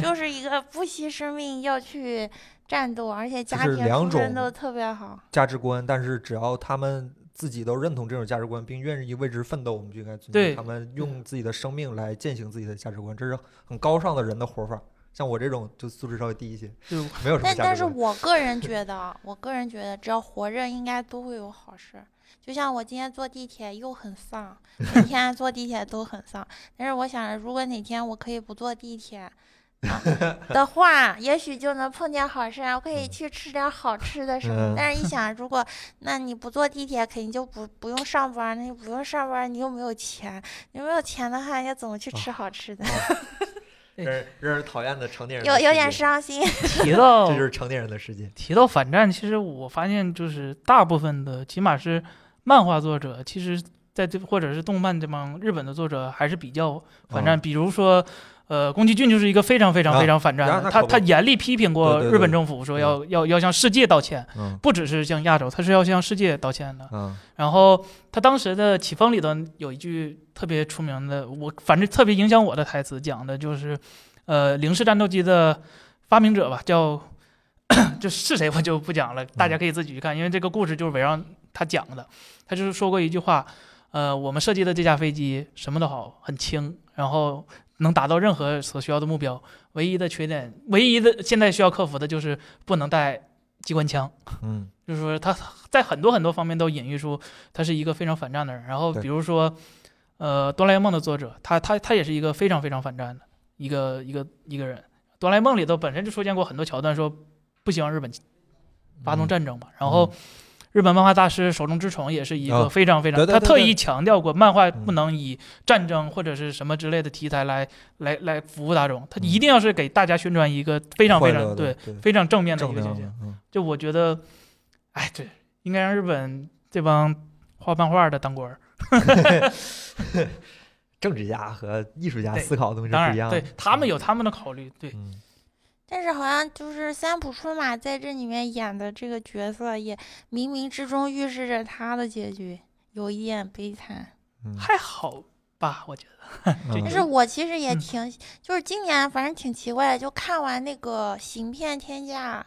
C: 就是一个不惜生命要去战斗，而且家
A: 是
C: 庭
A: 两
C: 出身
A: 种
C: 都特别好。
A: 价值观，但是只要他们自己都认同这种价值观，并愿意为之奋斗，我们就应该尊
B: 对
A: 重他们，用自己的生命来践行自己的价值观，这是很高尚的人的活法。像我这种就素质稍微低一些，
B: 就
A: 没有什么
C: 但
A: 价
C: 但
A: 值
C: 是
A: 观。
C: 我个 人觉得啊，我个人觉得，只要活着，应该都会有好事。就像我今天坐地铁又很 丧，每天坐地铁都很丧。但是我想着，如果哪天我可以不坐地铁、 啊的话，也许就能碰见好事啊，我可以
A: 嗯
C: 去吃点好吃 的什么。
A: 嗯
C: 但是一想，如果那你不坐地铁，肯定就不不用上班，那你不用上班，你又没有钱，你没有钱的话，要怎么去
A: 哦
C: 吃好吃的？
B: 对
A: 让人让人讨厌的成年人
C: 有
A: 的
C: 有
A: 世
C: 点
A: 界
C: 伤心。
B: 提到
A: 这就是成年人的世界。
B: 提到反战，其实我发现就是大部分的，起码是漫画作者，其实在这或者是动漫这帮日本的作者还是比较反战。比如说，呃，宫崎骏就是一个非常非常
A: 嗯啊
B: 非常反战
A: 啊
B: 的，
A: 那
B: 他
A: 可不
B: 他严厉批评过
A: 对对
B: 日
A: 对
B: 本政府，说要要要向世界道歉，
A: 嗯
B: 不只是向亚洲，他是要向世界道歉的。
A: 嗯
B: 然后他当时的《起风》里头有一句特别出名的，我反正特别影响我的台词，讲的就是，呃，零式战斗机的发明者吧，叫 就是谁我就不讲了，大家可以自己去看，因为这个故事就是围绕他讲的。他就是说过一句话，呃，我们设计的这架飞机什么都好，很轻，然后能达到任何所需要的目标。唯一的缺点，唯一的现在需要克服的就是不能带机关枪。
A: 嗯，
B: 就是说他在很多很多方面都隐喻出他是一个非常反战的人。然后
A: 对
B: 比如说，呃，《哆啦 A 梦》的作者，他他他也是一个非常非常反战的一个一个一个人。《哆啦 A 梦》里头本身就出现过很多桥段，说不希望日本
A: 嗯
B: 发动战争嘛。然后日本漫画大师手冢治虫也是一个
A: 啊
B: 非常非常，
A: 对对
B: 他
A: 对
B: 特
A: 对嗯
B: 意强调过，漫画不能以战争或者是什么之类的题材来来来服务大众，他一定要是给大家宣传一个非常非
A: 嗯快乐
B: 常
A: 的
B: 对
A: 对
B: 非常正面的一
A: 正
B: 个形
A: 能
B: 象。
A: 量。嗯
B: 就我觉得，哎，对，应该让日本这帮画漫画的当官儿。
A: 政治家和艺术家
B: 嗯对
A: 思考的东西是
B: 当
A: 不一
B: 然，
A: 样
B: 对
A: 的。
B: 他们有他们的考虑。对，
A: 嗯，
C: 但是好像就是三浦春马在这里面演的这个角色，也冥冥之中预示着他的结局有一点悲惨。
A: 嗯
B: 还好吧，我觉得。这
A: 嗯
C: 但是我其实也
B: 嗯
C: 挺，就是今年反正挺奇怪的，就看完那个《行骗天价》，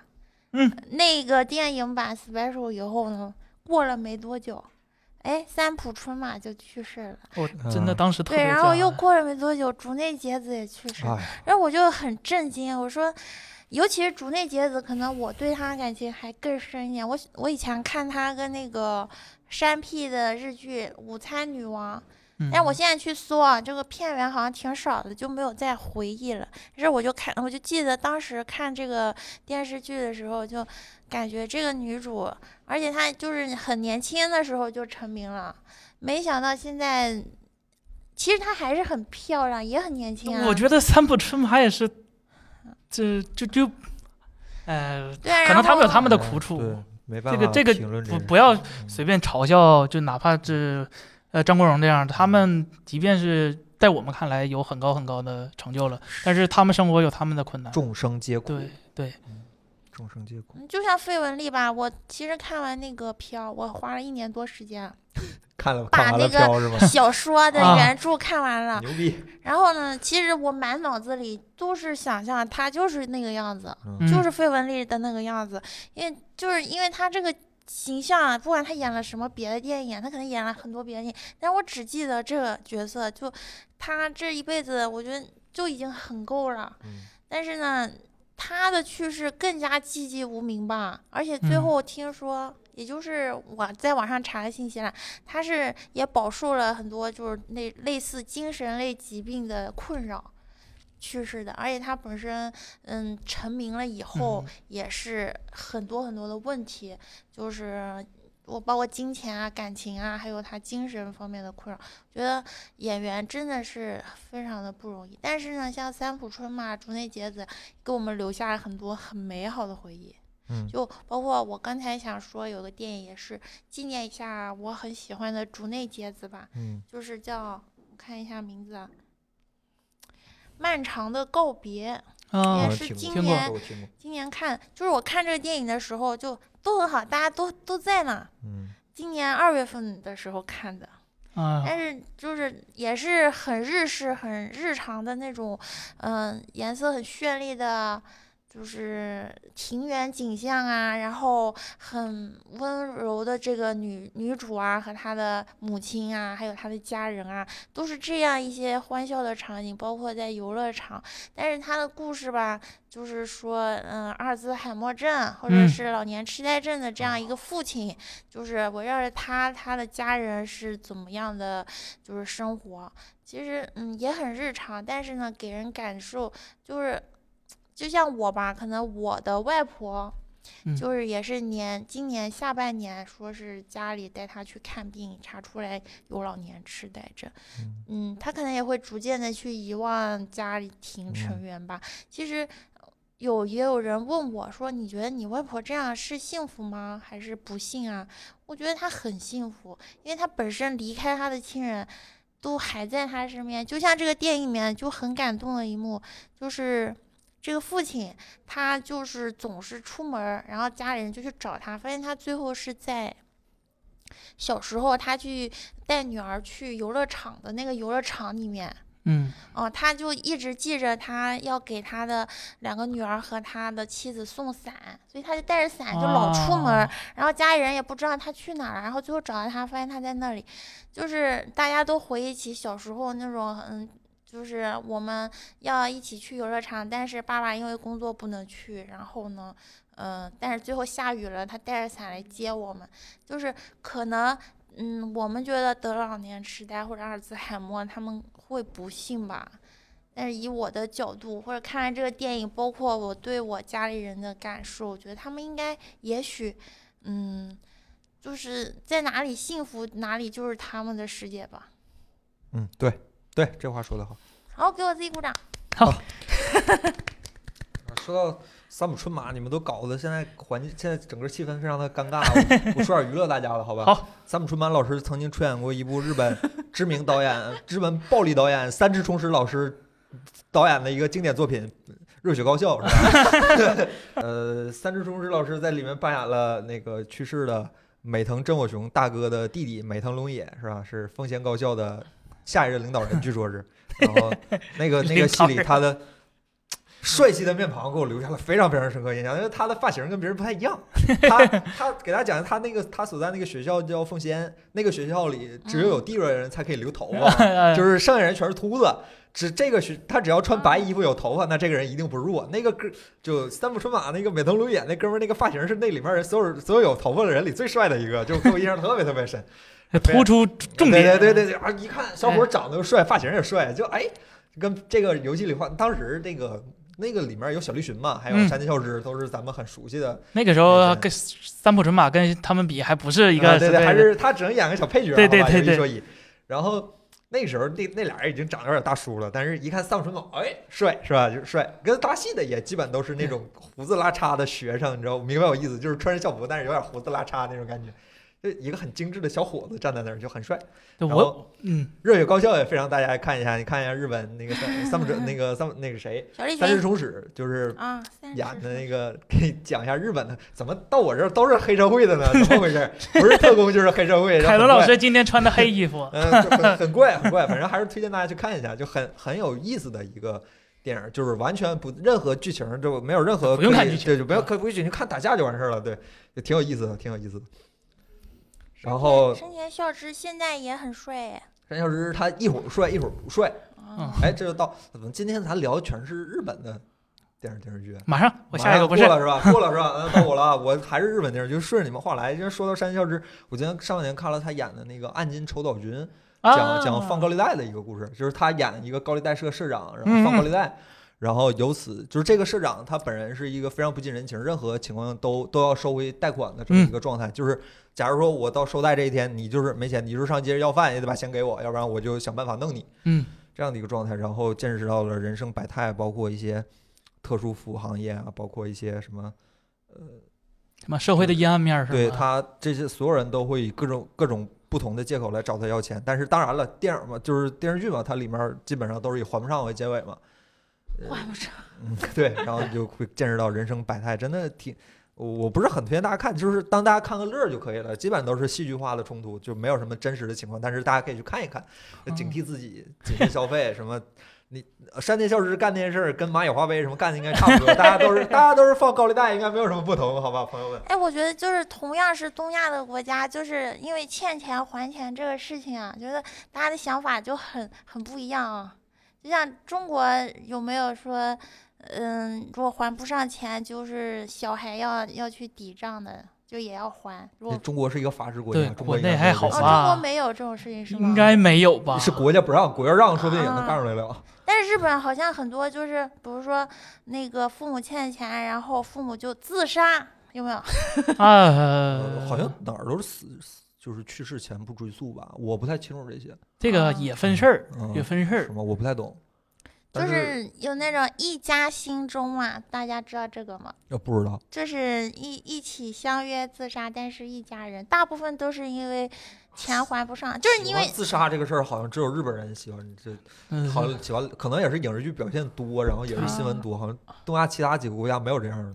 B: 嗯，
C: 那个电影版 special 以后呢，过了没多久，哎，三浦春马就去世了。
B: 我真的
A: 嗯
B: 当时特别
C: 对，然
B: 震
C: 后
B: 撼
C: 又过了没多久，竹内结子也去世了。
A: 哎，
C: 然后我就很震惊，啊我说，尤其是竹内结子，可能我对她感情还更深一点。我我以前看她跟那个山 P 的日剧《午餐女王》，
B: 嗯
C: 但我现在去搜啊，这个片源好像挺少的，就没有再回忆了。但是我就看，我就记得当时看这个电视剧的时候，就感觉这个女主，而且她就是很年轻的时候就成名了，没想到现在。其实她还是很漂亮，也很年轻啊。
B: 我觉得三浦春马也是，这就就，呃，呃
C: 对啊，
B: 可能
C: 然
B: 他们有
C: 后
B: 他们的
A: 嗯
B: 苦楚
A: 对，没办
B: 这
A: 法
B: 个这个
A: 评论
B: 不
A: 个
B: 不要随便嘲笑，就哪怕是呃张国荣这样，他们即便是在我们看来有很高很高的成就了，但是他们生活有他们的困难。
A: 嗯众生皆苦，
B: 对对，
A: 众生皆苦。
C: 嗯就像费雯丽吧，我其实看完那个片儿，我花了一年多 时间，
A: 看了
C: 把
A: 看完了
C: 那个
A: 飘是吗？
C: 小说的
B: 啊
C: 原著看完了，
A: 牛逼，
C: 然后呢，其实我满脑子里都是想象她就是那个样子，
A: 嗯
B: 嗯
C: 就是费雯丽的那个样子，因为就是因为她这个形象啊，不管她演了什么别的电影，她可能演了很多别的电影，但我只记得这个角色，就她这一辈子，我觉得就已经很够了。
A: 嗯
C: 但是呢，她的去世更加寂寂无名吧，而且最
B: 嗯
C: 后听说。也就是我在网上查了信息了，她是也饱受了很多就是类类似精神类疾病的困扰去世的，而且她本身嗯成名了以后、
B: 嗯
C: 也是很多很多的问题，就是我包括金钱啊、感情啊，还有她精神方面的困扰。觉得演员真的是非常的不容易，但是呢，像三浦春马、竹内结子给我们留下了很多很美好的回忆。
A: 嗯
C: 就包括我刚才想说，有个电影也是纪念一下我很喜欢的竹内结子吧，
A: 嗯
C: 就是叫我看一下名字啊，《漫长的告别》，
B: 啊
C: 也
A: 我
C: 是
A: 听过
C: 今
B: 听过
C: 年
A: 都听过，
C: 今年看，就是我看这个电影的时候就都很好，大家都都在呢。
A: 嗯
C: 今年二月份的时候看的，
B: 啊，
C: 但是就是也是很日式、很日常的那种，嗯、颜色很绚丽的，就是庭园景象啊，然后很温柔的这个女女主啊和她的母亲啊，还有她的家人啊，都是这样一些欢笑的场景，包括在游乐场。但是她的故事吧，就是说，嗯，阿尔兹海默症或者
B: 嗯
C: 是老年痴呆症的这样一个父亲，就是围绕着他，他的家人是怎么样的，就是生活，其实嗯也很日常，但是呢，给人感受就是，就像我吧，可能我的外婆
B: 嗯。
C: 就是也是年今年下半年，说是家里带她去看病，查出来有老年痴呆症。
A: 嗯
C: 嗯，她可能也会逐渐的去遗忘家里庭成
A: 嗯
C: 员吧。其实有也有人问我说：“你觉得你外婆这样是幸福吗？还是不幸啊？”我觉得她很幸福，因为她本身离开她的亲人都还在她身边。就像这个电影里面就很感动的一幕，就是这个父亲他就是总是出门儿，然后家里人就去找他，发现他最后是在。小时候，他去带女儿去游乐场的那个游乐场里面，
B: 嗯
C: 哦，他就一直记着他要给他的两个女儿和他的妻子送伞，所以他就带着伞哎就老出门儿，
B: 啊
C: 然后家里人也不知道他去哪儿了，然后最后找到他，发现他在那里，就是大家都回忆起小时候那种嗯。就是我们要一起去游乐场，但是爸爸因为工作不能去，然后呢，嗯、但是最后下雨了，他带着伞来接我们，就是可能，嗯，我们觉得得了老年痴呆或者阿尔兹海默，他们会不幸吧，但是以我的角度，或者看完这个电影，包括我对我家里人的感受，我觉得他们应该，也许，嗯，就是在哪里幸福，哪里就是他们的世界吧。
A: 嗯，对对，这话说的好。
C: 好，给我自己鼓掌。
A: 啊说到三浦春马，你们都搞得现在环境，现在整个气氛非常的尴尬。 我我说点娱乐大家的好吧？
B: 好，
A: 三浦春马老师曾经出演过一部日本知名导演、日本暴力导演三只重石老师导演的一个经典作品《热血高校》，是吧？ 呃，三只重石老师在里面扮演了那个去世的美藤真我雄大哥的弟弟美藤龙也，是吧？是丰贤高校的下一任领导人，据说是。然后那个那个戏里他的。帅气的面庞给我留下了非常非常深刻印象，因为他的发型跟别人不太一样。 他他给大家讲，他那个他所在那个学校叫奉先，那个学校里只有有地位的人才可以留头发， 就
B: 就是
A: 剩下人全是秃子。只这个学他只要穿白衣服有头发，那这个人一定不是我。那个哥就三浦春马那个美藤龙也那哥们儿那个发型是那里面人所有所有有头发的人里最帅的一个，就给我印象特别特别深。
B: 哎突出 重点，
A: 对对对对对啊！一看小伙儿长得又帅，发型也帅，就哎，跟这个游戏里话，当时那个那个里面有小栗旬嘛，还有
B: 嗯
A: 山田孝之，都是咱们很熟悉的。
B: 那个时候跟三浦纯马跟他们比还不是一
A: 啊
B: 个
A: 对
B: 是
A: 对，
B: 对
A: 还是他只能演个小配角，
B: 对对
A: 好吧
B: 对
A: 有一
B: 对
A: 说一。然后那时候那那俩人已经长得有点大叔了，但是一看丧春狗，哎，帅是吧？就是帅。跟搭戏的也基本都是那种胡子拉碴的学生，你知道明白我意思？就是穿着校服，但是有点胡子拉碴那种感觉，就一个很精致的小伙子站在那儿就很帅。
B: 对
A: 然
B: 我
A: 后
B: 嗯，
A: 热血高校也非常，大家看一下，你看一下日本那个三三浦哲那个三那个谁
C: 小丽
A: 三
C: 群
A: 只虫史，就是
C: 啊，三
A: 演
C: 十
A: 的
C: 岁
A: 那个，给你讲一下日本的，怎么到我这儿都是黑社会的呢？怎么回事？不是特工就是黑社会。然后
B: 凯
A: 很
B: 伦老
A: 怪，
B: 师今天穿的黑衣服
A: 嗯，就很很怪，很怪，反正还是推荐大家去看一下，就很很有意思的一个电影，就是完全不任何剧情，就没有任何
B: 不用
A: 可以
B: 看剧情嗯
A: 对，就没有可不剧情，看打架就完事儿了，对，就挺有意思的，挺有意思的。然后
C: 生前孝之现在也很帅哎，
A: 山小之他一会儿帅一会儿不帅，
C: 啊
A: 哎，这就到怎么今天咱聊的全是日本的电影电视剧。啊
B: 马上我下一个不
A: 过
B: 是
A: 了是吧？过了是吧？嗯，到我了啊，我还是日本电视剧，就顺着你们话来。就说到山孝之，我今天上半年看了他演的那个《暗金丑岛君》，
B: 啊，
A: 讲讲放高利贷的一个故事，就是他演一个高利贷社社长，然
B: 嗯
A: 后放高利贷，然后由此就是这个社长他本人是一个非常不近人情，任何情况下都都要收回贷款的这么一
B: 嗯
A: 个状态。就是假如说我到收贷这一天，你就是没钱，你就是上街要饭也得把钱给我，要不然我就想办法弄你。
B: 嗯，
A: 这样的一个状态，然后见识到了人生百态，包括一些特殊服务行业啊，包括一些什么。呃，
B: 什么社会的阴暗面是吧？
A: 对他这些所有人都会以各种各种不同的借口来找他要钱，但是当然了，电影嘛，就是电视剧嘛，它里面基本上都是以还不上为结尾嘛，
C: 换不上。
A: 嗯， 对，然后你就会见识到人生百态，真的挺，我我不是很推荐大家看，就是当大家看个乐儿就可以了，基本上都是戏剧化的冲突，就没有什么真实的情况，但是大家可以去看一看，警惕自己，谨慎消费，什么。 你呃山田孝之干那些事儿，跟蚂蚁花呗什么干的应该差不多，大家都是大家都是放高利贷，应该没有什么不同，好吧，朋友们。
C: 哎，我觉得就是同样是东亚的国家，就是因为欠钱还钱这个事情啊，觉得大家的想法就很很不一样啊。就像中国有没有说，嗯，如果还不上钱，就是小孩要要去抵账的，就也要还。如
A: 那
C: 果
A: 中国是一个法治国
B: 对
A: 家，中国
B: 国
A: 应该
B: 内
A: 没
B: 还
A: 有这
B: 好
C: 哦，
A: 个
C: 中
B: 吧
C: 国没有这种事情是吗？
B: 应该没有吧？
A: 是国家不让，国家让，说不定也能
C: 啊
A: 干出来了。
C: 但是日本好像很多就是，比如说那个父母欠钱，然后父母就自杀，有没有？
B: 啊，
A: 呃好像哪儿都是死，死就是去世前不追溯吧，我不太清楚这些，
B: 这个也分事儿，
A: 嗯
B: 也分事儿
A: 什。么我不太懂。
C: 就
A: 但
C: 是有那种一家心中嘛，大家知道这个吗？
A: 要呃不知道，
C: 就是一一起相约自杀，但是一家人，大部分都是因为钱还不上，就是
A: 喜
C: 因
A: 欢
C: 为
A: 自杀这个事儿，好像只有日本人喜欢，这
B: 嗯，
A: 好像喜欢，可能也是影视剧表现多，然后也是新
C: 啊
A: 闻多，好像东亚其他几个国家没有这样的。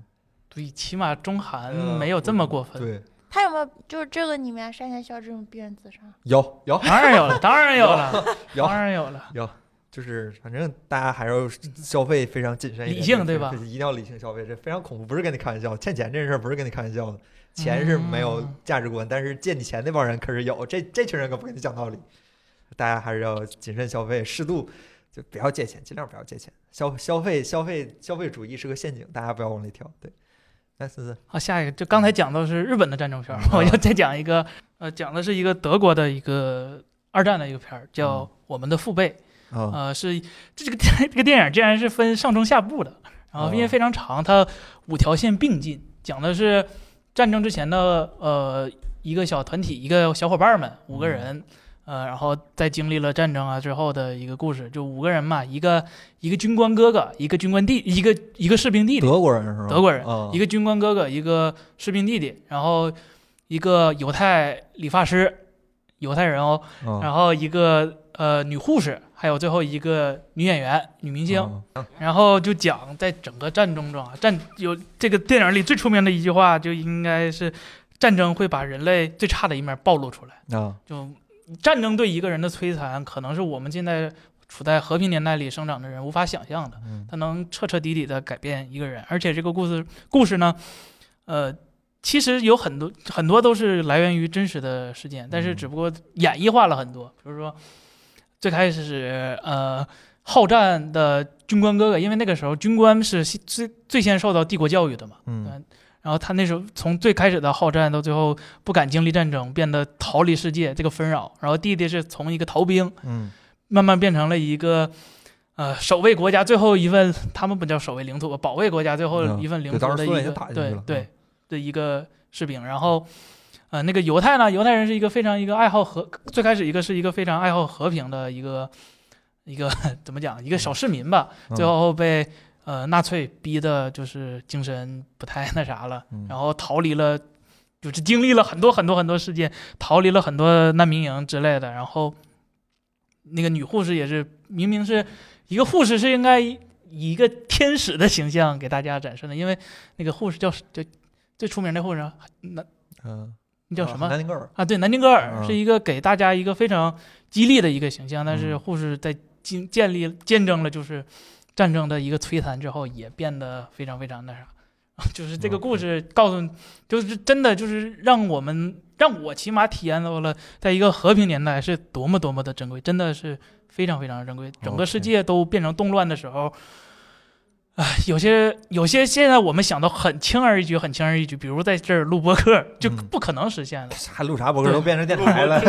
B: 对，起码中韩
A: 嗯
B: 没有这么过分。
A: 对，
C: 他有没有就是这个里面山田孝之有逼人自杀？
A: 有有
B: 当然有了，当然有 了，
A: 有
B: 当，然有了。
A: 就是反正大家还要消费非常谨慎一点，
B: 理性
A: 这个
B: 对吧
A: 这一定要理性消费，这非常恐怖，不是跟你开玩笑。欠钱这事儿不是跟你开玩笑的，钱是没有
B: 嗯
A: 价值观，但是借你钱那帮人可是有，这这群人可不跟你讲道理。大家还是要谨慎消费，适度就不要借钱，尽量不要借钱。消消费消费消费主义是个陷阱，大家不要往里跳。对，来思思，
B: 好，下一个，就刚才讲到是日本的战争片儿，
A: 嗯
B: 我要再讲一个，呃，讲的是一个德国的一个二战的一个片儿，叫
A: 嗯
B: 《我们的父辈》。
A: 啊，
B: 呃，是这个这个电影竟然是分上中下部的，然后因为
A: 哦
B: 非常长，它五条线并进，讲的是战争之前的呃一个小团体，一个小伙伴们
A: 嗯
B: 五个人，呃，然后在经历了战争啊之后的一个故事，就五个人嘛，一个一个军官哥哥，一个军官弟，一个一个士兵弟弟，
A: 德国人是吗？
B: 德国人
A: 啊，
B: 一个军官哥哥，一个士兵弟弟，然后一个犹太理发师，犹太人哦，
A: 啊
B: 然后一个呃女护士，还有最后一个女演员、女明星，
A: 啊
B: 然后就讲在整个战争中啊，战有这个电影里最出名的一句话，就应该是战争会把人类最差的一面暴露出来。
A: 啊，
B: 就战争对一个人的摧残，可能是我们现在处在和平年代里生长的人无法想象的。
A: 嗯
B: 它能彻彻底底的改变一个人，而且这个故事故事呢，呃，其实有很多很多都是来源于真实的事件，但是
A: 嗯
B: 只不过演绎化了很多。比如说最开始呃，好战的军官哥哥，因为那个时候军官是西最最先受到帝国教育的嘛，
A: 嗯
B: 然后他那时候从最开始的好战到最后不敢经历战争，变得逃离世界这个纷扰。然后弟弟是从一个逃兵
A: 嗯
B: 慢慢变成了一个，呃，守卫国家最后一份，他们不叫守卫领土吧，保卫国家最后
A: 嗯
B: 一份领
A: 对当时
B: 土的一
A: 苏联
B: 个
A: 已经打进去
B: 对
A: 了
B: 对
A: 嗯
B: 的一个士兵。然后，呃，那个犹太呢，犹太人是一个非常一个爱好和，最开始一个是一个非常爱好和平的一个一个 怎么讲，一个小市民吧，
A: 嗯
B: 最后被呃纳粹逼的，就是精神不太那啥了，
A: 嗯
B: 然后逃离了，就是经历了很多很多很多事件，逃离了很多难民营之类的。然后那个女护士也是，明明是一个护士，是应该以以一个天使的形象给大家展示的，因为那个护士叫叫最出名的护士啊，那
A: 嗯，
B: 那叫什么？
A: 南丁格尔，
B: 啊，对，南丁格尔
A: 嗯
B: 是一个给大家一个非常激励的一个形象，但是
A: 嗯
B: 护士在经建立见证了就是战争的一个摧残之后，也变得非常非常那啥。 就是这个故
A: OK
B: 事告诉，就是真的就是让我们让我起码体验到了，在一个和平年代是多么多么的珍贵，真的是非常非常珍贵。整个世
A: OK
B: 界都变成动乱的时候，唉，有些有些现在我们想到很轻而易举，很轻而易举，比如在这儿录播客就
A: 嗯
B: 不可能实现的。
A: 还录啥博客
B: 对
A: 都变成电台了，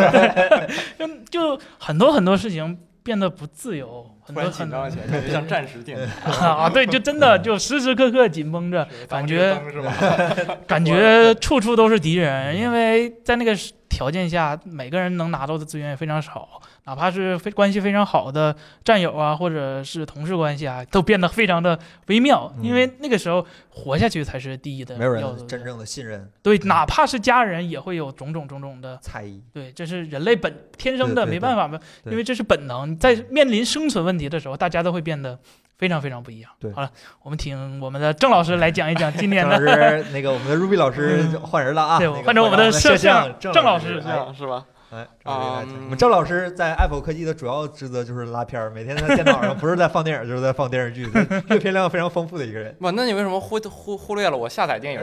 B: 就就很多很多事情变得不自由， 很
D: 突
B: 多
D: 然
B: 很
D: 紧
B: 多
D: 张起来，感觉像战时电台，
B: 啊，对，就真的就时时刻刻紧绷着，感觉
D: 当时吧？
B: 感觉处处都是敌人，
A: 嗯
B: 因为在那个时条件下，每个人能拿到的资源也非常少，哪怕是非关系非常好的战友啊，或者是同事关系啊，都变得非常的微妙，
A: 嗯
B: 因为那个时候活下去才是第一的
A: 没有
B: 要素
A: 人真正的信任
B: 对，哪怕是家人也会有种种种种的
A: 猜疑，
B: 对，这是人类本天生
A: 对
B: 的，
A: 对
B: 没
A: 对
B: 办法嘛，
A: 对
B: 因为这是本能。在面临生存问题的时候，大家都会变得非常非常不一样。
A: 对
B: 好了，我们听我们的郑老师来讲一讲今年
A: 郑老
B: 的，
A: 师，那个我们的 Ruby 老师就换人了啊！
B: 对
A: 那个
B: 换成我们的摄像
A: 郑
B: 郑老
A: 师
B: 师，
D: 这样是吧？
A: 哎，郑老师给大家讲
D: 嗯
A: 我们郑老师在 Apple 科技的主要职责就是拉片儿，每天在电脑上不是在放电影就是在放电视剧，阅片量非常丰富的一个人。
D: 哇，那你为什么忽忽忽略了我下载 电影？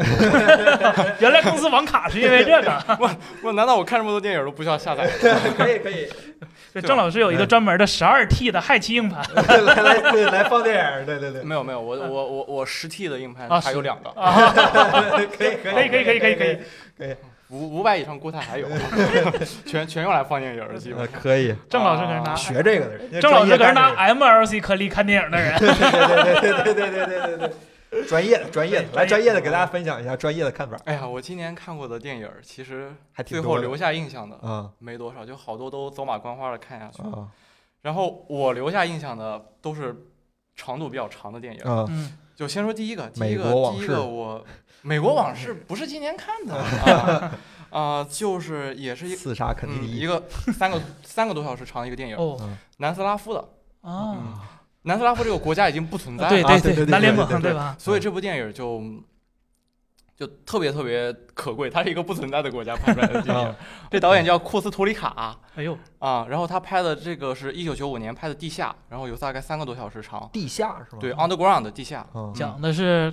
B: 原来公司网卡是因为这个。
D: 我难道我看这么多电影都不需要 下载？
A: 可以可以，
B: 就郑老师有一
A: 嗯
B: 个专门的十二 T 的氦 气硬盘
A: 来来对来放电影，对对对，
D: 没有没有，我我我我实 T 的硬盘
B: 啊
D: 还有
B: 是
D: 两个，
B: 啊，
A: 可以可
B: 可以可以可以可以可
A: 啊
B: 以，
D: 五五百以上固态还有， 全全用来放电影儿，基本
A: 呃
D: 上。
A: 可以
B: 郑老师可是拿
A: 学这个的人，
B: 郑老师可是
A: 专业
B: 拿
A: 干
B: MLC 颗粒看电影的人。
A: 这个对对对对对对对，专业的专业的来专业的给大家分享一下专业的看法，
D: 哎呀，我今年看过的电影儿，其实
A: 还挺
D: 最
A: 多
D: 后
A: 的
D: 留下印象的
A: 啊
D: 没多少，就好多都走马观花的看下去。
A: 啊
D: 然后我留下印象的都是长度比较长的电影。
A: 啊！
B: 嗯，
D: 就先说第一个，第
A: 美
D: 一
A: 国
D: 个，
A: 往
D: 第
A: 事
D: 一个我美国往事不是今年看的啊，啊就是也是一
A: 刺杀肯尼
D: 嗯一
A: 迪，
D: 个三个三个多小时长的一个电影，
B: 哦
D: 南斯拉夫的。
B: 啊，
D: 嗯，南斯拉夫这个国家已经不存在了，
B: 对
A: 啊对对对
B: 对，南联盟
A: 对对
B: 对
A: 嗯
B: 吧？
D: 所以这部电影就就特别特别可贵，它是一个不存在的国家拍出来的电影
A: 啊。
D: 这导演叫库斯图里卡
B: 哎呦，
D: 啊，然后他拍的这个是一九九五年拍的《地下》，然后有大概三个多小时长，
A: 地下是吗？
D: 对，Underground 的《地下》。
A: 嗯
B: 讲的是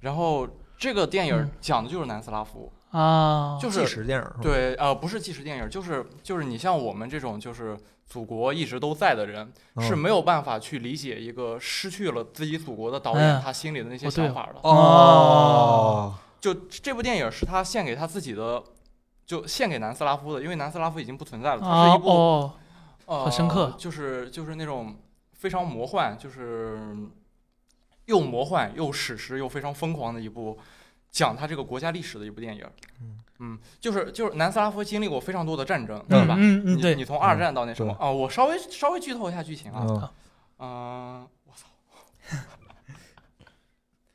D: 然后这个电影
B: 嗯
D: 讲的就是南斯拉夫，
B: 啊，
D: 就
A: 纪
D: 是
A: 实电影是吧？
D: 对，呃，不是纪实电影，就是就是你像我们这种就是祖国一直都在的人，
A: 嗯
D: 是没有办法去理解一个失去了自己祖国的导
B: 嗯
D: 演他心里的那些
B: 哦对
D: 想法的。
A: 哦，
D: 就这部电影是他献给他自己的，就献给南斯拉夫的，因为南斯拉夫已经不存在了，它
B: 啊
D: 是一部、
B: 哦，
D: 呃
B: 好深刻
D: 就是就是那种非常魔幻，就是又魔幻又史诗又非常疯狂的一部讲他这个国家历史的一部电影。
A: 嗯
D: 嗯，就是就是南斯拉夫经历过非常多的战争，
A: 嗯
D: 对吧？
B: 嗯嗯，
D: 你
B: 对，
D: 你从二战到那什么
A: 嗯
D: 啊、我稍微稍微剧透一下剧情啊，
A: 嗯
D: 嗯、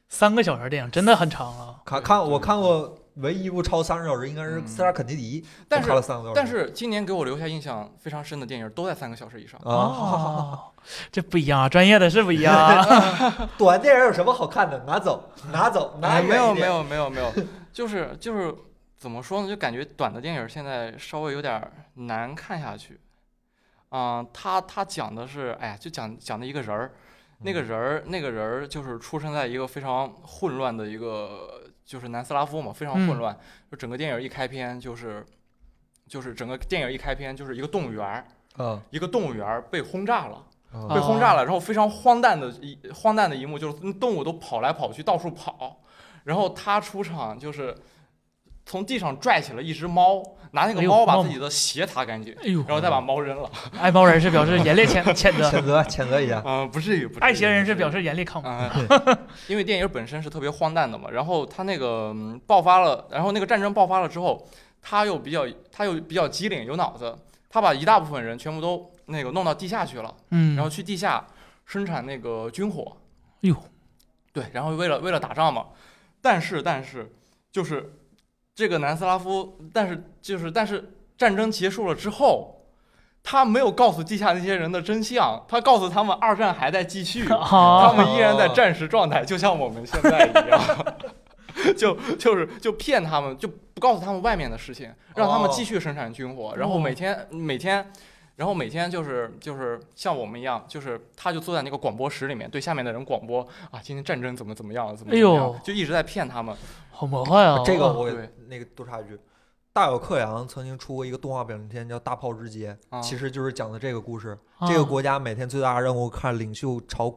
B: 三个小时电影真的很长啊了。
A: 看看我看过唯一一部超三十小时，应该是《刺杀肯尼迪》，
D: 嗯但
A: 我看了
D: 是
A: 三个多小时。
D: 但是今年给我留下印象非常深的电影都在三个小时以上。
A: 啊，
B: 哦，这不一样啊，专业的是不一样啊。
A: 短电影有什么好看的？拿走，拿走，拿
D: 哎，
A: 远
D: 没有
A: 一
D: 没
A: 点，
D: 有没有没有， 就是就是怎么说呢？就感觉短的电影现在稍微有点儿难看下去。嗯、他他讲的是，哎呀，就讲讲的一个人儿，那个人儿那个人儿就是出生在一个非常混乱的一个，就是南斯拉夫嘛，非常混
B: 嗯
D: 乱。就整个电影一开篇就是，就是整个电影一开篇就是一个动物园儿，
A: 啊
D: 一个动物园儿被轰炸了。被
A: 啊
B: 啊
D: 轰炸了，然后非常荒诞的一荒诞的一幕就是动物都跑来跑去到处跑，然后他出场就是从地上拽起了一只猫，拿那个
B: 哎呦
D: 猫
B: 猫
D: 把自
B: 吗
D: 己的鞋擦干净，
B: 哎呦，
D: 然后再把猫扔 了。
B: 爱猫人士表示严烈谴谴 责，
A: 谴责谴责一下，
D: 嗯、不至于，不至于。
B: 爱鞋人士表
D: 示，
B: 示严厉抗议。
D: 嗯、 因为电影本身是特别荒诞的嘛，然后他那个、嗯爆发了，然后那个战争爆发了之后，他又比较他又比较机灵有脑子，他把一大部分人全部都那个弄到地下去了，
B: 嗯，
D: 然后去地下生产那个军火。
B: 哎呦，，
D: 对，然后为了为了打仗嘛，但是但是就是这个南斯拉夫，但是就是但是战争结束了之后，他没有告诉地下那些人的真相，他告诉他们二战还在继续
B: 好
D: 他们
A: 哦
D: 依然在战时状态，就像我们现在一样。 就就是就骗他们，就不告诉他们外面的事情，让
A: 哦
D: 他们继续生产军火，然后每天每天，然后每天就是就是像我们一样，就是他就坐在那个广播室里面对下面的人广播啊，今天战争怎么怎么样，怎么怎么
B: 哎
D: 样
B: 呦，
D: 就一直在骗他们。
B: 好魔幻啊！
A: 这个我
D: 哦对
A: 那个多插一句，大有克洋曾经出过一个动画短片叫《大炮之街
D: 啊》，
A: 其实就是讲的这个故事。这个
B: 啊
A: 国家每天最大的任务，看领袖朝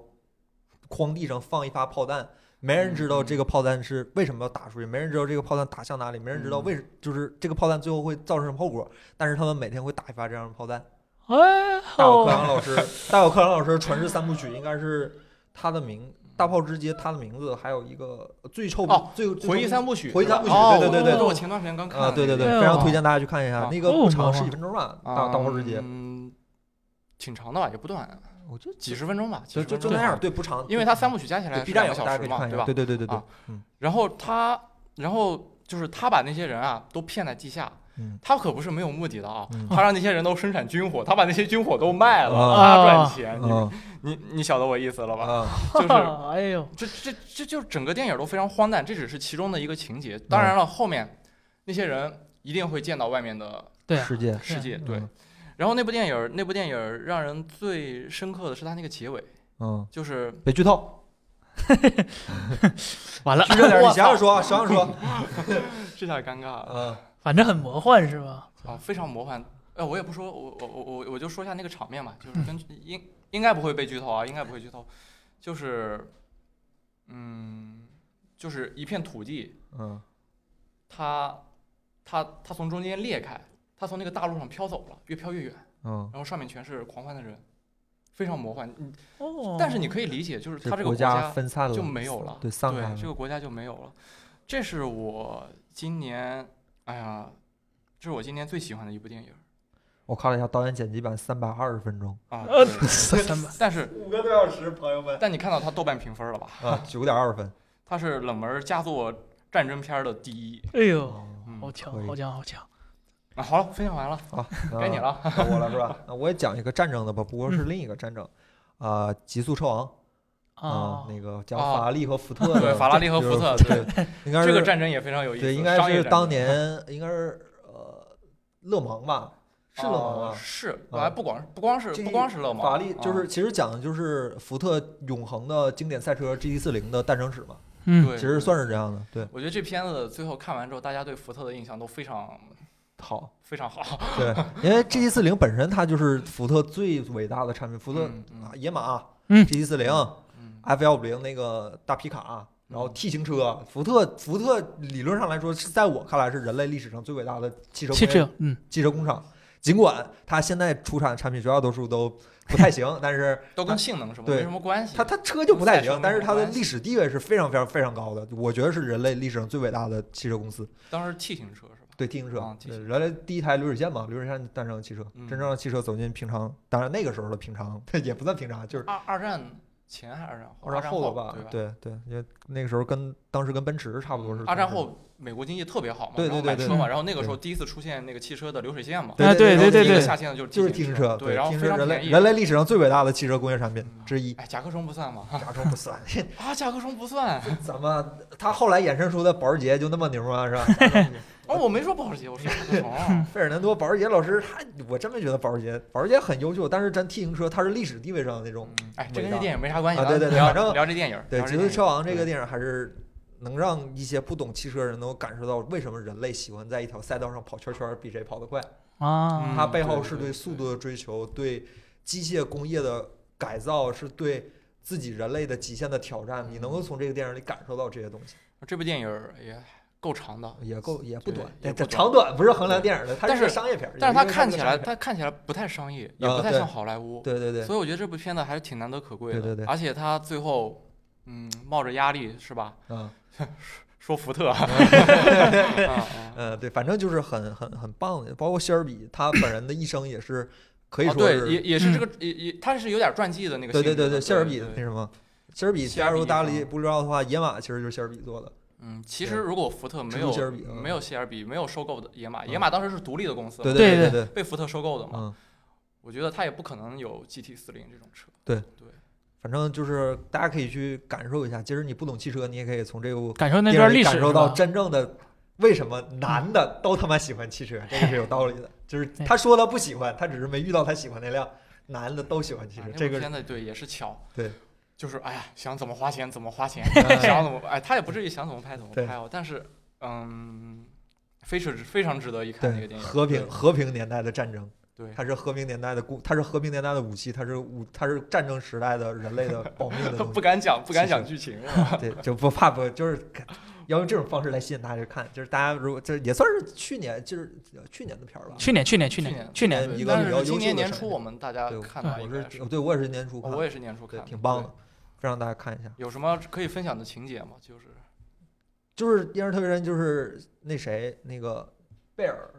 A: 荒地上放一发炮弹，没人知道
D: 嗯
A: 这个炮弹是为什么要打出去，没人知道这个炮弹打向哪里，没人知道
D: 嗯
A: 为什就是这个炮弹最后会造成什么后果。但是他们每天会打一发这样的炮弹。
B: 哎
A: 大有克
B: 呦，
A: 洋老师，大有克洋老师《传世三部曲》应该是他的名，《大炮之街》他的名字，还有一个最臭
D: 哦
A: 最
D: 回忆
A: 最
D: 三部曲，
A: 回忆三部曲
D: 哦
A: 对对
B: 对对
D: 我我前段时间刚看的
A: 啊，
D: 那个。
A: 对对对，
B: 哎
A: 非常
B: 呦
A: 推荐大家去看一下，
D: 啊
A: 那个
B: 哦
A: 不长，
B: 妈
A: 十几分钟吧，
D: 啊，
A: 大大炮之街，
D: 嗯，挺长的吧，也不短，啊
A: 我就
D: 几十分钟吧，
A: 就
D: 几十
A: 就
D: 分
A: 就
D: 钟
A: 那
D: 吧
A: 样，，对，不长，
D: 因为它三部曲加起来
A: 对
D: 是
A: B 站
D: 两
A: 有，
D: 个小
A: 大家可
D: 时
A: 以去
D: 嘛，
A: 看一
D: 对
A: 下，
D: 吧
A: 对？对对对对
D: 啊，然后他，然后就是他把那些人啊都骗在地下，
A: 嗯
D: 他可不是没有目的的啊，
A: 嗯
D: 他让那些人都生产军火，他把那些军火都卖了，
A: 啊
D: 他赚钱，
A: 嗯
D: 你你你晓得我意思了吧？
A: 啊，
D: 就是
B: 哎呦，
D: 这这这就是整个电影都非常荒诞，这只是其中的一个情
A: 嗯
D: 节，当然了，后面那些人一定会见到外面的
B: 对啊，
A: 世界，
D: 世界，
A: 嗯
D: 对。然后那部电影，那部电影让人最深刻的是它那个结尾，
A: 嗯，
D: 就是
A: 别剧 透，
B: 完了，
A: 剧透点，你
D: 我
A: 想想说，想想说，
D: 这下尴尬了。
A: 嗯
B: 反正很魔幻是吧？
D: 啊，非常魔幻。呃，我也不说，我我我我我就说一下那个场面吧，就是根据应应该不会被剧透啊，应该不会剧透，就是，嗯，就是一片土地，
A: 嗯
D: 它它它从中间裂开，它从那个大路上飘走了，越飘越远，
A: 嗯，
D: 然后上面全是狂欢的人，非常魔幻。嗯
B: 哦，
D: 但是你可以理解，就是它这个
A: 国
D: 家
A: 分散了，
D: 就没有了，
A: 对，散开
D: 这
A: 了，
D: 个国家就没有了。这是我今年，哎呀，这是我今年最喜欢的一部电影
A: 我看了一下导演剪辑版，三百二十分 钟，
D: 啊。
B: 呃
D: 对
B: 三百，
D: 但是
A: 五个多小时，朋友们
D: 但你看到它豆瓣评分了吧？
A: 啊，九点二分，
D: 它是冷门佳作战争片的第一。
B: 哎呦，好
D: 嗯，
A: 可以
B: 强，好强，好强！
D: 啊，好了，分享完了，
A: 好，
D: 该你
A: 了。
D: 了。
A: 啊
D: 嗯
A: 到我了是吧？那我也讲一个战争的吧，不过是另一个战争，啊、极速车王啊、
B: 啊，
A: 那个讲
D: 啊
A: 法拉利和福特的，
D: 哦对，法拉利和
A: 就
D: 福
A: 是
D: 特，对，
A: 对， 应该是
D: 这个战争也非常有意思。
A: 对，应该
D: 商业
A: 是
D: 战争嗯
A: 当年应该是呃勒芒吧，是勒芒
D: 啊
A: 吧？
D: 是，
A: 啊
D: 还不光不光是
A: 这
D: 不光是勒芒，
A: 法拉利就
D: 啊
A: 是其实讲的就是福特永恒的经典赛车 GT 四零的诞生史嘛，
B: 嗯，
D: 对，
A: 其实算
D: 是。
A: 是这样的。对，
D: 我觉得这片子最后看完之后，大家对福特的印象都非常
A: 好，
D: 非常好。
A: 对，因为 GT 四零本身它就是福特最伟大的产品，福特
D: 嗯嗯
A: 啊野马
B: 嗯
A: GT 四零。
D: 嗯
A: F 幺五零那个大皮卡，然后 T 型车，福特福特理论上来说是在我看来是人类历史上最伟大的汽车
B: 汽
A: 工业
B: 车，嗯，
A: 汽车工厂。尽管它现在出产产品绝大多数都不太行， 但是
D: 都跟性能什么
A: 对
D: 没什么关系。
A: 它它车就不太
D: 赛车
A: 行
D: 没，
A: 但是它的
D: 有关系
A: 历史地位是非常非常非常高的，我觉得是人类历史上最伟大的汽车公司。
D: 当时 T 型车是吧？
A: 对 T 型车
D: 啊，T
A: 对
D: 型
A: 人类第一台流水线嘛，流水线诞生的汽车，
D: 嗯
A: 真正的汽车走进平常，当然那个时候的平常 也不算平常，就是
D: 二二战前还是二战后？
A: 二
D: 二
A: 战
D: 战
A: 后
D: 后
A: 了吧
D: 对吧？？嗯
A: 对对，因为那个时候跟当时跟奔驰差不多是
D: 二战
A: 同时
D: 后美国经济特别好嘛，
A: 对对
D: 然后买
A: 对
D: 车
B: 对
D: 嘛，然后那个时候第一次出现那个汽车的流水线嘛，
B: 啊对
A: 对
B: 对
D: 第一个
B: 对
D: 下线的就是
A: 就是 T
D: 自
A: 型
D: 行
A: 车，
D: 对，然后
A: T
D: 非
A: 型车
D: 常
A: 人
D: 便
A: 类
D: 宜，
A: 人类历史上最伟大的汽车工业产品之 一，
D: 哎，甲壳虫不算嘛，
A: 甲虫不算。
D: 啊，甲壳虫不算，
A: 怎么他后来衍生出的保时捷就那么牛吗？是吧？甲虫不行
D: 哦，我没说保时捷，我说甲壳虫，
A: 费尔南多·保时捷老师，他我真没觉得保时捷，保时捷很优秀，但是咱 T 型车它是历史地位上的那种。
D: 嗯哎，这跟这电影没啥关系
A: 啊对对对
D: 聊
A: 反正
D: 聊这电影，嗯
A: 对，《
D: 聊
A: 极
D: 这
A: 速
D: 电
A: 车
D: 影，
A: 王》这个电影还是能让一些不懂汽车的人能够感受到为什么人类喜欢在一条赛道上跑圈圈儿，比谁跑得快。
B: 啊，
A: 它
D: 嗯
A: 背
D: 对
A: 后
D: 对
A: 是
D: 对
A: 对速度的追求，对机械工业的改造，是对自己人类的极限的挑战。你
D: 嗯
A: 能够从这个电影里感受到这些东西，
D: 这部电影也够长的，
A: 也够也不
D: 对
A: 短，
D: 也
A: 这
D: 不短
A: 长短不是衡量电影的，它
D: 但
A: 个
D: 是
A: 商业片儿，
D: 但是
A: 也
D: 它
A: 因为
D: 看
A: 个
D: 起
A: 商
D: 来
A: 业片儿
D: 它看起来不太商业，也
A: 啊
D: 不太
A: 对
D: 像好莱坞，
A: 对对对，
D: 所以我觉得这部片子还是挺难得可贵的，
A: 对对对
D: 而且它最后，嗯，冒着压力是吧，
A: 啊，
D: 说福特， 啊啊
A: 呃，对，反正就是很很很棒的，包括希尔比他本人的一生也 是可以
D: 啊
A: 说是，
D: 对，也也是这个也也，他是有点传记的那个
A: 对
D: 性
A: 对
D: 质的，
A: 对对，希尔比那
D: 对
A: 什么，希尔比
D: 希尔
A: 加入
D: 比
A: 大
D: 啊
A: 力不知道的话，野马其实就是希尔比做的，
D: 嗯，其实如果福特没有
A: 蜘蛛希尔比嗯
D: 没有希尔比，没有收购的野马，
A: 嗯
D: 野马当时是独立的公司嘛，
A: 对
B: 对
A: 对
B: 对
A: 对，
D: 被福特收购的嘛，
A: 嗯，
D: 我觉得他也不可能有 GT 四零这种车。
A: 对
D: 对，
A: 反正就是大家可以去感受一下，即使你不懂汽车，你也可以从这部
B: 感受那
A: 电
B: 段
A: 影
B: 历
A: 里
B: 史
A: 感
B: 是
A: 受到
B: 吧，
A: 真正的。为什么男的都他妈喜欢汽车？这个是有道理的， 就是
B: 对
A: 他说他不喜欢，他只是没遇到他喜欢那辆。男的都喜欢汽
D: 啊
A: 车，
D: 那
A: 这
D: 部
A: 个
D: 片子对也是巧，
A: 对，
D: 就是哎呀，想怎么花钱怎么花钱，
A: 嗯
D: 想怎么哎，他也不至于想怎么拍怎么
A: 对
D: 拍哦，但是嗯，非是非常值得一看那个
A: 对
D: 电影，
A: 和平和平年代的战争。
D: 对
A: 它是和平年代的故，它是和平年代的武器，它是武，它是战争时代的人类的保命的东
D: 不
A: 西。
D: 敢讲不敢
A: 其实
D: 讲 剧情了，
A: 对，就不怕不就是要用这种方式来吸引大家去看，就是大家如果这也算是去年就是去年的片儿吧。
B: 去年去年去
D: 去年
B: 年去年
A: 对
D: 对
A: 一个
D: 嗯但
A: 比较
D: 是今
A: 优秀
D: 年
A: 的
D: 年
A: 产
D: 初
A: 品
D: 我们大家
A: 对
D: 看到
B: 嗯
D: 应
A: 我
D: 该
A: 是
D: 是，哦
A: 对我也是年初看
D: 我
A: 的，
D: 也是年初
A: 对，
D: 看，
A: 挺棒的。，非让大家看一下。
D: 有什么可以分享的情节吗？就是
A: 就是《电视特别人》，就是那谁那个贝尔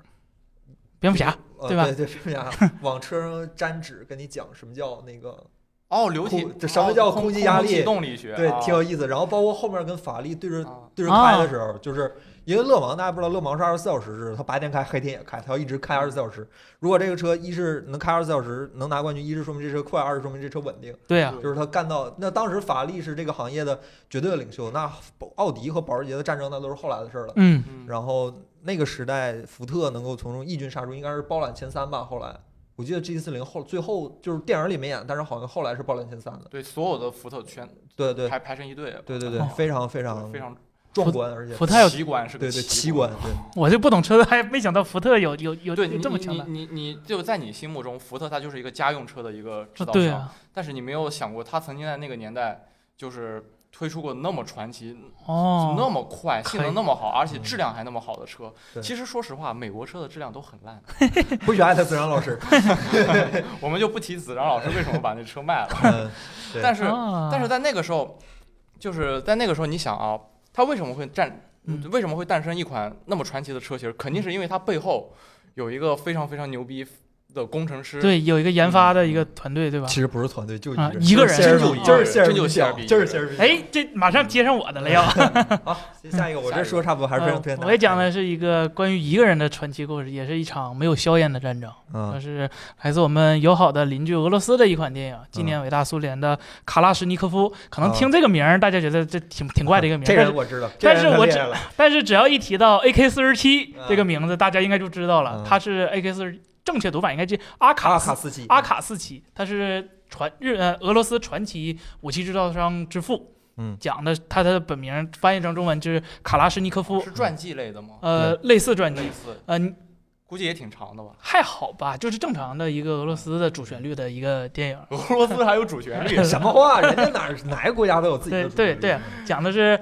B: 蝙蝠侠，
A: 呃
B: 对吧
A: 对对，蝙蝠侠往车上粘纸，跟你讲什么叫那个
D: 哦，流体
A: 空这什么
D: 哦
A: 叫
D: 空
A: 空气压力
D: 动力学，
A: 对，
D: 啊
A: 挺有意思。然后包括后面跟法拉利对着
D: 啊
A: 对着开
B: 啊
A: 的时候，就是因为勒芒大家不知道，勒芒是二十四小时制，它白天开，黑天也开，它要一直开二十四小时。如果这个车一是能开二十四小时能拿冠军，一是说明这车快，二是说明这车稳定，
B: 对啊，
D: 对
A: 就是它干到那当时法拉利是这个行业的绝对的领袖，那奥迪和保时捷的战争那都是后来的事儿了。
B: 嗯，
D: 嗯
A: 然后那个时代，福特能够从中异军杀出，应该是包揽前三吧。后来我记得 G 四零后最后就是电影里没演，但是好像后来是包揽前三的。
D: 对所有的福特全
A: 对对
D: 排排成一队，啊
A: 对对对
B: 哦，
A: 非常非常
D: 非常
A: 壮观，而且
B: 福特有
D: 奇观是个
A: 对对，
D: 奇
A: 奇观，对
B: 我就不懂车的，还没想到福特有有有
D: 对
B: 有
D: 你
B: 这么
D: 你
B: 强
D: 你
B: 的，
D: 你你就在你心目中，福特它就是一个家用车的一个制
B: 啊
D: 造
B: 对
D: 商，
B: 啊，
D: 但是你没有想过，它曾经在那个年代就是推出过那么传奇、那
B: 哦，
D: 么快、性
B: 可以
D: 能那么好，而且
A: 嗯
D: 质量还那么好的车。
A: 对
D: 其实说实话，美国车的质量都很烂。啊
A: 不许艾特子然老 师。
D: 我们就不提子章老师为什么把那车卖了，
A: 嗯 对
D: 但是、
B: 啊
D: 但是在那个时候，就是在那个时候，你想啊，它为什么会诞
B: 嗯
D: 为什么会诞生一款那么传奇的车型？肯定是因为它背后有一个非常非常牛逼的工程师，
B: 对有一个研发的一个团队，对吧？
A: 嗯其实不是团队，就
B: 啊
A: 人，
B: 一个人
A: 就是谢尔
B: 真就
A: 比就是
B: 一个
D: 人
A: 谢尔比小
D: 真就谢尔比一
A: 就是
D: 个
A: 谢尔比。
B: 哎，这马上接上我的了要。
A: 好，下一个我这
D: 下一个
A: 说差不多，嗯还是非常推荐大家看。
B: 嗯 我也讲的是一个关于一个人的传奇故事，也是一场没有硝烟的战争。它
A: 嗯，
B: 是来自我们友好的邻居俄罗斯的一款电影，
A: 嗯
B: 纪念伟大苏联的卡拉什尼科夫。可能听这个名儿，大家觉得这挺挺怪的一个名
A: 这
B: 儿，但是
A: 人我知道，
B: 但是
A: 这人
B: 我
A: 太厉
B: 只
A: 害了
B: 但是只要一提到 AK 四十七
A: 嗯
B: 这个名字，大家应该就知道了
A: 嗯，
B: 它是 AK 四十，正确读法应该是阿卡
A: 阿
B: 斯
A: 卡斯基，
B: 阿卡四奇，他是传日呃俄罗斯传奇武器制造商之父。
A: 嗯，
B: 讲的他的本名翻译成中文就是卡拉什尼科夫
D: 是，传记类的吗？
B: 呃，类似传记
D: 类，似，
B: 呃，
D: 估计也挺长的吧。
B: 还好吧，就是正常的一个俄罗斯的主旋律的一个电影。
D: 俄罗斯还有主旋律
A: 什么话？人家哪儿哪个国家都有自己的
B: 对
A: 主义
B: 对对，讲的是，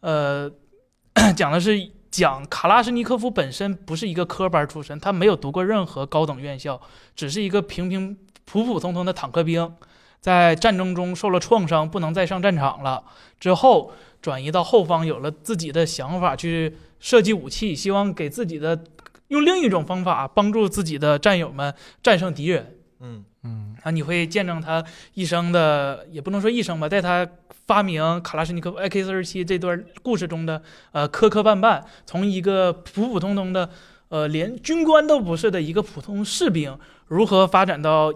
B: 呃， 讲的是讲卡拉什尼科夫本身不是一个科班出身，他没有读过任何高等院校，只是一个平平普普通通的坦克兵，在战争中受了创伤，不能再上战场了。之后转移到后方，有了自己的想法去设计武器，希望给自己的用另一种方法帮助自己的战友们战胜敌人。
A: 嗯
D: 嗯，
B: 啊，你会见证他一生的，也不能说一生吧，在他发明卡拉什尼科夫 AK 四十七这段故事中的呃磕磕绊绊，从一个普普通通的呃连军官都不是的一个普通士兵，如何发展到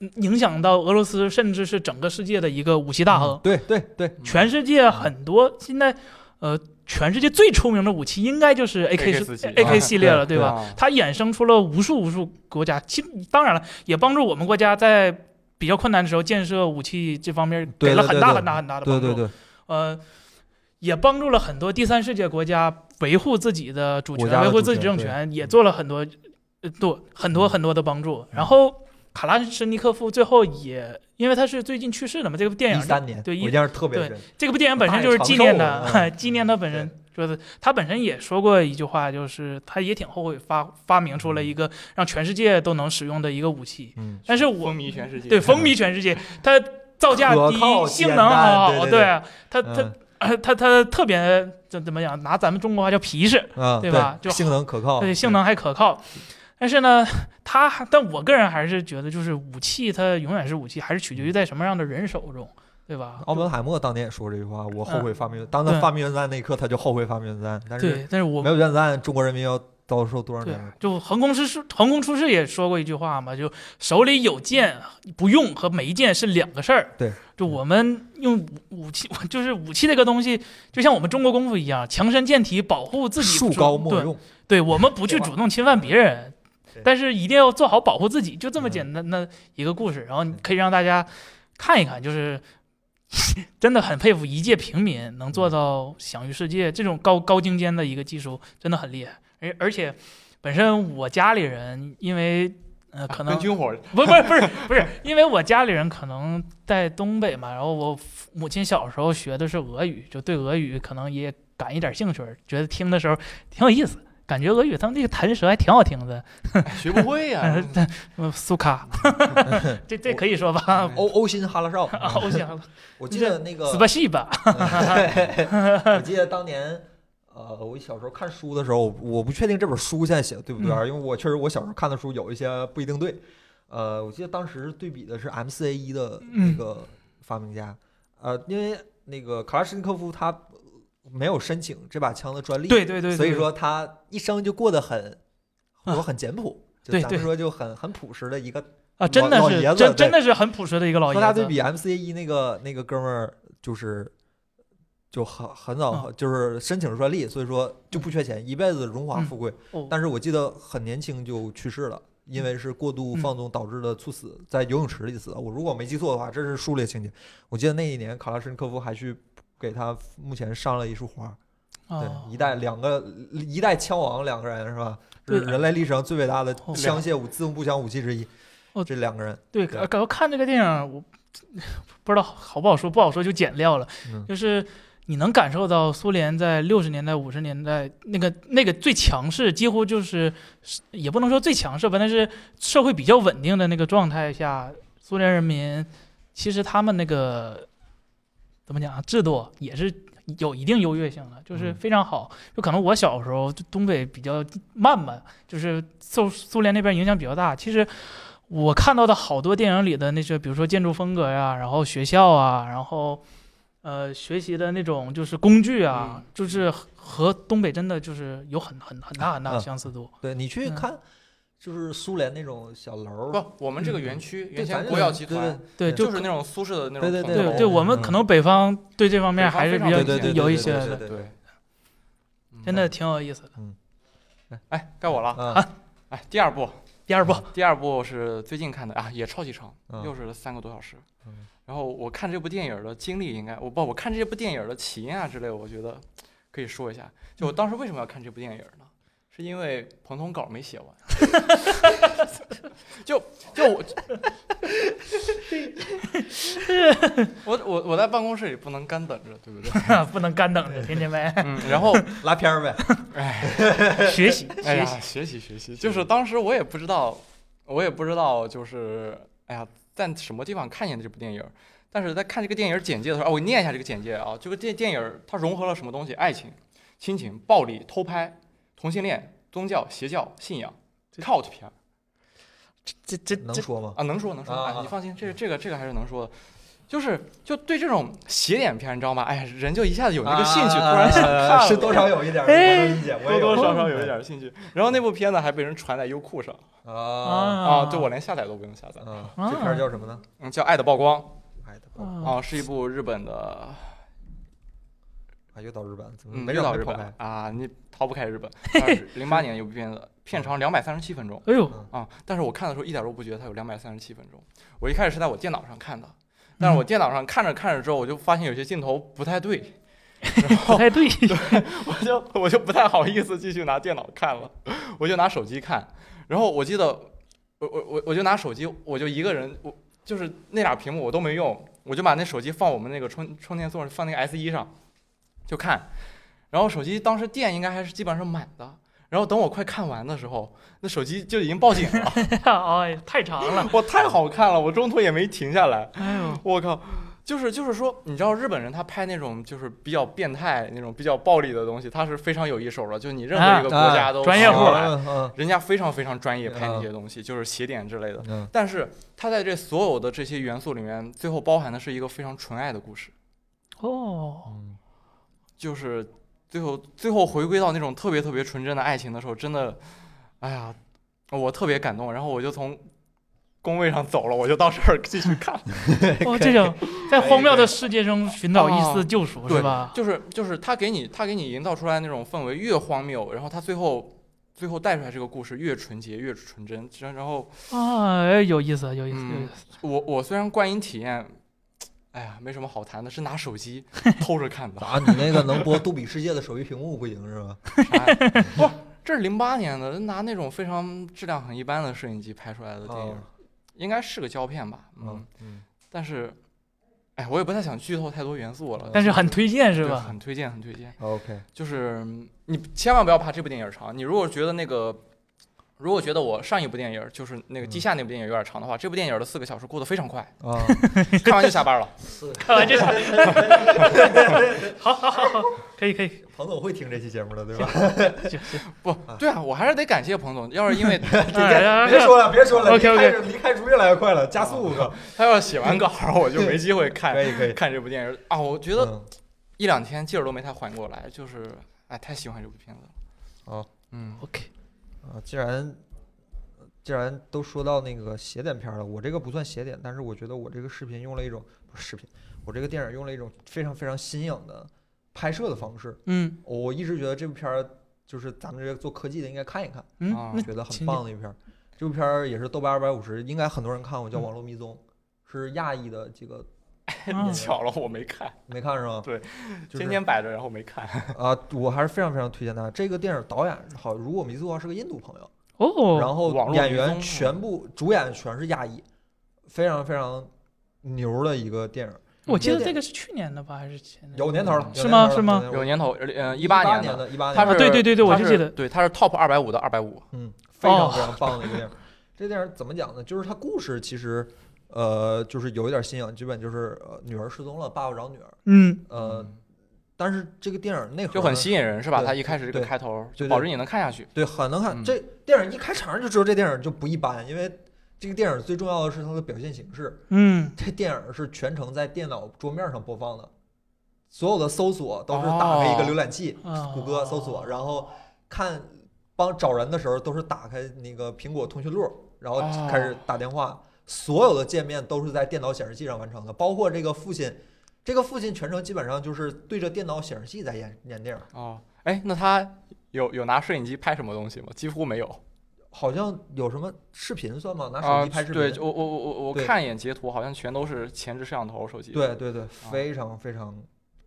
B: 嗯影响到俄罗斯甚至是整个世界的一个武器大亨。
A: 嗯对对对，
B: 全世界很多现在呃全世界最出名的武器应该就是 AK 系
D: AK47
B: AK 系列了，
A: 对
B: 对吧？？
D: 啊
B: 它衍生出了无数无数国家，其当然了，也帮助我们国家在比较困难的时候建设武器这方面
A: 对
B: 给了
A: 对
B: 很
A: 对
B: 大
A: 对
B: 很大很大的帮
A: 对
B: 助。
A: 对对，
B: 呃，也帮助了很多第三世界国家维护自己的主
A: 国家
B: 权，
A: 的
B: 维护
A: 主
B: 自己
A: 权
B: 政权，也
A: 嗯
B: 做了很多，呃，多很多很多的帮助。然后卡拉什尼科夫最后也，因为他是最近去世了嘛，这个电
A: 一
B: 影
A: 三年，
B: 对
A: 我
B: 一
A: 印象特别
B: 对
A: 深，
B: 这个部电影本身就是纪念他，
A: 嗯
B: 纪念他本人。就是他本身也说过一句话，就是他也挺后悔发发明出了一个让全世界都能使用的一个武器，
A: 嗯，
B: 但是
D: 风
B: 我
D: 靡全世界，
B: 对风靡全世界，它造价
A: 可
B: 低
A: 靠，
B: 性
A: 简
B: 能
A: 单
B: 好，
A: 对对
B: 对啊，它它
A: 嗯
B: 呃它它特别怎怎么讲，拿咱们中国话叫皮实，
A: 啊，
B: 对吧就
A: 性能可靠，
B: 对，性能还可靠。但是呢，它还但我个人还是觉得，就是武器它永远是武器，还是取决
A: 嗯
B: 于在什么样的人手中，对吧？
A: 奥本海默当年也说这句话：“我
B: 嗯
A: 后悔发明，当
B: 对
A: 他发明原子弹那一刻，他就后悔发明原子弹。但是
B: 对，但是我
A: 没有原子弹，中国人民要遭受多少
B: 对
A: 年呢，
B: 就横空出世，横空出世也说过一句话嘛，就手里有剑不用和没剑是两个事儿。
A: 对，
B: 就我们用武武器， 就是武器这个东西，就像我们中国功夫一样，强身健体，保护自己不
A: 树
B: 是。
A: 高莫
B: 对，
A: 用。
B: 对我们不去主动侵犯别人
A: 对，
B: 但是一定要做好保护自己，就这么简单的一个故事。然后你可以让大家看一看，就是。 真的很佩服一介平民能做到享誉世界，这种高高精尖的一个技术真的很厉害。而而且，本身我家里人因为呃可能
D: 跟军火
B: 不不是不是不是，因为我家里人可能在东北嘛，然后我父母亲小时候学的是俄语，就对俄语可能也感一点兴趣，觉得听的时候挺有意思，感觉俄语他们这个弹舌还挺好听的，
D: 学不 会呀、
B: 呃 苏卡，这这可以说吧？
A: 欧欧辛哈拉 少，
B: 啊，我想了，
A: 我记得那个
B: 斯巴西吧，
A: 我记得当年，呃，我小时候看书的时候，我不确定这本书现在写的对不对啊，
B: 嗯
A: 因为我确实我小时候看的书有一些不一定对。呃，我记得当时对比的是 MCA 一的那
B: 嗯
A: 个发明家，呃，因为那个卡拉什尼科夫他没有申请这把枪的专利，
B: 对对对，对
A: 所以说他一生就过得很，我、
B: 啊
A: 很简朴，就
B: 对
A: 咱们
B: 对
A: 说就很很朴实的一个。
B: 啊，真的
A: 老
B: 是
A: 爷子
B: 真
A: 对
B: 真的是很朴实的一个老
A: 和他
B: 爷
A: 对
B: 子，
A: 比，MCA 一那个那个哥们儿就是就很很
B: 嗯
A: 早就是申请专利，所以说就不缺钱，一辈子荣华富贵。
B: 哦
A: 但是我记得很年轻就去世了。因为是过
B: 嗯
A: 度放纵导致的猝死，在游泳池里死的。我如果没记错的话，这是书里的情节。我记得那一年，卡拉申科夫还去给他目前上了一束花。
B: 哦
A: 对，一代两个一代枪王两个人是吧？
B: 对
A: 是人类历史上最伟大的
B: 哦
A: 枪械武自动步枪武器之一
B: 哦。
A: 这两个人，
B: 对，
A: 对
B: 呃刚看这个电影，我 不知道好不好说，不好说就剪掉了。
A: 嗯
B: 就是你能感受到苏联在六十年代、五十年代那个那个最强势，几乎就是也不能说最强势吧，但是社会比较稳定的那个状态下，苏联人民其实他们那个怎么讲啊，制度也是。有一定优越性的，就是
A: 嗯
B: 非常好。就可能我小时候就东北比较慢吧，就是受苏联那边影响比较大。其实我看到的好多电影里的那些，比如说建筑风格呀、然后学校啊，然后呃学习的那种就是工具啊，
D: 嗯
B: 就是和和东北真的就是有很很很大很大的
A: 嗯
B: 相似度。
A: 对你去
B: 嗯
A: 看，就是苏联那种小楼儿，
D: 不，我们这个园区
A: 对
D: 原
A: 咱
D: 先
A: 这
D: 国
A: 个
D: 药集
A: 对
D: 团
B: 对，
A: 对
B: 就
D: 就是那种苏式的那种
A: 对对
D: 棚
A: 对
D: 楼
B: 对对，我们可能北方对这方面还是比较
A: 对对对对
B: 有一
A: 对
B: 些
A: 对
B: 的，
A: 对对
D: 对，嗯
B: 真的挺有意思的。
D: 哎，该我了。
A: 啊，
D: 哎，第二部，
B: 第二部
D: 第二部是最近看的啊，也超级长，
A: 嗯
D: 又是三个多小时
A: 嗯。
D: 然后我看这部电影的经历，应该我不，我看这部电影的起因啊之类，我觉得可以说一下。就我当时为什么要看这部电影呢？是因为彭总稿没写完。 就就 我，我我我在办公室里不能干等着，对不对？
B: 不能干等着，天天 呗
D: 嗯，然后
A: 拉片儿呗，
D: 哎。
B: 学习
D: 哎
B: 学
D: 呀，
B: 习。
D: 学习学习，就是当时我也不知道，我也不知道，就是哎呀，在什么地方看见的这部电影儿，但是在看这个电影儿简介的时候，啊，我念一下这个简介啊，这个电电影儿它融合了什么东西？爱情、亲情、暴力、偷拍、同性恋、宗教、邪教、信仰、cult 片儿
B: 这这
A: 能
B: 这
A: 说吗？
D: 啊，能说能说，
A: 啊
D: 哎，你放心，这个这个这个还是能说的。就是就对这种邪典片儿，你知道吗？哎呀，人就一下子有那个兴趣，突然想看
A: 啊
D: 了
A: 是多少有一点儿，
B: 哎
A: 多少有一啊点儿，我
D: 多
A: 也
D: 多 少少有一点兴趣。然后那部片子还被人传在优酷上。
A: 啊
D: 啊，对我连下载都不用下载，
A: 啊，
B: 啊
A: 这片儿叫什么呢？
D: 嗯，叫《爱的曝光》
A: 哎，他跑
B: 啊
D: 啊，是一部日本的，
A: 啊，又到日本，怎么
D: 嗯，
A: 没
D: 又
A: 找
D: 到
A: 没
D: 日
A: 跑
D: 本
A: 开？
D: 啊，你逃不开日本。 零八年有部片子，片长两百三十七分钟
B: 哎呦，
D: 啊，但是我看的时候一点都不觉得它有两百三十七分钟，我一开始是在我电脑上看的，但是我电脑上看着看着之后，我就发现有些镜头不太对，然
B: 不
D: 后
B: 太对，
D: 我就我就不太好意思继续拿电脑看了，我就拿手机看。然后我记得我我我我就拿手机，我就一个人，我就是那俩屏幕我都没用，我就把那手机放我们那个充充电座上，放那个 S 一上就看。然后手机当时电应该还是基本上是满的。然后等我快看完的时候，那手机就已经报警了。
B: 哎，太长了，
D: 我太好看了，我中途也没停下来。
B: 哎呦，
D: 我靠！就是就是说，你知道日本人他拍那种就是比较变态那种比较暴力的东西，他是非常有一手的，就你任何一个国家都
B: 哎专业
D: 看
B: 户
D: 不出来
A: 嗯
D: 人家非常非常专业拍那
A: 啊
D: 些东西，就是邪典之类的。
A: 嗯
D: 但是它在这所有的这些元素里面，最后包含的是一个非常纯爱的故事，
B: 哦，
A: 嗯
D: 就是最后最后回归到那种特别特别纯真的爱情的时候，真的，哎呀，我特别感动。然后我就从工位上走了，我就到这儿继续看。
B: 哦，这 种在
A: 可以
B: 荒谬
A: 可以
B: 的世界中寻找一丝救赎，
D: 对
B: 是吧？
D: 就是就是他给你他给你营造出来那种氛围越荒谬，然后他最后最后带出来这个故事越纯洁越纯真。然然后
B: 啊，哎有意思，有意思，
D: 嗯
B: 有意思。
D: 我我虽然观影体验，哎呀没什么好谈的，是拿手机偷着看的。
A: 啊，你那个能播杜比世界的手机屏幕不行是吧？
D: 哎不，这是零八年的，拿那种非常质量很一般的摄影机拍出来的电
B: 嗯
D: 影，
A: 哦
D: 应该是个胶片吧？嗯，
A: 嗯
D: 但是，哎，我也不太想剧透太多元素了。
B: 但是很推荐，是
D: 对
B: 吧？
D: 很推荐，很推荐。
A: ，OK，
D: 就是嗯你千万不要怕这部电影长，你如果觉得那个。如果觉得我上一部电影就是那个《地下》那部电影有点长的话，这部电影的四个小时过得非常快，
A: 啊，
D: 看完就下班了。
B: 看完这， 好好好好，可以可以，
A: 彭总会听这期节目的对吧？
B: 行行。
D: 不对啊，我还是得感谢彭总，要是因 为
B: 哎
A: 别说了，别说了
B: OK，OK
A: 离开离开主越来越快了，加速哥，
D: 他要是写完稿儿，我就没机会看
A: 可以可以，
D: 看这部电影啊。我觉得
A: 嗯，
D: 一两天劲儿都没太缓过来，就是哎，太喜欢这部片子了。
A: 好，
D: 嗯，
B: OK，
A: 啊，既然既然都说到那个邪典片儿了，我这个不算邪典，但是我觉得我这个视频用了一种不是视频，我这个电影用了一种非常非常新颖的拍摄的方式。
B: 嗯
A: 我一直觉得这部片儿就是咱们这个做科技的应该看一看，
B: 嗯
D: 啊，
B: 那
A: 觉得很
B: 请
A: 棒的一部片儿。这部片儿也是豆瓣二百五十，应该很多人看过，叫《网络迷踪》，是亚裔的这个
B: 啊
D: 巧了，我没看，
A: 没看是吗？
D: 对，
A: 就是、
D: 天天摆着，然后没看。
A: 啊，我还是非常非常推荐大家。这个电影导演好，如果我没记错的话是个印度朋友，
B: 哦，
A: 然后
D: 网络
A: 演
D: 迷
A: 员
D: 踪是
A: 全
B: 嗯
A: 部主演全是亚裔，非常非常牛的一个电影，
B: 我记得
A: 有点
B: 这个是去年的吧，还是前年？
A: 有年头了，
B: 是吗嗯是吗
D: 有年头，嗯，
A: 一
D: 一八
A: 年
D: 年的，
A: 的，一八
D: 他
A: 年
D: 是
A: 的，
B: 啊对对对对我
D: 他
B: 就是记得
D: 对，他是 top 二百五的二百五。
A: 嗯，非常
B: 哦
A: 非常棒的一个电影。这电影怎么讲呢？就是它故事其实，呃，就是有一点新颖，基本就是呃女儿失踪了，爸爸找女儿，
B: 嗯，
A: 呃，，但是这个电影内核
D: 就很
A: 呢
D: 吸引人是吧？
A: 对
D: 他一开始这个
A: 对
D: 开头
A: 对
D: 就
A: 对
D: 保证你能看下去。
A: 对，很能看。
D: 嗯
A: 这电影一开场就知道这电影就不一般，因为这个电影最重要的是它的表现形式。
B: 嗯，
A: 这电影是全程在电脑桌面上播放的，所有的搜索都是打开一个
D: 哦
A: 浏览器，
B: 啊
A: 谷歌搜索，然后看帮找人的时候都是打开那个苹果通讯录，然后
D: 哦
A: 开始打电话。所有的界面都是在电脑显示器上完成的，包括这个父亲，这个父亲全程基本上就是对着电脑显示器在演演电影。
D: 哦，哎，那他有有拿摄影机拍什么东西吗？几乎没有。
A: 好像有什么视频算吗？拿
D: 啊，
A: 手机拍视频？
D: 对，我我我我我
A: 对
D: 看一眼截图，好像全都是前置摄像头手机。
A: 对对对，非常非常，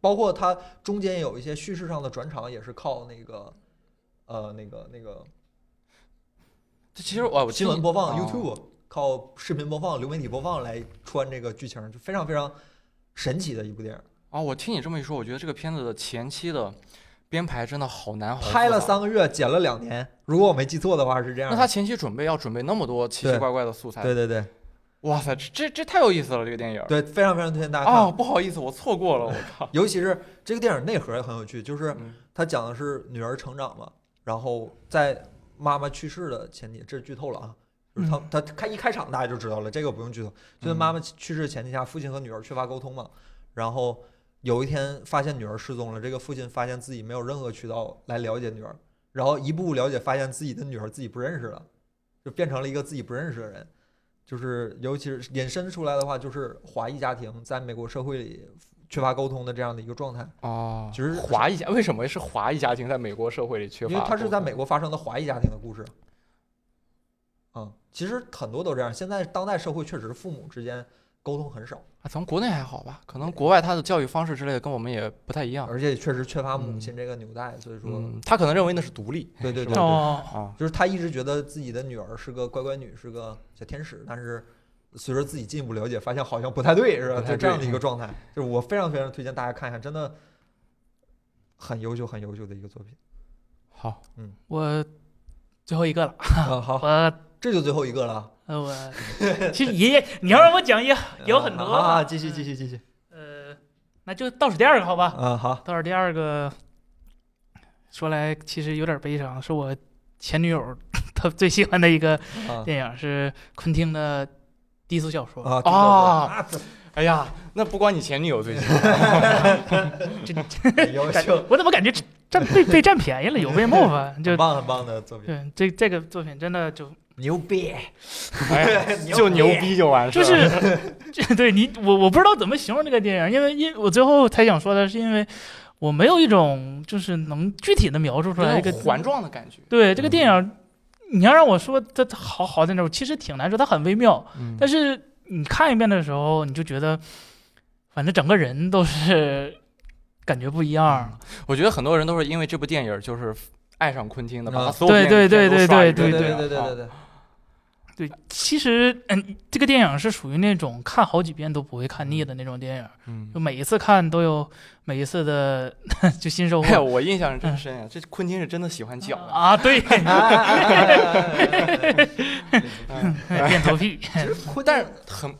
A: 包括它中间有一些叙事上的转场，也是靠那个，呃，那个那个
D: 这其实我我
A: 新闻播放
D: 哦
A: YouTube 靠视频播放、流媒体播放来穿这个剧情，就非常非常神奇的一部电影。
D: 啊，我听你这么一说，我觉得这个片子的前期的编排真的好难，好
A: 拍了
D: 复杂。
A: 三个月，剪了两年，如果我没记错的话是这样
D: 那
A: 的。
D: 他前期准备要准备那么多奇奇
A: 对
D: 怪怪的素材，
A: 对对对
D: 哇塞，这这这太有意思了，这个电影。
A: 对，非常非常推荐大家看，
D: 啊，不好意思，我错过了，我靠。
A: 尤其是这个电影内核也很有趣，就是
D: 嗯
A: 它讲的是女儿成长嘛，然后在妈妈去世的前提，这是剧透了啊，就是他
B: 嗯
A: 他开一开场大家就知道了，这个不用剧透，就是妈妈去世的前提下，父亲和女儿缺乏沟通嘛，然后有一天发现女儿失踪了，这个父亲发现自己没有任何渠道来了解女儿，然后一步步了解，发现自己的女儿自己不认识了，就变成了一个自己不认识的人。就是，尤其是引申出来的话，就是华裔家庭在美国社会里缺乏沟通的这样的一个状态。
D: 哦，
A: 就是
D: 华裔家，为什么是华裔家庭在美国社会里缺乏
A: 因
D: 沟
A: 为
D: 通？
A: 它是在美国发生的华裔家庭的故事。嗯，其实很多都这样。现在当代社会确实父母之间沟通很少，
D: 啊，咱们国内还好吧？可能国外他的教育方式之类的跟我们也不太一样。
A: 而且确实缺乏母亲这个纽带，所以说，
D: 嗯，他可能认为那是独立
A: 对对对
D: 是吧
A: 对，
B: 哦，
D: 啊。
A: 就是他一直觉得自己的女儿是个乖乖女，是个小天使，但是随着自己进一步了解，发现好像不太对，是吧？
D: 不太
A: 就
D: 对
A: 这样的一个 状态，就是我非常非常推荐大家看一下，真的很优秀、很优秀的一个作 品。
D: 好，
B: 我最后一个了，
A: 啊，好，
B: 我
A: 这就最后一个了，
B: 呃我其实也也你要让我讲也有很多
A: 啊，
B: 吧
A: 继续继续继续，
B: 呃，那就倒数第二个好吧？
A: 啊，好，
B: 倒数第二个，说来其实有点悲伤，是我前女友 她最喜欢的一个
A: 啊
B: 电影，是昆汀的低俗小说
A: 啊
B: 哦
D: 啊，
A: 这
D: 哎呀，那不光你前女友 最近，
B: 这
A: 个很优
B: 感觉
A: 秀，
B: 我怎么感觉占被被占便宜了，有备 莫凡，就
A: 很棒很棒的作品，
B: 对这这个作品真的就
A: 牛逼，
D: 哎呀就牛逼就完事
B: 就
D: 儿。
B: 是 这对你我我不知道怎么形容这个电影，因为因我最后才想说的是因为我没有一种就是能具体的描述出来
D: 有
B: 一个
D: 种环状的感觉，
B: 对这个电影，你要让我说它它好好在哪儿，我其实挺难说，它很微妙。嗯但
D: 是
B: 是你看一遍的时候，你就觉得，反正整个人都是感觉不一样。
D: 我觉得很多人都是因为这部电影就是爱上昆汀的，
A: 嗯
D: 把他所有
B: 对
D: 电影
B: 对
D: 片都
B: 对
D: 刷一
A: 对对
B: 对
D: 遍
A: 对对对
D: 啊
A: 对，
B: 对，其实嗯，这个电影是属于那种看好几遍都不会看腻的那种电影，
D: 嗯
B: 就每一次看都有每一次的 就新收
D: 哎呀，
B: 获。
D: 我印象是真深呀，这昆汀是真的喜欢讲啊。
B: 嗯啊， 对，
D: 嗯
B: 变头屁，
A: 昆
D: 但是很，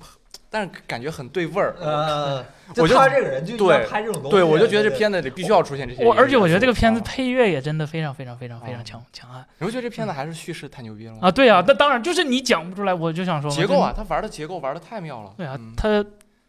D: 但是感觉很对味儿。
A: 呃，
D: 我就
A: 就他这个人就应该
D: 对
A: 拍这种东西，
D: 对，我就觉得这
A: 对
D: 片子里必须要出现这些。
B: 我而且我觉得这个片子
D: 啊，
B: 配乐也真的非常非常非常
D: 哦
B: 非常强强悍
D: 你不觉得这片子还是叙事太牛逼了吗？
B: 啊！对啊，那当然就是你讲不出来，我就想说嘛
D: 结构啊，，他玩的结构玩的太妙了。
B: 对啊
D: 嗯，
B: 他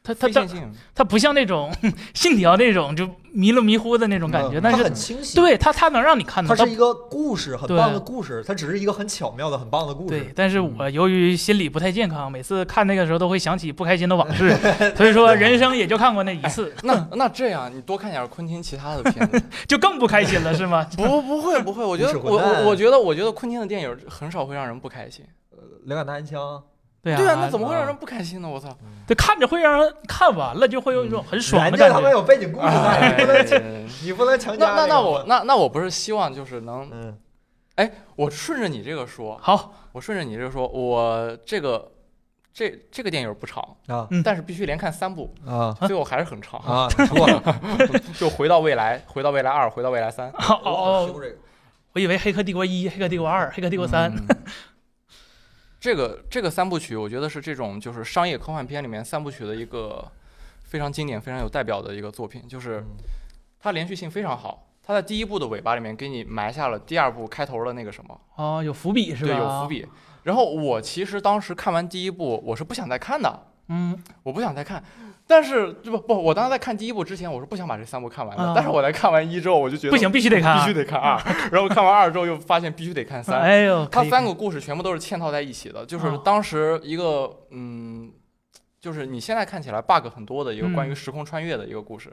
B: 他他
D: 非
B: 他
D: 线性，
B: 他不像那种 信条那种就迷了迷糊的那种感觉，
A: 嗯
B: 但
A: 他
B: 是
A: 很清晰，，
B: 对他他能让你看
A: 它
B: 到，
A: 是
B: 它
A: 一个故事，很
B: 对
A: 棒的故事，它只是一个很巧妙的、很棒的故
B: 对
A: 事。，
B: 但是我由于心理不太健康，每次看那个时候都会想起不开心的往事，所以说人生也就看过那一次，
D: 那那这样，你多看点昆汀其他的 片子。
B: 就更不开心了，是吗？
D: 不，不会，不会。我觉
A: 无耻
D: 得，
A: 混
D: 我
A: 蛋
D: 我我觉得，我觉得昆汀的电影很少会让人不开心。
A: 灵感大烟枪，
B: 对啊，
D: 对啊，那怎么会
A: 啊
D: 让人不开心呢？我 操！
B: 对看着会让人看完了就会有一种很爽
A: 人
B: 的
A: 家
B: 感
A: 他妈
B: 觉。
A: 有背景故事 在，你不能强
D: 哎
A: 你不能强加
D: 那那
A: 这
D: 那
A: 个
D: 我那那我不是希望就是能，
A: 嗯
D: 我顺着你这个说，
B: 好，
D: 我顺着你这个说，我这个这这个电影不长，
A: 啊
B: 嗯
D: 但是必须连看 三部，
A: 啊
D: 最后还是很长。
A: 啊，你错了，
D: 就回到未来，回到未来二，回到未来三，
B: 哦
A: 我
B: 哦，
A: 修这个
B: 我以为《黑客帝国一》《黑客帝国二》《黑客帝
D: 回
B: 国三》
D: 嗯 这个这个三部曲，我觉得是这种就是商业科幻片里面三部曲的一个非常经典、非常有代表的一个作品，就是
A: 嗯
D: 它连续性非常好。它在第一部的尾巴里面给你埋下了第二部开头的那个什么，
B: 哦，有伏笔是吧？
D: 对，有伏。笔。然后我其实当时看完第一部，我是不想再看的，
B: 嗯，
D: 我不想再看。但是不不，我当时在看第一部之前，我是不想把这三部看完的。
B: 啊
D: 但是我在看完一之后，我就觉得
B: 不行，必须得看啊。
D: 必须得 看二。然后看完二之后，又发现必须得看三。
B: 哎呦，
D: 它
B: 可以
D: 三个故事全部都是嵌套在一起的，就是
B: 哦
D: 当时一个嗯，就是你现在看起来 bug 很多的一个关于
B: 嗯
D: 时空穿越的一个故事，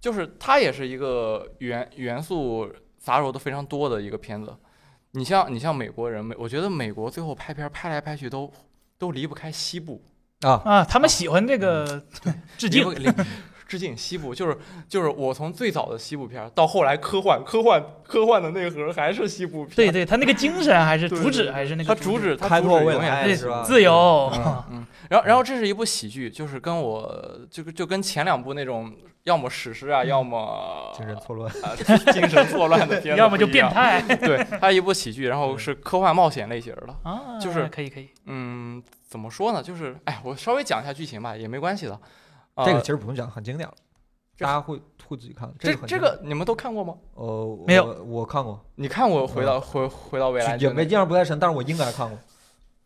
D: 就是它也是一个元元素杂糅的非常多的一个片子。你像你像美国人，美我觉得美国最后拍片儿拍来拍去都都离不开西部，
B: 啊，他们喜欢这个致
D: 离
B: 敬
D: 不。离致敬西部，就是就是我从最早的西部片儿到后来科幻，科幻科幻的内核还是西部片
B: 对
D: 儿。
B: 对，他那个精神还是
D: 对
B: 主
D: 对
B: 旨
D: 对
B: 还是那
D: 它
B: 个
D: 主
B: 旨，
D: 旨，它
A: 开
D: 主
A: 拓
D: 旨
A: 未
D: 永远
A: 来
B: 对
A: 是吧？
B: 自由。
D: 嗯，然后然后这是一部喜剧，就是跟我就跟就跟前两部那种要么史诗啊，要 么
A: 精神错乱，
D: 啊精神错乱的片子，
B: 要么就变。态
D: 对，它一部喜剧，然后是科幻冒险类型的。
B: 啊，
D: 就是
B: 可以可以，
D: 嗯，怎么说呢？就是哎，我稍微讲一下剧情吧，也没关系的。啊，
A: 这个其实不用讲，很经典了，
D: 这
A: 大家会会自己看。
D: 这
A: 很经
D: 这
A: 典
D: 个你们都看过吗？
A: 呃
B: 没有
A: 我我看过，
D: 你看过《回到回回到未来》嗯
A: 也
D: 就那
A: 没印象不太深，但是我应该看过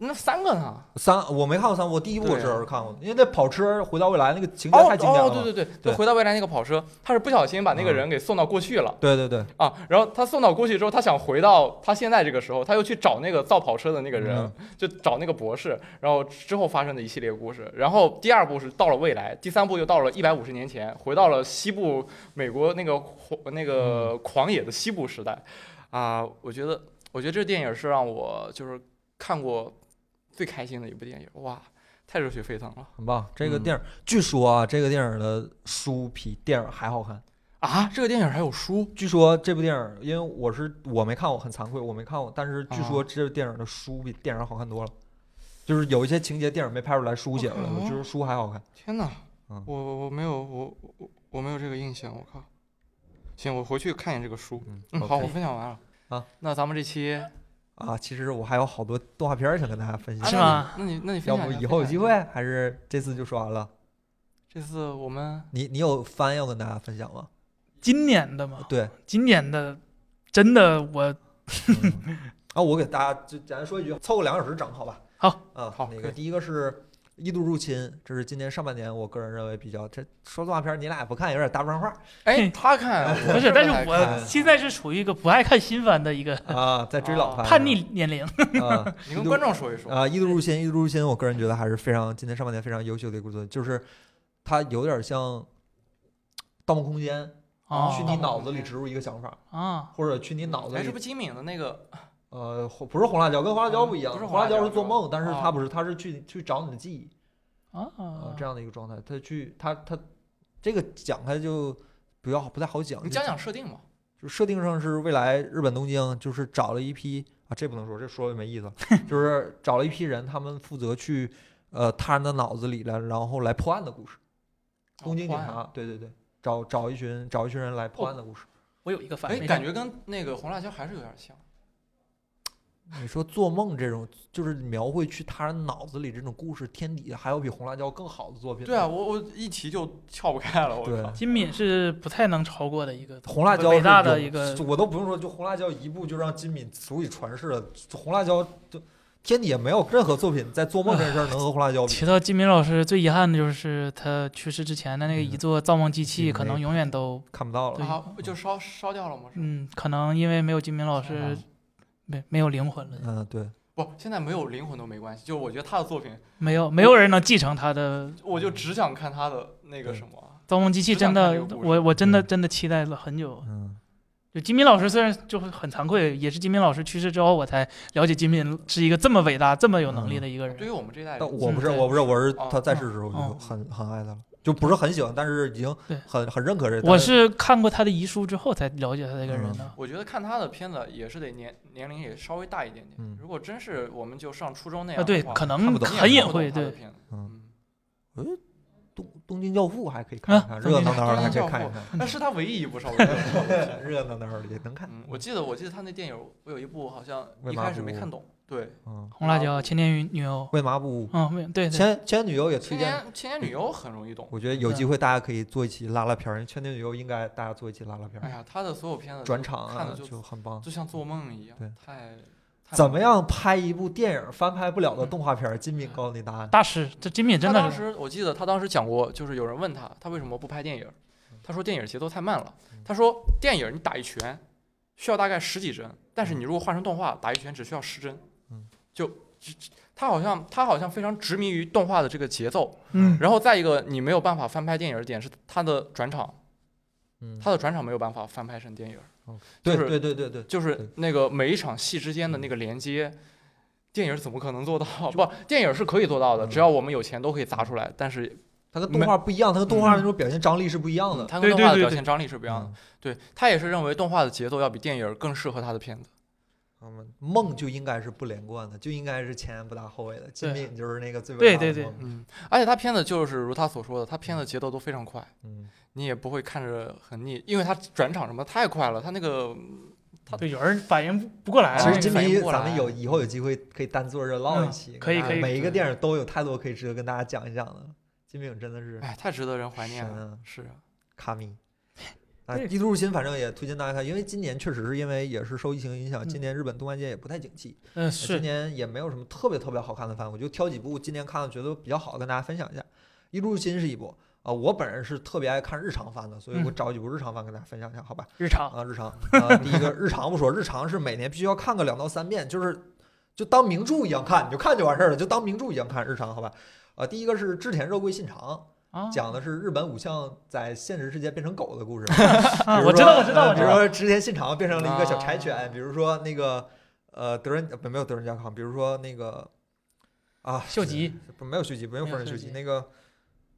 D: 那三个呢？
A: 三，我没看过三，我第一部我
D: 对啊
A: 知道是看过的，因为那跑车回到未来那个情节
D: 哦
A: 太经典了
D: 哦，
A: 嘛。
D: 对对对，
A: 对
D: 就回到未来那个跑车，他是不小心把那个人给送到过去了。
A: 对对对，
D: 啊，然后他送到过去之后，他想回到他现在这个时候，他又去找那个造跑车的那个人，
A: 嗯
D: 就找那个博士，然后之后发生的一系列故事。然后第二部是到了未来，第三部又到了一百五十年前，回到了西部美国那个狂那个狂野的西部时代。啊、我觉得，我觉得这电影是让我就是看过最开心的一部电影，哇，太热血沸腾了
A: 很棒。这个
D: 嗯
A: 电影、据说啊，这个电影的书比电影还好看。
D: 啊！这个电影还有书，
A: 据说这部电影，因为我是我没看过，很惭愧，我没看过。但是据说
D: 啊
A: 这部电影的书比电影好看多了，就是有一些情节电影没拍出来，书写出来
D: 哦
A: 了，就是书还好看。
D: 天哪，
A: 嗯
D: 我我我没有我我我没有这个印象，我靠！行，我回去看一眼这个书。
A: 嗯
D: 嗯，
A: ，OK
D: 好，我分享完了。
A: 啊，
D: 那咱们这期
A: 啊，其实我还有好多动画片儿想跟大家分享，
B: 是吗
D: 啊那你那你分
A: 要
D: 享
A: 不
D: 一下
A: 以后有机？
D: 分享一下
A: 会，还是这次就说完了。
D: 这次我们
A: 你你有番要跟大家分享吗？
B: 今年的嘛，
A: 对，
B: 今年的真的我
A: 嗯啊，我给大家就简单说一句，凑个两个小时整好吧？
B: 好
A: 啊，
D: 好
A: 那
D: 可
A: 个
D: 以
A: 第一个是一度入侵，这是今年上半年我个人认为比较这说动画片，你俩也不看，有点搭不上话
D: 哎，他看
B: 不是，但是
A: 看
B: 我现在是处于一个不爱 看新番的一个
A: 啊，在追老番
B: 哦叛逆年龄。
A: 啊，
D: 你跟观众说一说，
A: 啊，《异度入侵》《异度入侵》，我个人觉得还是非常今年上半年非常优秀的一个作品，就是它有点像《盗梦空间》，
B: 哦
A: 去你脑子里植入一个想法，
B: 啊，
A: 或者去你脑子
D: 哎，是
A: 里
D: 不是金敏的那个？
A: 呃，红不是红辣椒，跟红辣椒不一样，
D: 不是
A: 红
D: 红
A: 辣
D: 辣椒
A: 椒是做梦，但是
D: 啊
A: 它不是，它是去去找你的记忆啊
B: 啊，
A: 这样的一个状态，它去它它这个讲开就比较好不太好讲，
D: 你
A: 就
D: 讲讲设定吧。
A: 就设定上是未来日本东京，就是找了一批啊，这不能说，这说了没 意思，就是找了一批人，他们负责去呃他人的脑子里了，然后来破案的故事。东京警
D: 哦换
A: 察，对对对，找找一群找一群人来破
D: 哦
A: 案的故事。
B: 我有一个反
D: 哎，
B: 面
D: 感觉跟那个红辣椒还是有点像。
A: 你说做梦这种，就是描绘去他人脑子里这种故事，天底下还有比红辣椒更好的作品？
D: 对啊，，我我一提就撬不开了，我
A: 对
D: 靠。
B: 金敏是不太能超过的一个
A: 红辣椒
B: 伟
A: 是
B: 大的
A: 有
B: 一个
A: 我都不用说，就红辣椒一部就让金敏足以传世了。红辣椒就天底下没有任何作品在做梦这事儿能和红辣椒比。
B: 提到金敏老师，最遗憾的就是他去世之前的那个一座造梦机器，
A: 嗯
B: 可能永远都，
A: 看不到了
B: 对。
D: 啊，就烧烧掉了吗？是吗
B: 嗯，可能因为没有金敏老师
D: 嗯，
B: 没没有灵魂了，
A: 嗯，对，
D: 不，现在没有灵魂都没关系。就是我觉得他的作品，
B: 没有没有人能继承他的
D: 我就只想看他的那个
A: 对
D: 什么。啊
B: 造梦机器，
D: 只想
B: 真
D: 看
B: 的
D: 这个，故事
B: 我我真的
A: 嗯
B: 真的期待了很久。
A: 嗯，
B: 就金敏老师虽然就很惭愧，也是金敏老师去世之后，我才了解金敏是一个这么伟大、这么有
A: 嗯
B: 能力的一个人。
D: 对于我们这一代人，
A: 但我
B: 嗯
A: 不是，
B: 对
A: 我不是，我是
D: 哎哦
A: 他在世的时候我就
B: 哦
A: 很很爱他了，就不是很喜欢，但是已经
B: 对
A: 很很认可这。
B: 我是看过他的遗书之后才了解他这个人
A: 嗯
B: 的。
D: 我觉得看他的片子也是得年年龄也稍微大一点点
A: 嗯。
D: 如果真是我们就上初中那
B: 啊，
D: 样
B: 对
D: 的，话，
B: 可
A: 看
B: 能
A: 不懂
B: 很
D: 你也
B: 隐
D: 看不
B: 晦，
D: 懂他的
B: 对，
D: 片子。
A: 嗯
D: 嗯，
A: 东东京教父还可以看一看，
B: 啊
A: 热
B: 东
A: 闹
B: 京
A: 闹的还可以
D: 教
A: 看一
D: 父
A: 看，
D: 那嗯是他唯一一部稍微有点火的片子。
A: 热闹闹的也能看。
D: 嗯，我记得我记得他那电影，我有一部好像
A: 喂
D: 一
A: 马
D: 开始没
A: 虎
D: 看懂。对，
A: 嗯，
B: 红辣椒、千年女优，
A: 为麻布
B: 嗯，没有对对，
A: 前前女友也推
D: 青
A: 荐，
D: 年青年旅游很容易懂。
A: 我觉得有机会大家可以做一期拉拉片儿，因为前女友应该大家做一期拉拉片儿，
D: 哎呀，他的所有片子
A: 转
D: 就
A: 嗯场
D: 看
A: 啊
D: 的就
A: 就很棒。
D: 就像做梦一样
A: 对，
D: 太太
A: 怎
D: 猛
A: 么
D: 了嗯
A: 样拍一部电影翻拍不了的动画片儿？金敏告诉你答案。
B: 大师，这金哎敏真
D: 他
B: 的
D: 当
B: 是
D: 时我记得他当时讲过，就是有人问他，他为什么不拍电影？他说电影节奏太慢了
A: 嗯。
D: 他说电影你打一拳需要大概十几帧，但是你如果换成动画，打一拳只需要十帧
A: 嗯。
D: 就他好像他好像非常执迷于动画的这个节奏。
B: 嗯
D: 然后再一个，你没有办法翻拍电影的点是他的转场，
A: 嗯，
D: 他的转场没有办法翻拍成电影，
A: 对
D: 就是
A: 对对对对，
D: 就是那个每一场戏之间的那个连接。电影怎么可能做到？不，电影是可以做到的，
A: 嗯
D: 只要我们有钱都可以砸出来。但是
A: 它跟动画不一样，它跟动画那种表现张力是不一样的。嗯
D: 它
B: 对
D: 跟动
B: 对
D: 画的
B: 对
D: 表
B: 对嗯
D: 现张力嗯是不一样的。对他也是认为动画的节奏要比电影更适合他的片子。
A: 他们梦就应该是不连贯的，就应该是前言不搭后尾的。金
B: 对
A: 敏就是那个最
B: 对
A: 伟大的
B: 对对
A: 梦
D: 嗯，而且他片子就是如他所说的，他片子节奏都非常快，
A: 嗯，
D: 你也不会看着很腻，因为他转场什么太快了，他那个
B: 对，有人反应不过来。
A: 其
D: 哎
A: 实
D: 这
A: 金
D: 反应
A: 敏
D: 不过
A: 咱们
D: 来
A: 有以后有机会可以单做热唠一
B: 嗯
A: 期，
B: 可以
A: 啊
B: 可以
A: 每一个
D: 对
A: 电影都有太多可以值得跟大家讲一讲的。金敏真的是
D: 哎太值得人怀念
A: 神
D: 了。
A: 啊，
D: 是啊，
A: 卡米。啊，
B: 对
A: 《帝都入侵》反正也推荐大家看，因为今年确实是因为也是受疫情影响，今
B: 嗯
A: 年日本动漫界也不太景气，
B: 嗯，
A: 今
B: 是
A: 年也没有什么特别特别好看的番，我就挑几部今年看的觉得比较好的跟大家分享一下。《一路入侵》是一部啊，我本人是特别爱看日常番的，所以我
B: 嗯
A: 找几部日常番跟大家分享一下，好吧？
B: 日常
A: 啊，日常啊，第一个日常不说，日常是每年必须要看个两到三遍，就是就当名著一样看，你就看就完事儿了，就当名著一样看日常，好吧？啊，第一个是织田肉桂信长，
B: 啊，
A: 讲的是日本武将在现实世界变成狗的故事。
B: 啊
A: 比 如
B: 我知
A: 说
B: 道我知道
A: 呃
B: 我
A: 比
B: 知
A: 如
B: 道，
A: 说织田信长变成了一个小柴
D: 啊
A: 犬，比如说那个呃德仁呃不没有德仁家康，比如说那个啊
B: 秀吉
A: 不没有秀吉，没有
B: 没有
A: 丰臣秀
B: 秀
A: 吉，
B: 吉
A: 那个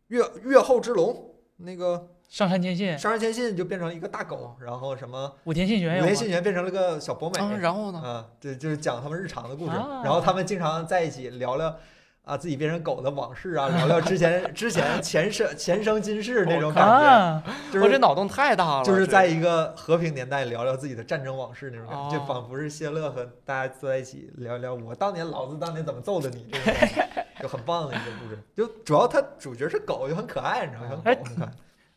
A: 越越后之龙。那个
B: 上山千信、
A: 上杉谦信就变成了一个大狗，然后什么
B: 武田信
A: 武
B: 玄有
A: 田信
B: 吗？
A: 玄变成了个小博美，
D: 啊，然后呢？
A: 啊，对，就是讲他们日常的故事，
B: 啊
A: 然后他们经常在一起聊聊啊自己变成狗的往事啊，聊聊之 前之前前生前生今世那种感觉，
B: 啊，
A: 就
D: 我哦这
A: 是
D: 脑洞太大了，
A: 就是
D: 这嗯
A: 在一个和平年代聊聊自己的战争往事那种感觉，就
D: 哦
A: 仿佛是谢乐和大家坐在一起聊聊我当年老子当年怎么揍的你这种感觉。就很棒的一个故事。就主要它主角是狗，就很可爱，你知道吗？
B: 哎
A: 很狗很可爱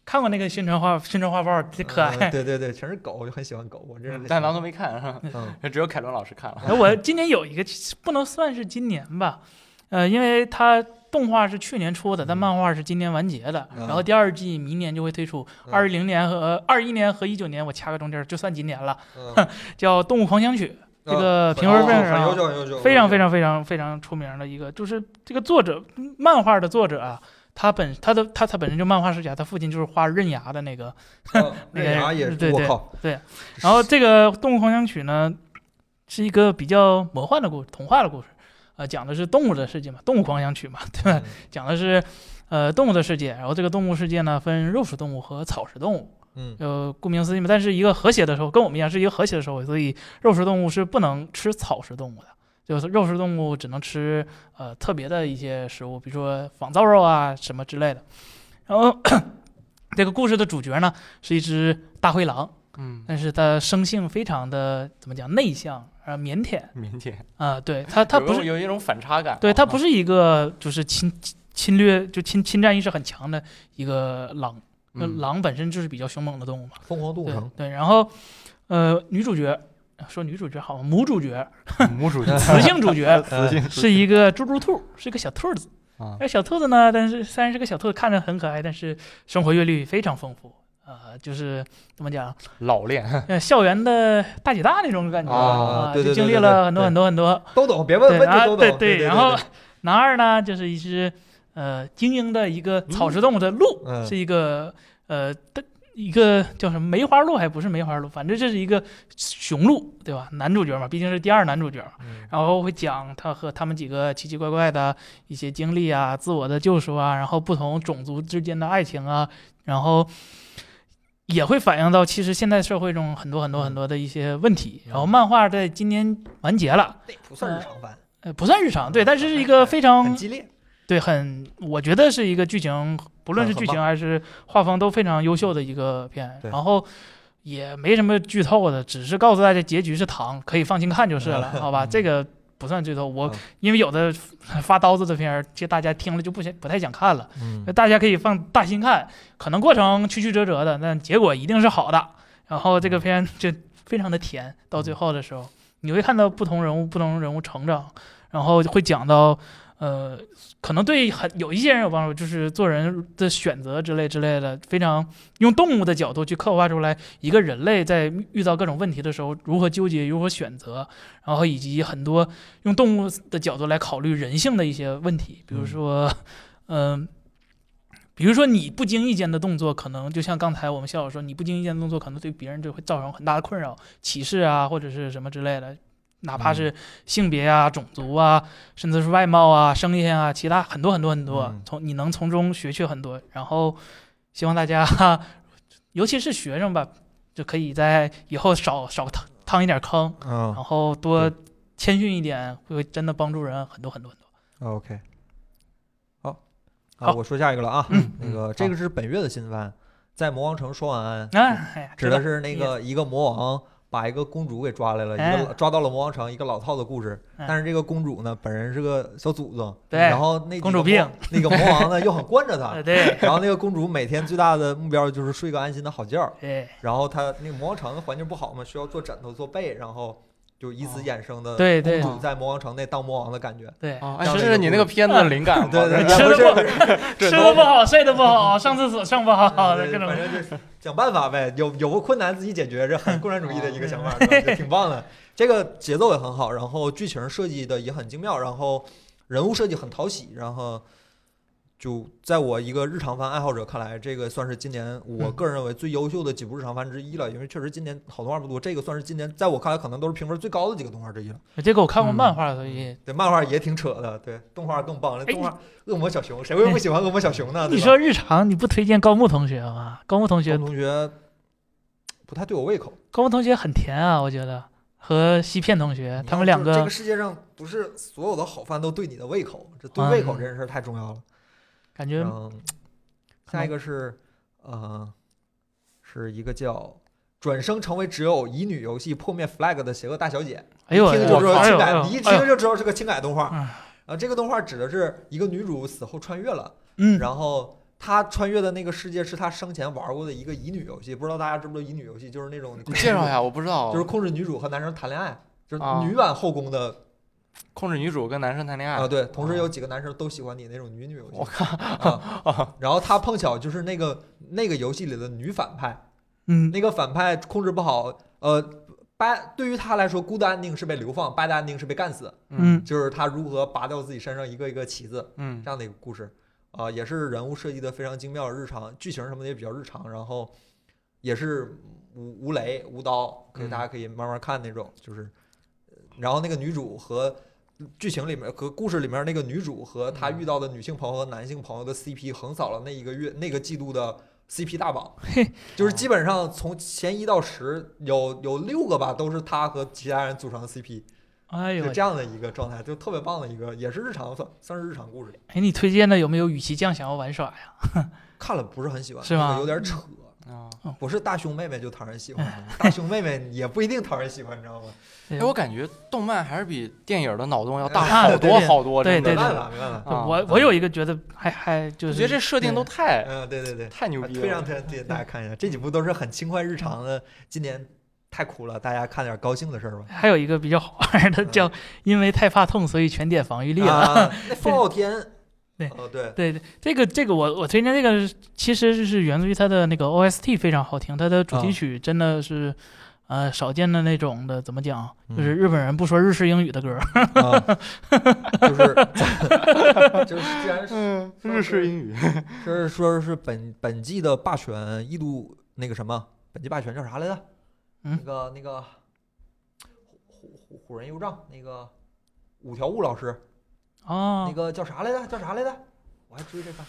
B: 看过那个宣传画宣传画报，这可
A: 嗯
B: 爱。
A: 对对对，全是狗，我就很喜欢狗。我这人
D: 嗯但狼都没看，
A: 嗯
D: 只有凯伦老师看 了。
B: 哎，我今年有一个，不能算是今年吧，呃，因为它动画是去年出的，但漫画是今年完结的，
A: 嗯
B: 然后第二季明年就会推出。
A: 嗯
B: 二零年和二一年和一九年我掐个中间儿，就算今年了，
A: 嗯，
B: 叫《动物狂想曲》， 这个
A: 嗯
B: 评分
A: 很
B: 分
A: 很优
B: 上
A: 秀，很优秀，
B: 非常非
A: 常
B: 常非常非常出名的一个，就是这个作者嗯漫画的作者啊。他本他的他他本身就漫画世家，他父亲就是画刃牙的那个。哦那
A: 那
B: 个
A: 啥也是，
B: 对
A: 我
B: 对
A: 靠，
B: 然后这个《动物狂想曲》呢，是一个比较魔幻的故事，童话的故事，呃，讲的是动物的世界嘛，《动物狂想曲》嘛， 对吧？
A: 嗯
B: 讲的是呃动物的世界，然后这个动物世界呢分肉食动物和草食动物，
A: 嗯
B: 呃，顾名思义嘛，但是一个和谐的社会，跟我们一样是一个和谐的社会，所以肉食动物是不能吃草食动物的，就是肉食动物只能吃呃特别的一些食物，比如说仿造肉啊什么之类的。然后 这个故事的主角呢是一只大灰狼，
D: 嗯，
B: 但是它生性非常的怎么讲内向啊腼腆
D: 腼腆，
B: 啊、对它它
D: 有
B: 不
D: 一
B: 是
D: 种有一种反差感啊。
B: 对，它不
D: 是
B: 是一个就是侵侵侵略就侵侵占意识很强的一个狼，那
D: 嗯
B: 狼本身就是比较凶猛的动物嘛。
A: 疯狂动物
B: 对
A: 城，
B: 对，然后呃，女主角说女主角好吗？母主角，
D: 母主角，
B: 雌性主 角
A: 嗯
D: 性
B: 是一个猪猪兔，是个小兔子。哎
D: 啊
B: 那小兔子呢？但是虽然是个小兔子，看着很可爱，但是生活阅历非常丰富。呃，就是怎么讲，
D: 老练，
B: 呃，校园的大姐大那种感觉
A: 啊对
B: 就
A: 对对
B: 经历
A: 对
B: 了
A: 对
B: 很多
A: 对
B: 很多 很多
A: 都懂，别问，问
B: 啊，
A: 就都
B: 呃对
A: 懂。对，
B: 然后
A: 对
B: 男二呢，就是一只呃精英的一个草食动物的鹿，
A: 嗯
B: 是一个呃的一个叫什么梅花鹿，还不是梅花鹿，反正这是一个雄鹿，对吧？男主角嘛，毕竟是第二男主角嘛。
A: 嗯
B: 然后会讲他和他们几个奇奇怪怪的一些经历啊，自我的救赎啊，然后不同种族之间的爱情啊，然后也会反映到其实现代社会中很多很多很多的一些问题。然后漫画在今年完结了，
A: 那不算日常番，
B: 呃，不算日常，对，但是是一个非常
A: 很激烈。
B: 对，很，我觉得是一个剧情，不论是
A: 很
B: 剧
A: 棒
B: 情还是画风都非常优秀的一个片，
A: 对
B: 然后也没什么剧透的，只是告诉大家结局是糖，可以放心看就是 了，好吧？这个不算剧透，我、
A: 嗯
B: 因为有的 发刀子的片儿，这大家听了就不想不太想看了，
A: 嗯
B: 大家可以放大心看，可能过程曲曲折折的，但结果一定是好的。然后这个片就非常的甜，到最后的时候，你会看到不同人物、不同人物成长，然后会讲到，呃，可能对很有一些人有帮助，就是做人的选择之类之类的，非常用动物的角度去刻画出来一个人类在遇到各种问题的时候如何纠结、如何选择，然后以及很多用动物的角度来考虑人性的一些问题，比如
A: 嗯
B: 说，嗯、比如说你不经意间的动作，可能就像刚才我们校友说，你不经意间的动作可能对别人就会造成很大的困扰、歧视啊，或者是什么之类的，哪
A: 嗯
B: 怕是性别啊、种族啊，甚至是外貌啊、声音啊，其他很多很多很多
A: 嗯，
B: 从你能从中学去很多。然后希望大家，啊尤其是学生吧，就可以在以后少少趟趟一点坑，
A: 嗯
B: 然后多谦逊一点，会真的帮助人很多很多很多。
A: ，OK，好，啊，
B: 好
A: 我说下一个了啊。
B: 嗯
A: 那个这个是本月的新番，在魔王城说晚安，
B: 哎哎呀，
A: 指
B: 知道
A: 的是那个一个魔王把一个公主给抓来了，
B: 哎
A: 一个抓到了魔王城，一个老套的故事。
B: 嗯
A: 但是这个公主呢，本人是个小祖宗，
B: 对
A: 然后那几个
B: 公主
A: 魔
B: 病，
A: 那个魔王呢又很惯着她
B: 哎。 对，
A: 然后那个公主每天最大的目标就是睡个安心的好觉，
B: 哎
A: 然后她那个魔王城的环境不好嘛，需要做枕头做被，然后就以此衍生的
B: 哦对对哦
A: 公主在魔王城内当魔王的感觉。
B: 对。
D: 啊，哎，
A: 像
D: 这
A: 那
D: 是
A: 个
D: 你那个片子的灵感吗？
A: 对对，
B: 吃
A: 不
B: 的
A: 是
B: 不
A: 是
B: 吃的不好，睡的 不好，上厕所上不 好，各种
A: 反正就是想办法呗，有有个困难自己解决，这 很共产主义的一
B: 哦
A: 个想法，是吧就挺棒的。这个节奏也很好，然后剧情设计的也很精妙，然后人物设计很讨喜，然后就在我一个日常番爱好者看来，这个算是今年我
B: 嗯
A: 个人认为最优秀的几部日常番之一了，因为确实今年好动画不多，这个算是今年在我看来可能都是评分最高的几个动画之一了。
B: 这个我看过漫画，所以
A: 对，漫画也挺扯的，对，动画更棒了。
B: 哎
A: 动画恶魔小熊，谁会不喜欢恶魔小熊呢？对
B: 你
A: 吧
B: 说日常你不推荐高木同学吗？高木同学
A: 嗯高，同学不太对我胃口。
B: 高木同学很甜啊，我觉得和西片同学
A: 你
B: 他
A: 要
B: 们两
A: 就是这
B: 个
A: 个世界上不是所有的好饭都对你的胃口，这对胃口
B: 嗯
A: 这件事儿太重要了。
B: 感觉
A: 嗯，下一个是呃，是一个叫。转生成为只有乙女游戏破灭 flag 的邪恶大小姐，
B: 哎呦，
A: 一听就知
B: 我
A: 道
B: 哎
A: 情
B: 呦，
A: 感，
B: 哎
A: 你一
B: 呦
A: 听就知道是个情感动画
B: 哎。
A: 然后这个动画指的是一个女主死后穿越了，
B: 嗯，
A: 然后她穿越的那个世界是她生前玩过的一个乙女游戏，不知道大家知不知道乙女游戏就是那种
D: 你介绍一下，我不知道。
A: 就是控制女主和男生谈恋爱，就是
D: 啊
A: 女版后宫的
D: 控制女主跟男生谈恋爱
A: 啊，对，同时有几个男生都喜欢你那种女女游戏。
D: 我
A: 靠！ 啊、然后他碰巧就是那个那个游戏里的女反派，
B: 嗯
A: 那个反派控制不好，呃，bad 对于他来说，good ending 是被流放，bad ending 是被干死，
B: 嗯
A: 就是他如何拔掉自己身上一个一个旗子
D: 嗯
A: 这样的一个故事。啊、也是人物设计的非常精妙，日常剧情什么的也比较日常，然后也是无无雷无刀，可以
D: 嗯
A: 大家可以慢慢看那种，就是，然后那个女主和剧情里面和故事里面那个女主和她
D: 嗯
A: 遇到的女性朋友和男性朋友的 CP 横扫了那一个月那个季度的 CP 大榜， 就是基本上从前一到十有有六个吧，都是她和其他人组成的 CP，
B: 哎呦
A: 就，这样的一个状态，就特别棒的一个，也是日常算算是日常故事。
B: 哎，你推荐的有没有与其酱想要玩耍呀？
A: 看了不是很喜欢，
B: 是
A: 那
B: 吗嗯
A: 个有点扯。嗯
D: 啊，
A: 不是大胸妹妹就讨人喜 欢，大胸妹妹也不一定讨人喜欢，你知道吗？
B: 哎
D: 哎，
B: 呦
D: 我感觉动漫还是比电影的脑洞要大
A: 啊
D: 好
B: 对
D: 多
B: 对
D: 好多，
B: 对
D: 真
A: 没
D: 的。
A: 办法，没办法。
D: 啊
B: 我我有一个觉得还还就
D: 我
B: 是
D: 觉得这设定都
B: 哎
D: 太
A: 嗯，对对对，
D: 太牛
B: 啊
D: 逼
A: 推
D: 了
A: 让。推荐大家看一下，这几部都是很轻快日常的。今年太苦了，大家看点高兴的事儿吧。
B: 还有一个比较好玩的叫因为太怕痛，所以全点防御力了。
A: 嗯啊， 那风傲天，
B: 对
A: 哦 对，
B: 对，这个这个我我推荐这个是其实是源自于它的那个 OST 非常好听，它的主
A: 啊
B: 题曲真的是、呃少见的那种的，怎么讲？就是
A: 嗯
B: 日本人不说日式英语的 歌儿，
A: 啊，就是 就是，既然是
D: 嗯，
A: 日式
D: 英语。
A: 是说是本本季的霸权一度那个什么，本季霸权叫啥来着？
B: 嗯
A: 那个那个虎虎虎人右杖那个五条悟老师。
B: 哦，
A: 那个叫啥来着？叫啥来着？我还追着看。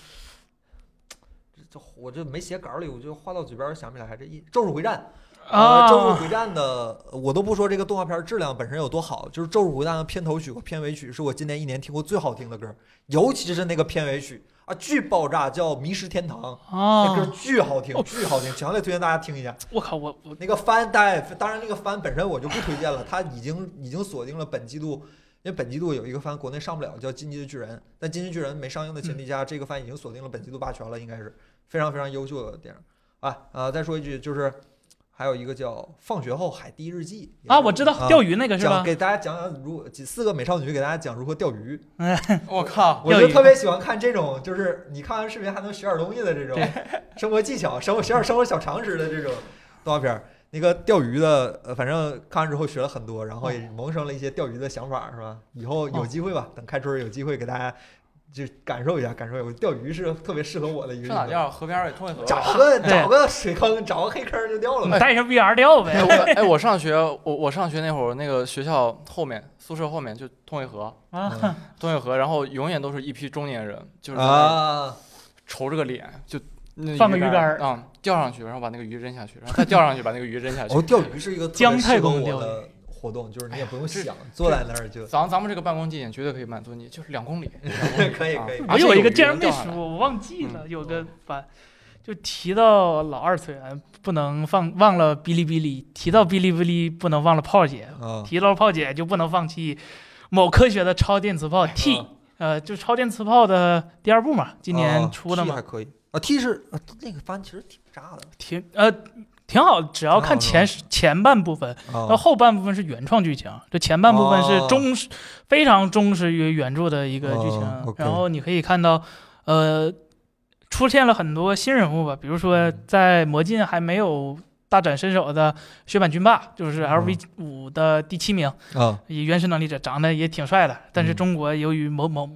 A: 这这我这没写稿里，我就话到嘴边儿想不起来。这一《咒术回战》呃，《咒术
B: 啊，
A: 回战》的我都不说这个动画片质量本身有多好，就是《咒术回战》的片头曲和片尾曲是我今年一年听过最好听的歌，尤其是那个片尾曲啊，巨爆炸，叫《迷失天堂》，那歌
B: 啊，
A: 巨好听
B: 哦，
A: 巨好听，强烈推荐大家听一下。
B: 我靠，我我
A: 那个番，当然，当然那个番本身我就不推荐了，它已经已经锁定了本季度，因为本季度有一个番国内上不了，叫《进击的巨人》，但《进击的巨人》没上映的前提
B: 嗯
A: 下，这个番已经锁定了本季度霸权了，应该是非常非常优秀的电影啊啊！再说一句，就是还有一个叫《放学后海堤日记》
B: 啊，我知道钓
A: 鱼。
B: 鱼那个是
A: 讲
B: 吧？
A: 给大家讲讲如几四个美少女给大家讲如何钓鱼，
D: 我靠，
A: 我就
B: 钓鱼
A: 特别喜欢看这种，就是你看完视频还能学点东西的这种
B: 对
A: 生活技巧、生活学点生活小常识的这种动画片儿。那个钓鱼的，呃，反正看完之后学了很多，然后也萌生了一些钓鱼的想法，是吧？以后有
B: 哦
A: 机会吧，等开春儿有机会给大家就感受一下，感受一下。我钓鱼是特别适合我的一个
D: 上哪
A: 运动？
D: 钓？河边儿给通一河。
A: 找个
B: 对
A: 找个水坑，找个黑坑就掉了
B: 你
A: 呗。
B: 带上 VR 钓呗
D: 哎， 我哎，我上学，我我上学那会儿，那个学校后面宿舍后面就通一河，
A: 嗯
B: 啊！
D: 通一河，然后永远都是一批中年人，就是在那儿
A: 啊，
D: 愁着个脸，就那
B: 放个鱼竿儿
D: 啊、嗯，钓上去，然后把那个鱼扔下去，然后再钓上去，把那个鱼扔下去
A: 哦，。钓鱼是一个特别
B: 姜太
A: 适合
B: 公
A: 我
B: 钓
A: 的活动，就是你也不用
D: 这
A: 想，坐在那儿就
D: 咱咱们这个办公地点绝对可以满足你，就是两公里。
A: 嗯
D: 两公 里
A: 可以
D: 啊
A: 可以
B: 我
D: 而且
B: 有一个
D: 鱼
B: 竟然
D: 能
B: 没
D: 钓上来
B: 说，我忘记
A: 嗯
B: 了，有个把就提到老二次元，不能放忘了哔哩哔哩，提到哔哩哔哩不能忘了炮姐，
A: 啊
B: 提到炮姐就不能放弃某科学的超电磁炮 T，、
A: 啊
B: 呃，就超电磁炮的第二部嘛，今
A: 哦
B: 年出的
A: T
B: 嘛，
A: 还可以啊。T 是啊，那个番其实挺炸的
B: 挺呃挺好，只要看
A: 啊挺好嗯
B: 前十前半部分，到
A: 啊。
B: 后半部分是原创剧情，就前半部分是忠实、非常忠实于原著的一个剧情，
A: 哦，OK
B: 然后你可以看到，呃，出现了很多新人物吧，比如说
A: 嗯
B: 在魔镜还没有大展身手的血版君霸，就是
A: 嗯
B: LV 五的第七名，
A: 啊
B: 以原始能力者长得也挺帅的，但是
A: 嗯
B: 中国由于某某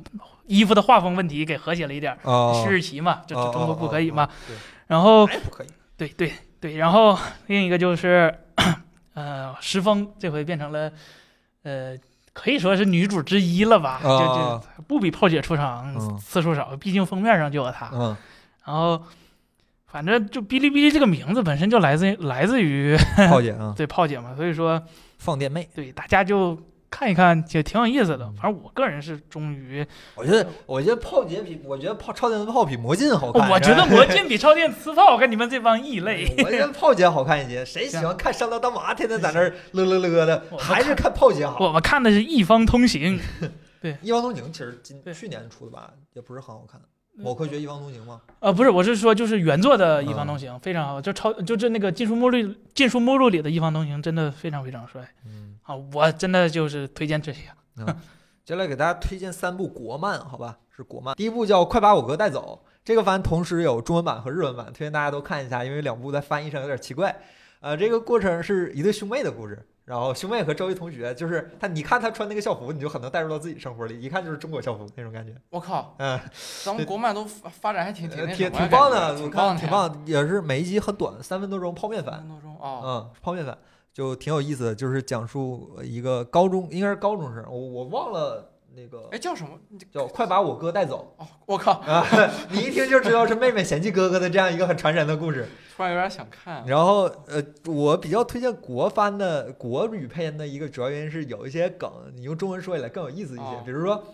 B: 衣服的画风问题给和谐了一点儿，
A: 啊
B: 是日旗嘛，这这中国
A: 哦
B: 不可以嘛，？
A: 对
B: 然后
A: 哎，不可以。
B: 对对对，然后另一个就是，呃，石峰这回变成了，呃，可以说是女主之一了
A: 啊
B: 吧？就就不比炮姐
A: 嗯
B: 出场次数少，毕竟封面上就有她。
A: 嗯
B: 然后，反正就哔哩哔哩这个名字本身就来自于来自于
A: 炮姐啊，
B: 对炮姐嘛，所以说
A: 放电妹。
B: 对大家就看一看，也挺有意思
A: 嗯
B: 的。反正我个人是忠于，
A: 我觉得，我觉得炮姐比，我觉得炮超电磁炮比魔镜好看。
B: 我觉
A: 是
B: 得
A: 吧
B: 魔镜比超电磁炮跟你们这帮异 类。
A: 我觉得炮姐好看一些。谁喜欢看上当当麻，天天在那儿乐乐乐的，
B: 我
A: 还是看炮姐好。
B: 我们看的是《一方通行》，对
A: 一汪东宁其实今
B: 对嗯
A: 去年出的吧，也不是很好看。某科学一汪东宁嘛，
B: 呃，不是，我是说就是原作的一方
A: 嗯
B: 通行非常好，就超就是那个《禁书目录》《禁书目录》里的一方通行真的非常非常帅
A: 嗯，
B: 啊！我真的就是推荐这些。
A: 接下来给大家推荐三部国漫，好吧，是国漫。第一部叫《快把我哥带走》，这个番同时有中文版和日文版，推荐大家都看一下，因为两部在翻译上有点奇怪。呃，这个过程是一对兄妹的故事，然后兄妹和周围同学，就是他，你看他穿那个校服，你就很能带入到自己生活里，一看就是中国校服那种感觉。
D: 我靠，
A: 嗯，
D: 咱们国漫都发发展还挺挺
A: 呃
D: 那
A: 挺
D: 什么呀
A: 挺棒
D: 感
A: 的，
D: 觉
A: 我
D: 挺
A: 看
D: 棒的，
A: 挺。棒，也是每一集很短，三分多钟泡面番
D: 三。分多钟哦，
A: 嗯，泡面番就挺有意思的，就是讲述呃一个高中，应该是高中生，我我忘了那个
D: 哎叫什么？你
A: 叫“快把我哥带走
D: 哦，我靠”，
A: 啊， 你一听就知道是妹妹嫌弃哥哥的这样一个很传神的故事。
D: 突然有点想看。啊
A: 然后呃，我比较推荐国番的国语配音的一个主要原因是有一些梗，你用中文说起来更有意思一些
D: 哦。
A: 比如说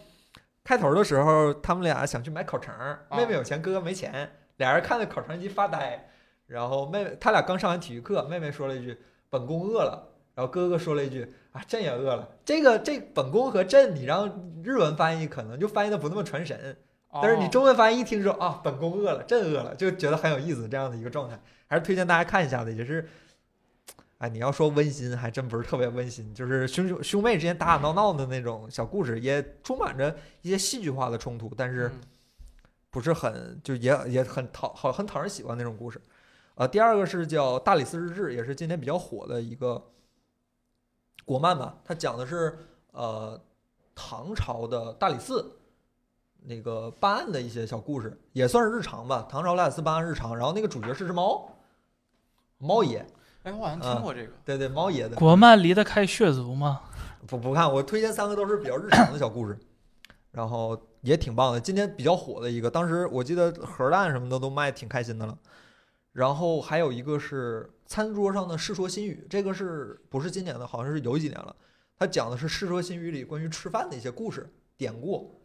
A: 开头的时候，他们俩想去买烤肠儿，妹妹有钱，哥哥没钱，俩人看着烤肠机发呆。然后妹妹他俩刚上完体育课，妹妹说了一句“本宫饿了”，然后哥哥说了一句“啊，朕也饿了”。这个这本宫和朕，你让日文翻译可能就翻译的不那么传神。但是你
D: 哦
A: 中文翻译一听说啊，本宫饿了，朕饿了，就觉得很有意思这样的一个状态，还是推荐大家看一下的。也是，哎，你要说温馨，还真不是特别温馨，就是兄兄妹之间打打闹闹的那种小故事，也充满着一些戏剧化的冲突，但是
D: 嗯
A: 不是很就也也很讨好很讨人喜欢那种故事。呃，第二个是叫《大理寺日志》，也是今年比较火的一个国漫吧。它讲的是呃唐朝的大理寺那个办案的一些小故事，也算是日常吧。唐朝大理寺办案日常，然后那个主角是只猫，猫爷，
D: 哎，我好像
A: 嗯
D: 听过这个。
A: 对对，猫爷的。
B: 国漫离得开血族吗？
A: 不不看，我推荐三个都是比较日常的小故事，然后也挺棒的。今天比较火的一个，当时我记得盒蛋什么的都卖挺开心的了。然后还有一个是餐桌上的《世说新语》，这个是不是今年的？好像是有几年了。它讲的是《世说新语》里关于吃饭的一些故事典故。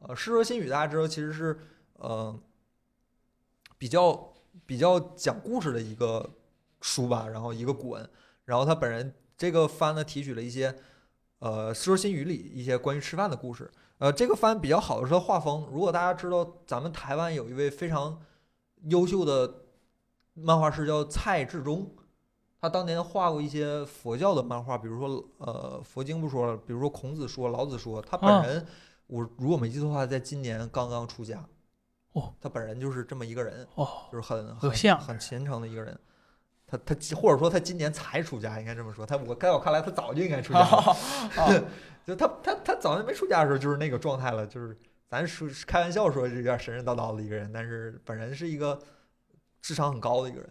A: 呃，《世说新语》大家知道其实是呃比较比较讲故事的一个书吧，然后一个古文。然后他本人这个番呢提取了一些呃《世说新语》里一些关于吃饭的故事。呃，这个番比较好的是它画风。如果大家知道，咱们台湾有一位非常优秀的漫画师叫蔡志忠，他当年画过一些佛教的漫画，比如说呃佛经不说了，比如说孔子说、老子说，他本
B: 啊
A: 人、我如果没记错的话，在今年刚刚出家。
B: 哦，
A: 他本人就是这么一个人。
B: 哦，
A: 就是很
B: 有
A: 很
B: 像
A: 很虔诚的一个人。他他或者说他今年才出家，应该这么说。他我在我看来，他早就应该出家了。
D: 啊 哦
A: 就他他他早就没出家的时候就是那个状态了，就是咱说开玩笑说是有点神神叨叨的一个人，但是本人是一个智商很高的一个人。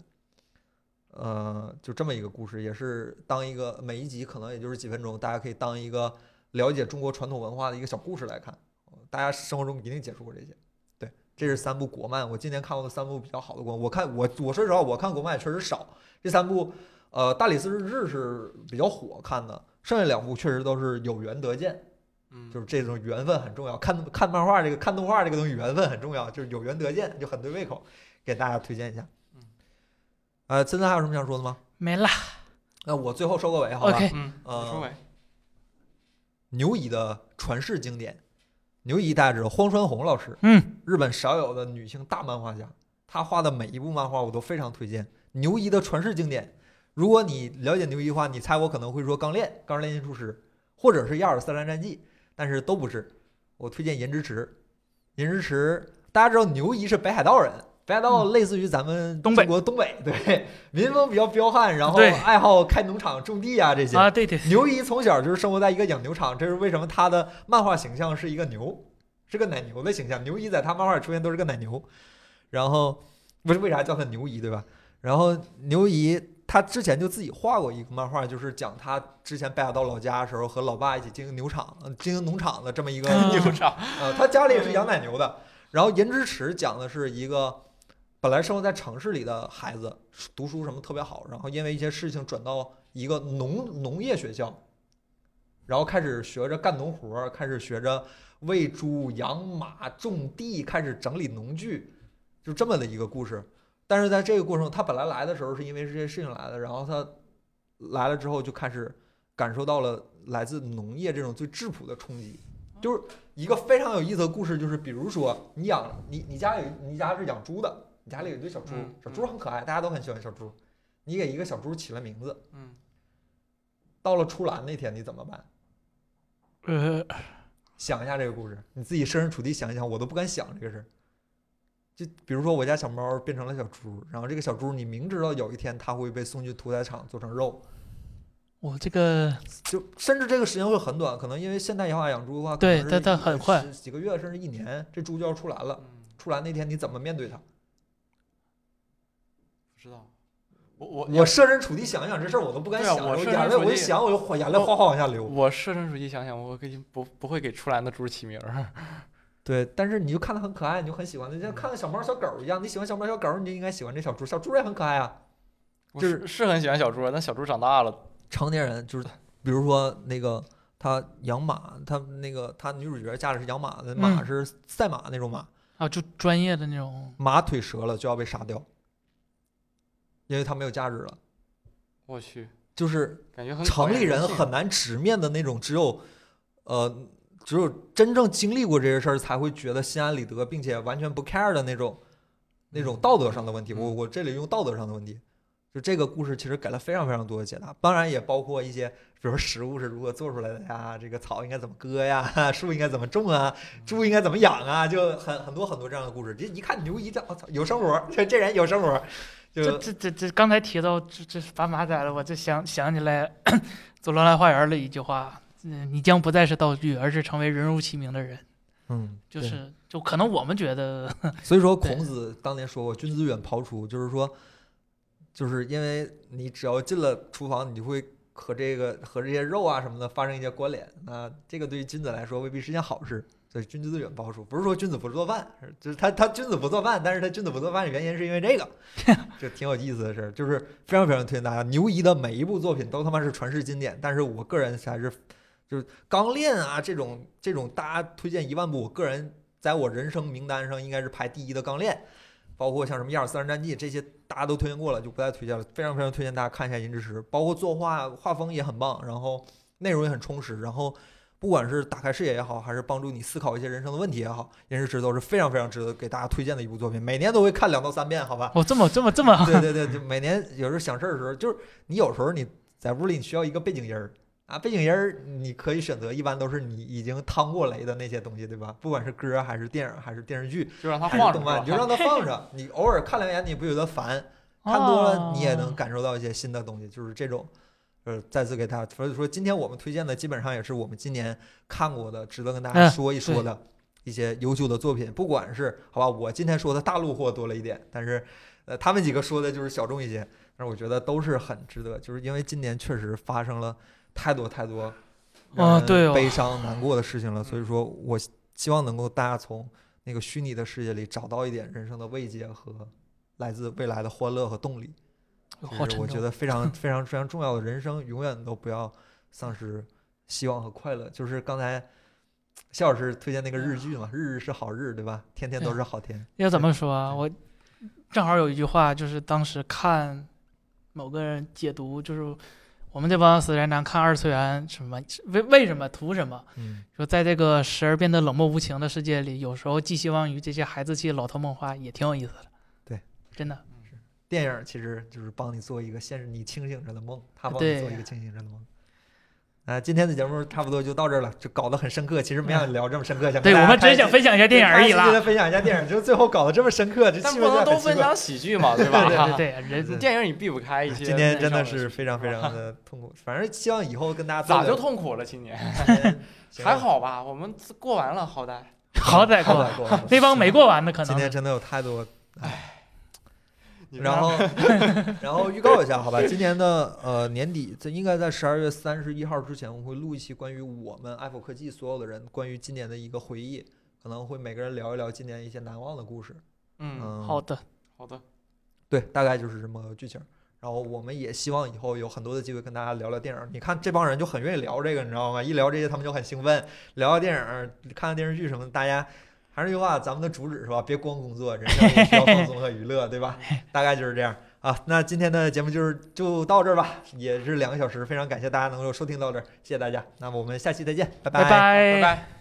A: 呃，就这么一个故事，也是当一个每一集可能也就是几分钟，大家可以当一个了解中国传统文化的一个小故事来看。大家生活中一定接触过这些。对，这是三部国漫，我今年看过的三部比较好的国漫。我看我我说实话，我看国漫也确实少。这三部，呃，《大理寺日志》是比较火看的，剩下两部确实都是有缘得见。
D: 嗯，
A: 就是这种缘分很重要。看看漫画这个看动画这个东西缘分很重要，就是有缘得见，就很对胃口，给大家推荐一下
D: 嗯。
A: 呃，森森还有什么想说的吗？
B: 没啦。
A: 那呃我最后收个尾，好吧
B: OK，
D: 嗯，
A: 呃
D: 收尾。
A: 牛姨的传世经典，牛姨大家知道，荒川弘老师，
B: 嗯，
A: 日本少有的女性大漫画家，她画的每一部漫画我都非常推荐。牛姨的传世经典，如果你了解牛姨的话，你猜我可能会说《钢炼》《钢之炼金术师》，或者是《亚尔斯兰战记》，但是都不是。我推荐《银之池》，《银之池》大家知道牛姨是北海道人，北海道类似于咱们
B: 嗯东北
A: 中国东北，对，民风比较彪悍，然后
B: 对
A: 爱好开农场、种地啊这些。
B: 啊，对对，
A: 牛一从小就是生活在一个养牛场，这是为什么他的漫画形象是一个牛，是个奶牛的形象。牛一在他漫画里出现都是个奶牛，然后不是为啥叫他牛一对吧？然后牛一他之前就自己画过一个漫画，就是讲他之前北海道老家的时候和老爸一起经营牛场、呃经营农场的这么一个
B: 嗯
D: 你不 上。
A: 呃，他家里也是养奶牛的。然后银之池讲的是一个本来生活在城市里的孩子，读书什么特别好，然后因为一些事情转到一个农农业学校，然后开始学着干农活儿，开始学着喂猪、养马、种地，开始整理农具，就这么的一个故事。但是在这个过程中，他本来来的时候是因为这些事情来的，然后他来了之后就开始感受到了来自农业这种最质朴的冲击。就是一个非常有意思的故事，就是比如说你养你你家有你家是养猪的，你家里有一堆小猪
D: 嗯，
A: 小猪很可爱，大家都很喜欢小猪。你给一个小猪起了名字，
D: 嗯，
A: 到了出栏那天你怎么办？
B: 呃，
A: 想一下这个故事，你自己设身处地想一想，我都不敢想这个事儿。就比如说我家小猫变成了小猪，然后这个小猪你明知道有一天它会被送去屠宰场做成肉，
B: 我这个
A: 就甚至这个时间会很短，可能因为现代化养猪的话，可
B: 对
A: 能是
B: 但但很快
A: 十几个月甚至一年，这猪就要出栏了。
D: 嗯
A: 出栏那天你怎么面对它？
D: 不知道，我我
A: 我设身处地想一想这事儿，我都不敢
D: 对啊
A: 想，
D: 我
A: 我
D: 设身
A: 眼泪
D: 处
A: 我一
D: 地
A: 想我就哗眼泪
D: 我
A: 哗哗往下流。
D: 我设身处地想想，我给不不会给出栏的猪起名儿。
A: 对，但是你就看它很可爱，你就很喜欢它，就像看看小猫小狗一样，你喜欢小猫小狗，你就应该喜欢这小猪，小猪也很可爱啊。
D: 我
A: 就是
D: 是是很喜欢小猪，但小猪长大了，
A: 成年人就是，比如说那个他养马，他那个他女主角驾的是养马的，马
B: 嗯
A: 是赛马那种马，
B: 啊，就专业的那种，
A: 马腿折了就要被杀掉，因为它没有价值了。
D: 我去，
A: 就是
D: 感觉很考
A: 城
D: 验
A: 里人
D: 性
A: 很难直面的那种，只有呃，只有真正经历过这些事儿，才会觉得心安理得，并且完全不 care 的那种，那种道德上的问题。我
D: 嗯
A: 我这里用道德上的问题，就这个故事其实给了非常非常多的解答，当然也包括一些，比如说食物是如何做出来的呀，这个草应该怎么割呀， 树应该怎么种啊，猪应该怎么养啊，就很很多很多这样的故事。这一看牛一这，我操，有生活， 这这人有生活，就
B: 这这这这，刚才提到这这把马宰了，我就想想起来，走罗兰花园里一句话：“嗯，你将不再是道具，而是成为人如其名的人。
A: 嗯，”
B: 就
A: 对
B: 是就可能我们觉得，
A: 所以说，
B: 对
A: 孔子当年说过“君子远庖厨”，就是说，就是因为你只要进了厨房，你就会和这个和这些肉啊什么的发生一些关联。那这个对于君子来说未必是件好事。所以“君子远庖厨”不是说君子不做饭，是就是他他君子不做饭，但是他君子不做饭的原因是因为这个，就挺有意思的事儿。就是非常非常推荐大家，牛一的每一部作品都他妈是传世经典，但是我个人还是就是钢炼啊这种这种大家推荐一万部，我个人在我人生名单上应该是排第一的《钢炼》，包括像什么《一二三战记》这些大家都推荐过了，就不再推荐了。非常非常推荐大家看一下《银之匙》，包括作画画风也很棒，然后内容也很充实，然后不管是打开视野也好，还是帮助你思考一些人生的问题也好，《银之匙》都是非常非常值得给大家推荐的一部作品，每年都会看两到三遍，好吧？
B: 哦，这么这么这么，
A: 对对对，就每年有时候想事儿的时候，就是你有时候你在屋里你需要一个背景音儿啊，背景音儿你可以选择，一般都是你已经趟过雷的那些东西，对吧？不管是歌儿还是电影还是电视剧
D: 就让它
A: 还
D: 放
A: 是
D: 着
A: 动
D: 吧，
A: 漫，你就让它放着，你偶尔看两眼你不觉得烦，看多了你也
D: 哦
A: 能感受到一些新的东西，就是这种。呃，再次给大家，所以说今天我们推荐的基本上也是我们今年看过的，值得跟大家
B: 嗯
A: 说一说的一些优秀的作品。不管是好吧，我今天说的大陆货多了一点，但是呃，他们几个说的就是小众一些，但是我觉得都是很值得，就是因为今年确实发生了太多太多让
B: 啊
A: 人
B: 对哦
A: 呃
B: 嗯
A: 悲伤难过的事情了，所以说我希希望能够大家从那个虚拟的世界里找到一点人生的慰藉和来自未来的欢乐和动力。
B: 哦好
A: 这是
B: 沉
A: 我觉
B: 重。
A: 得非常非常非常重要的人生，永远都不要丧失希望和快乐。就是刚才谢老师推荐那个日剧
B: 嗯
A: 嘛，日日是好日，对吧？天天都
B: 对
A: 是好天。
B: 要怎么说啊？
A: 对
B: 我正好有一句话，就是当时看某个人解读，就是我们这帮死宅男看二次元什么为为什么图什么。
A: 嗯
B: 说在这个时而变得冷漠无情的世界里，有时候寄希望于这些孩子气、老头梦话也挺有意思的。
A: 对，
B: 真的，
A: 电影其实就是帮你做一个现实你清醒着的梦，他帮你做一个
B: 对
A: 清醒着的梦。啊，今天的节目差不多就到这儿了，就搞得很深刻。其实没想聊这么深刻，想
B: 嗯
A: 跟
B: 对
A: 大
B: 我
A: 家
B: 们只
A: 开
B: 是想
A: 心
B: 分享一下电影而已
A: 开心地
B: 啦。
A: 分享一下电影，就最后搞得这么深 刻，这
D: 但
A: 气
D: 不
A: 氛真的
D: 能都
A: 很奇
D: 分
A: 怪
D: 享喜剧嘛，对吧？
B: 对对对，人
D: 电影你避不开一些
A: 今
D: 内向的事。
A: 天真的是非常非常的痛苦，反正希望以后跟大家
D: 咋
A: 多聊
D: 就痛苦了？今年
A: 行
D: 还好吧，我们自过完了，好歹
B: 好歹
A: 好
B: 过，
A: 歹过，
B: 那帮没过完的可
A: 今
B: 能
A: 天
B: 是。
A: 真的有太多，唉。
D: 你们
A: 然后，然后预告一下，好吧，今年的呃年底，这应该在十二月三十一号之前，我们会录一期关于我们 Apple 科技所有的人关于今年的一个回忆，可能会每个人聊一聊今年一些难忘的故事。
D: 嗯，
A: 嗯，
B: 好的，
D: 好的，
A: 对，大概就是这么个剧情。然后我们也希望以后有很多的机会跟大家聊聊电影。你看这帮人就很愿意聊这个，你知道吗？一聊这些他们就很兴奋，聊聊电影，看看电视剧什么的。大家还是那句话，咱们的主旨是吧？别光工作，人生也需要放松和娱乐，对吧？ 大概就是这样啊。那今天的节目就是就到这儿吧，也是两个小时，非常感谢大家能够收听到这儿，谢谢大家。那么我们下期再见，拜
B: 拜
A: 拜
D: 拜拜。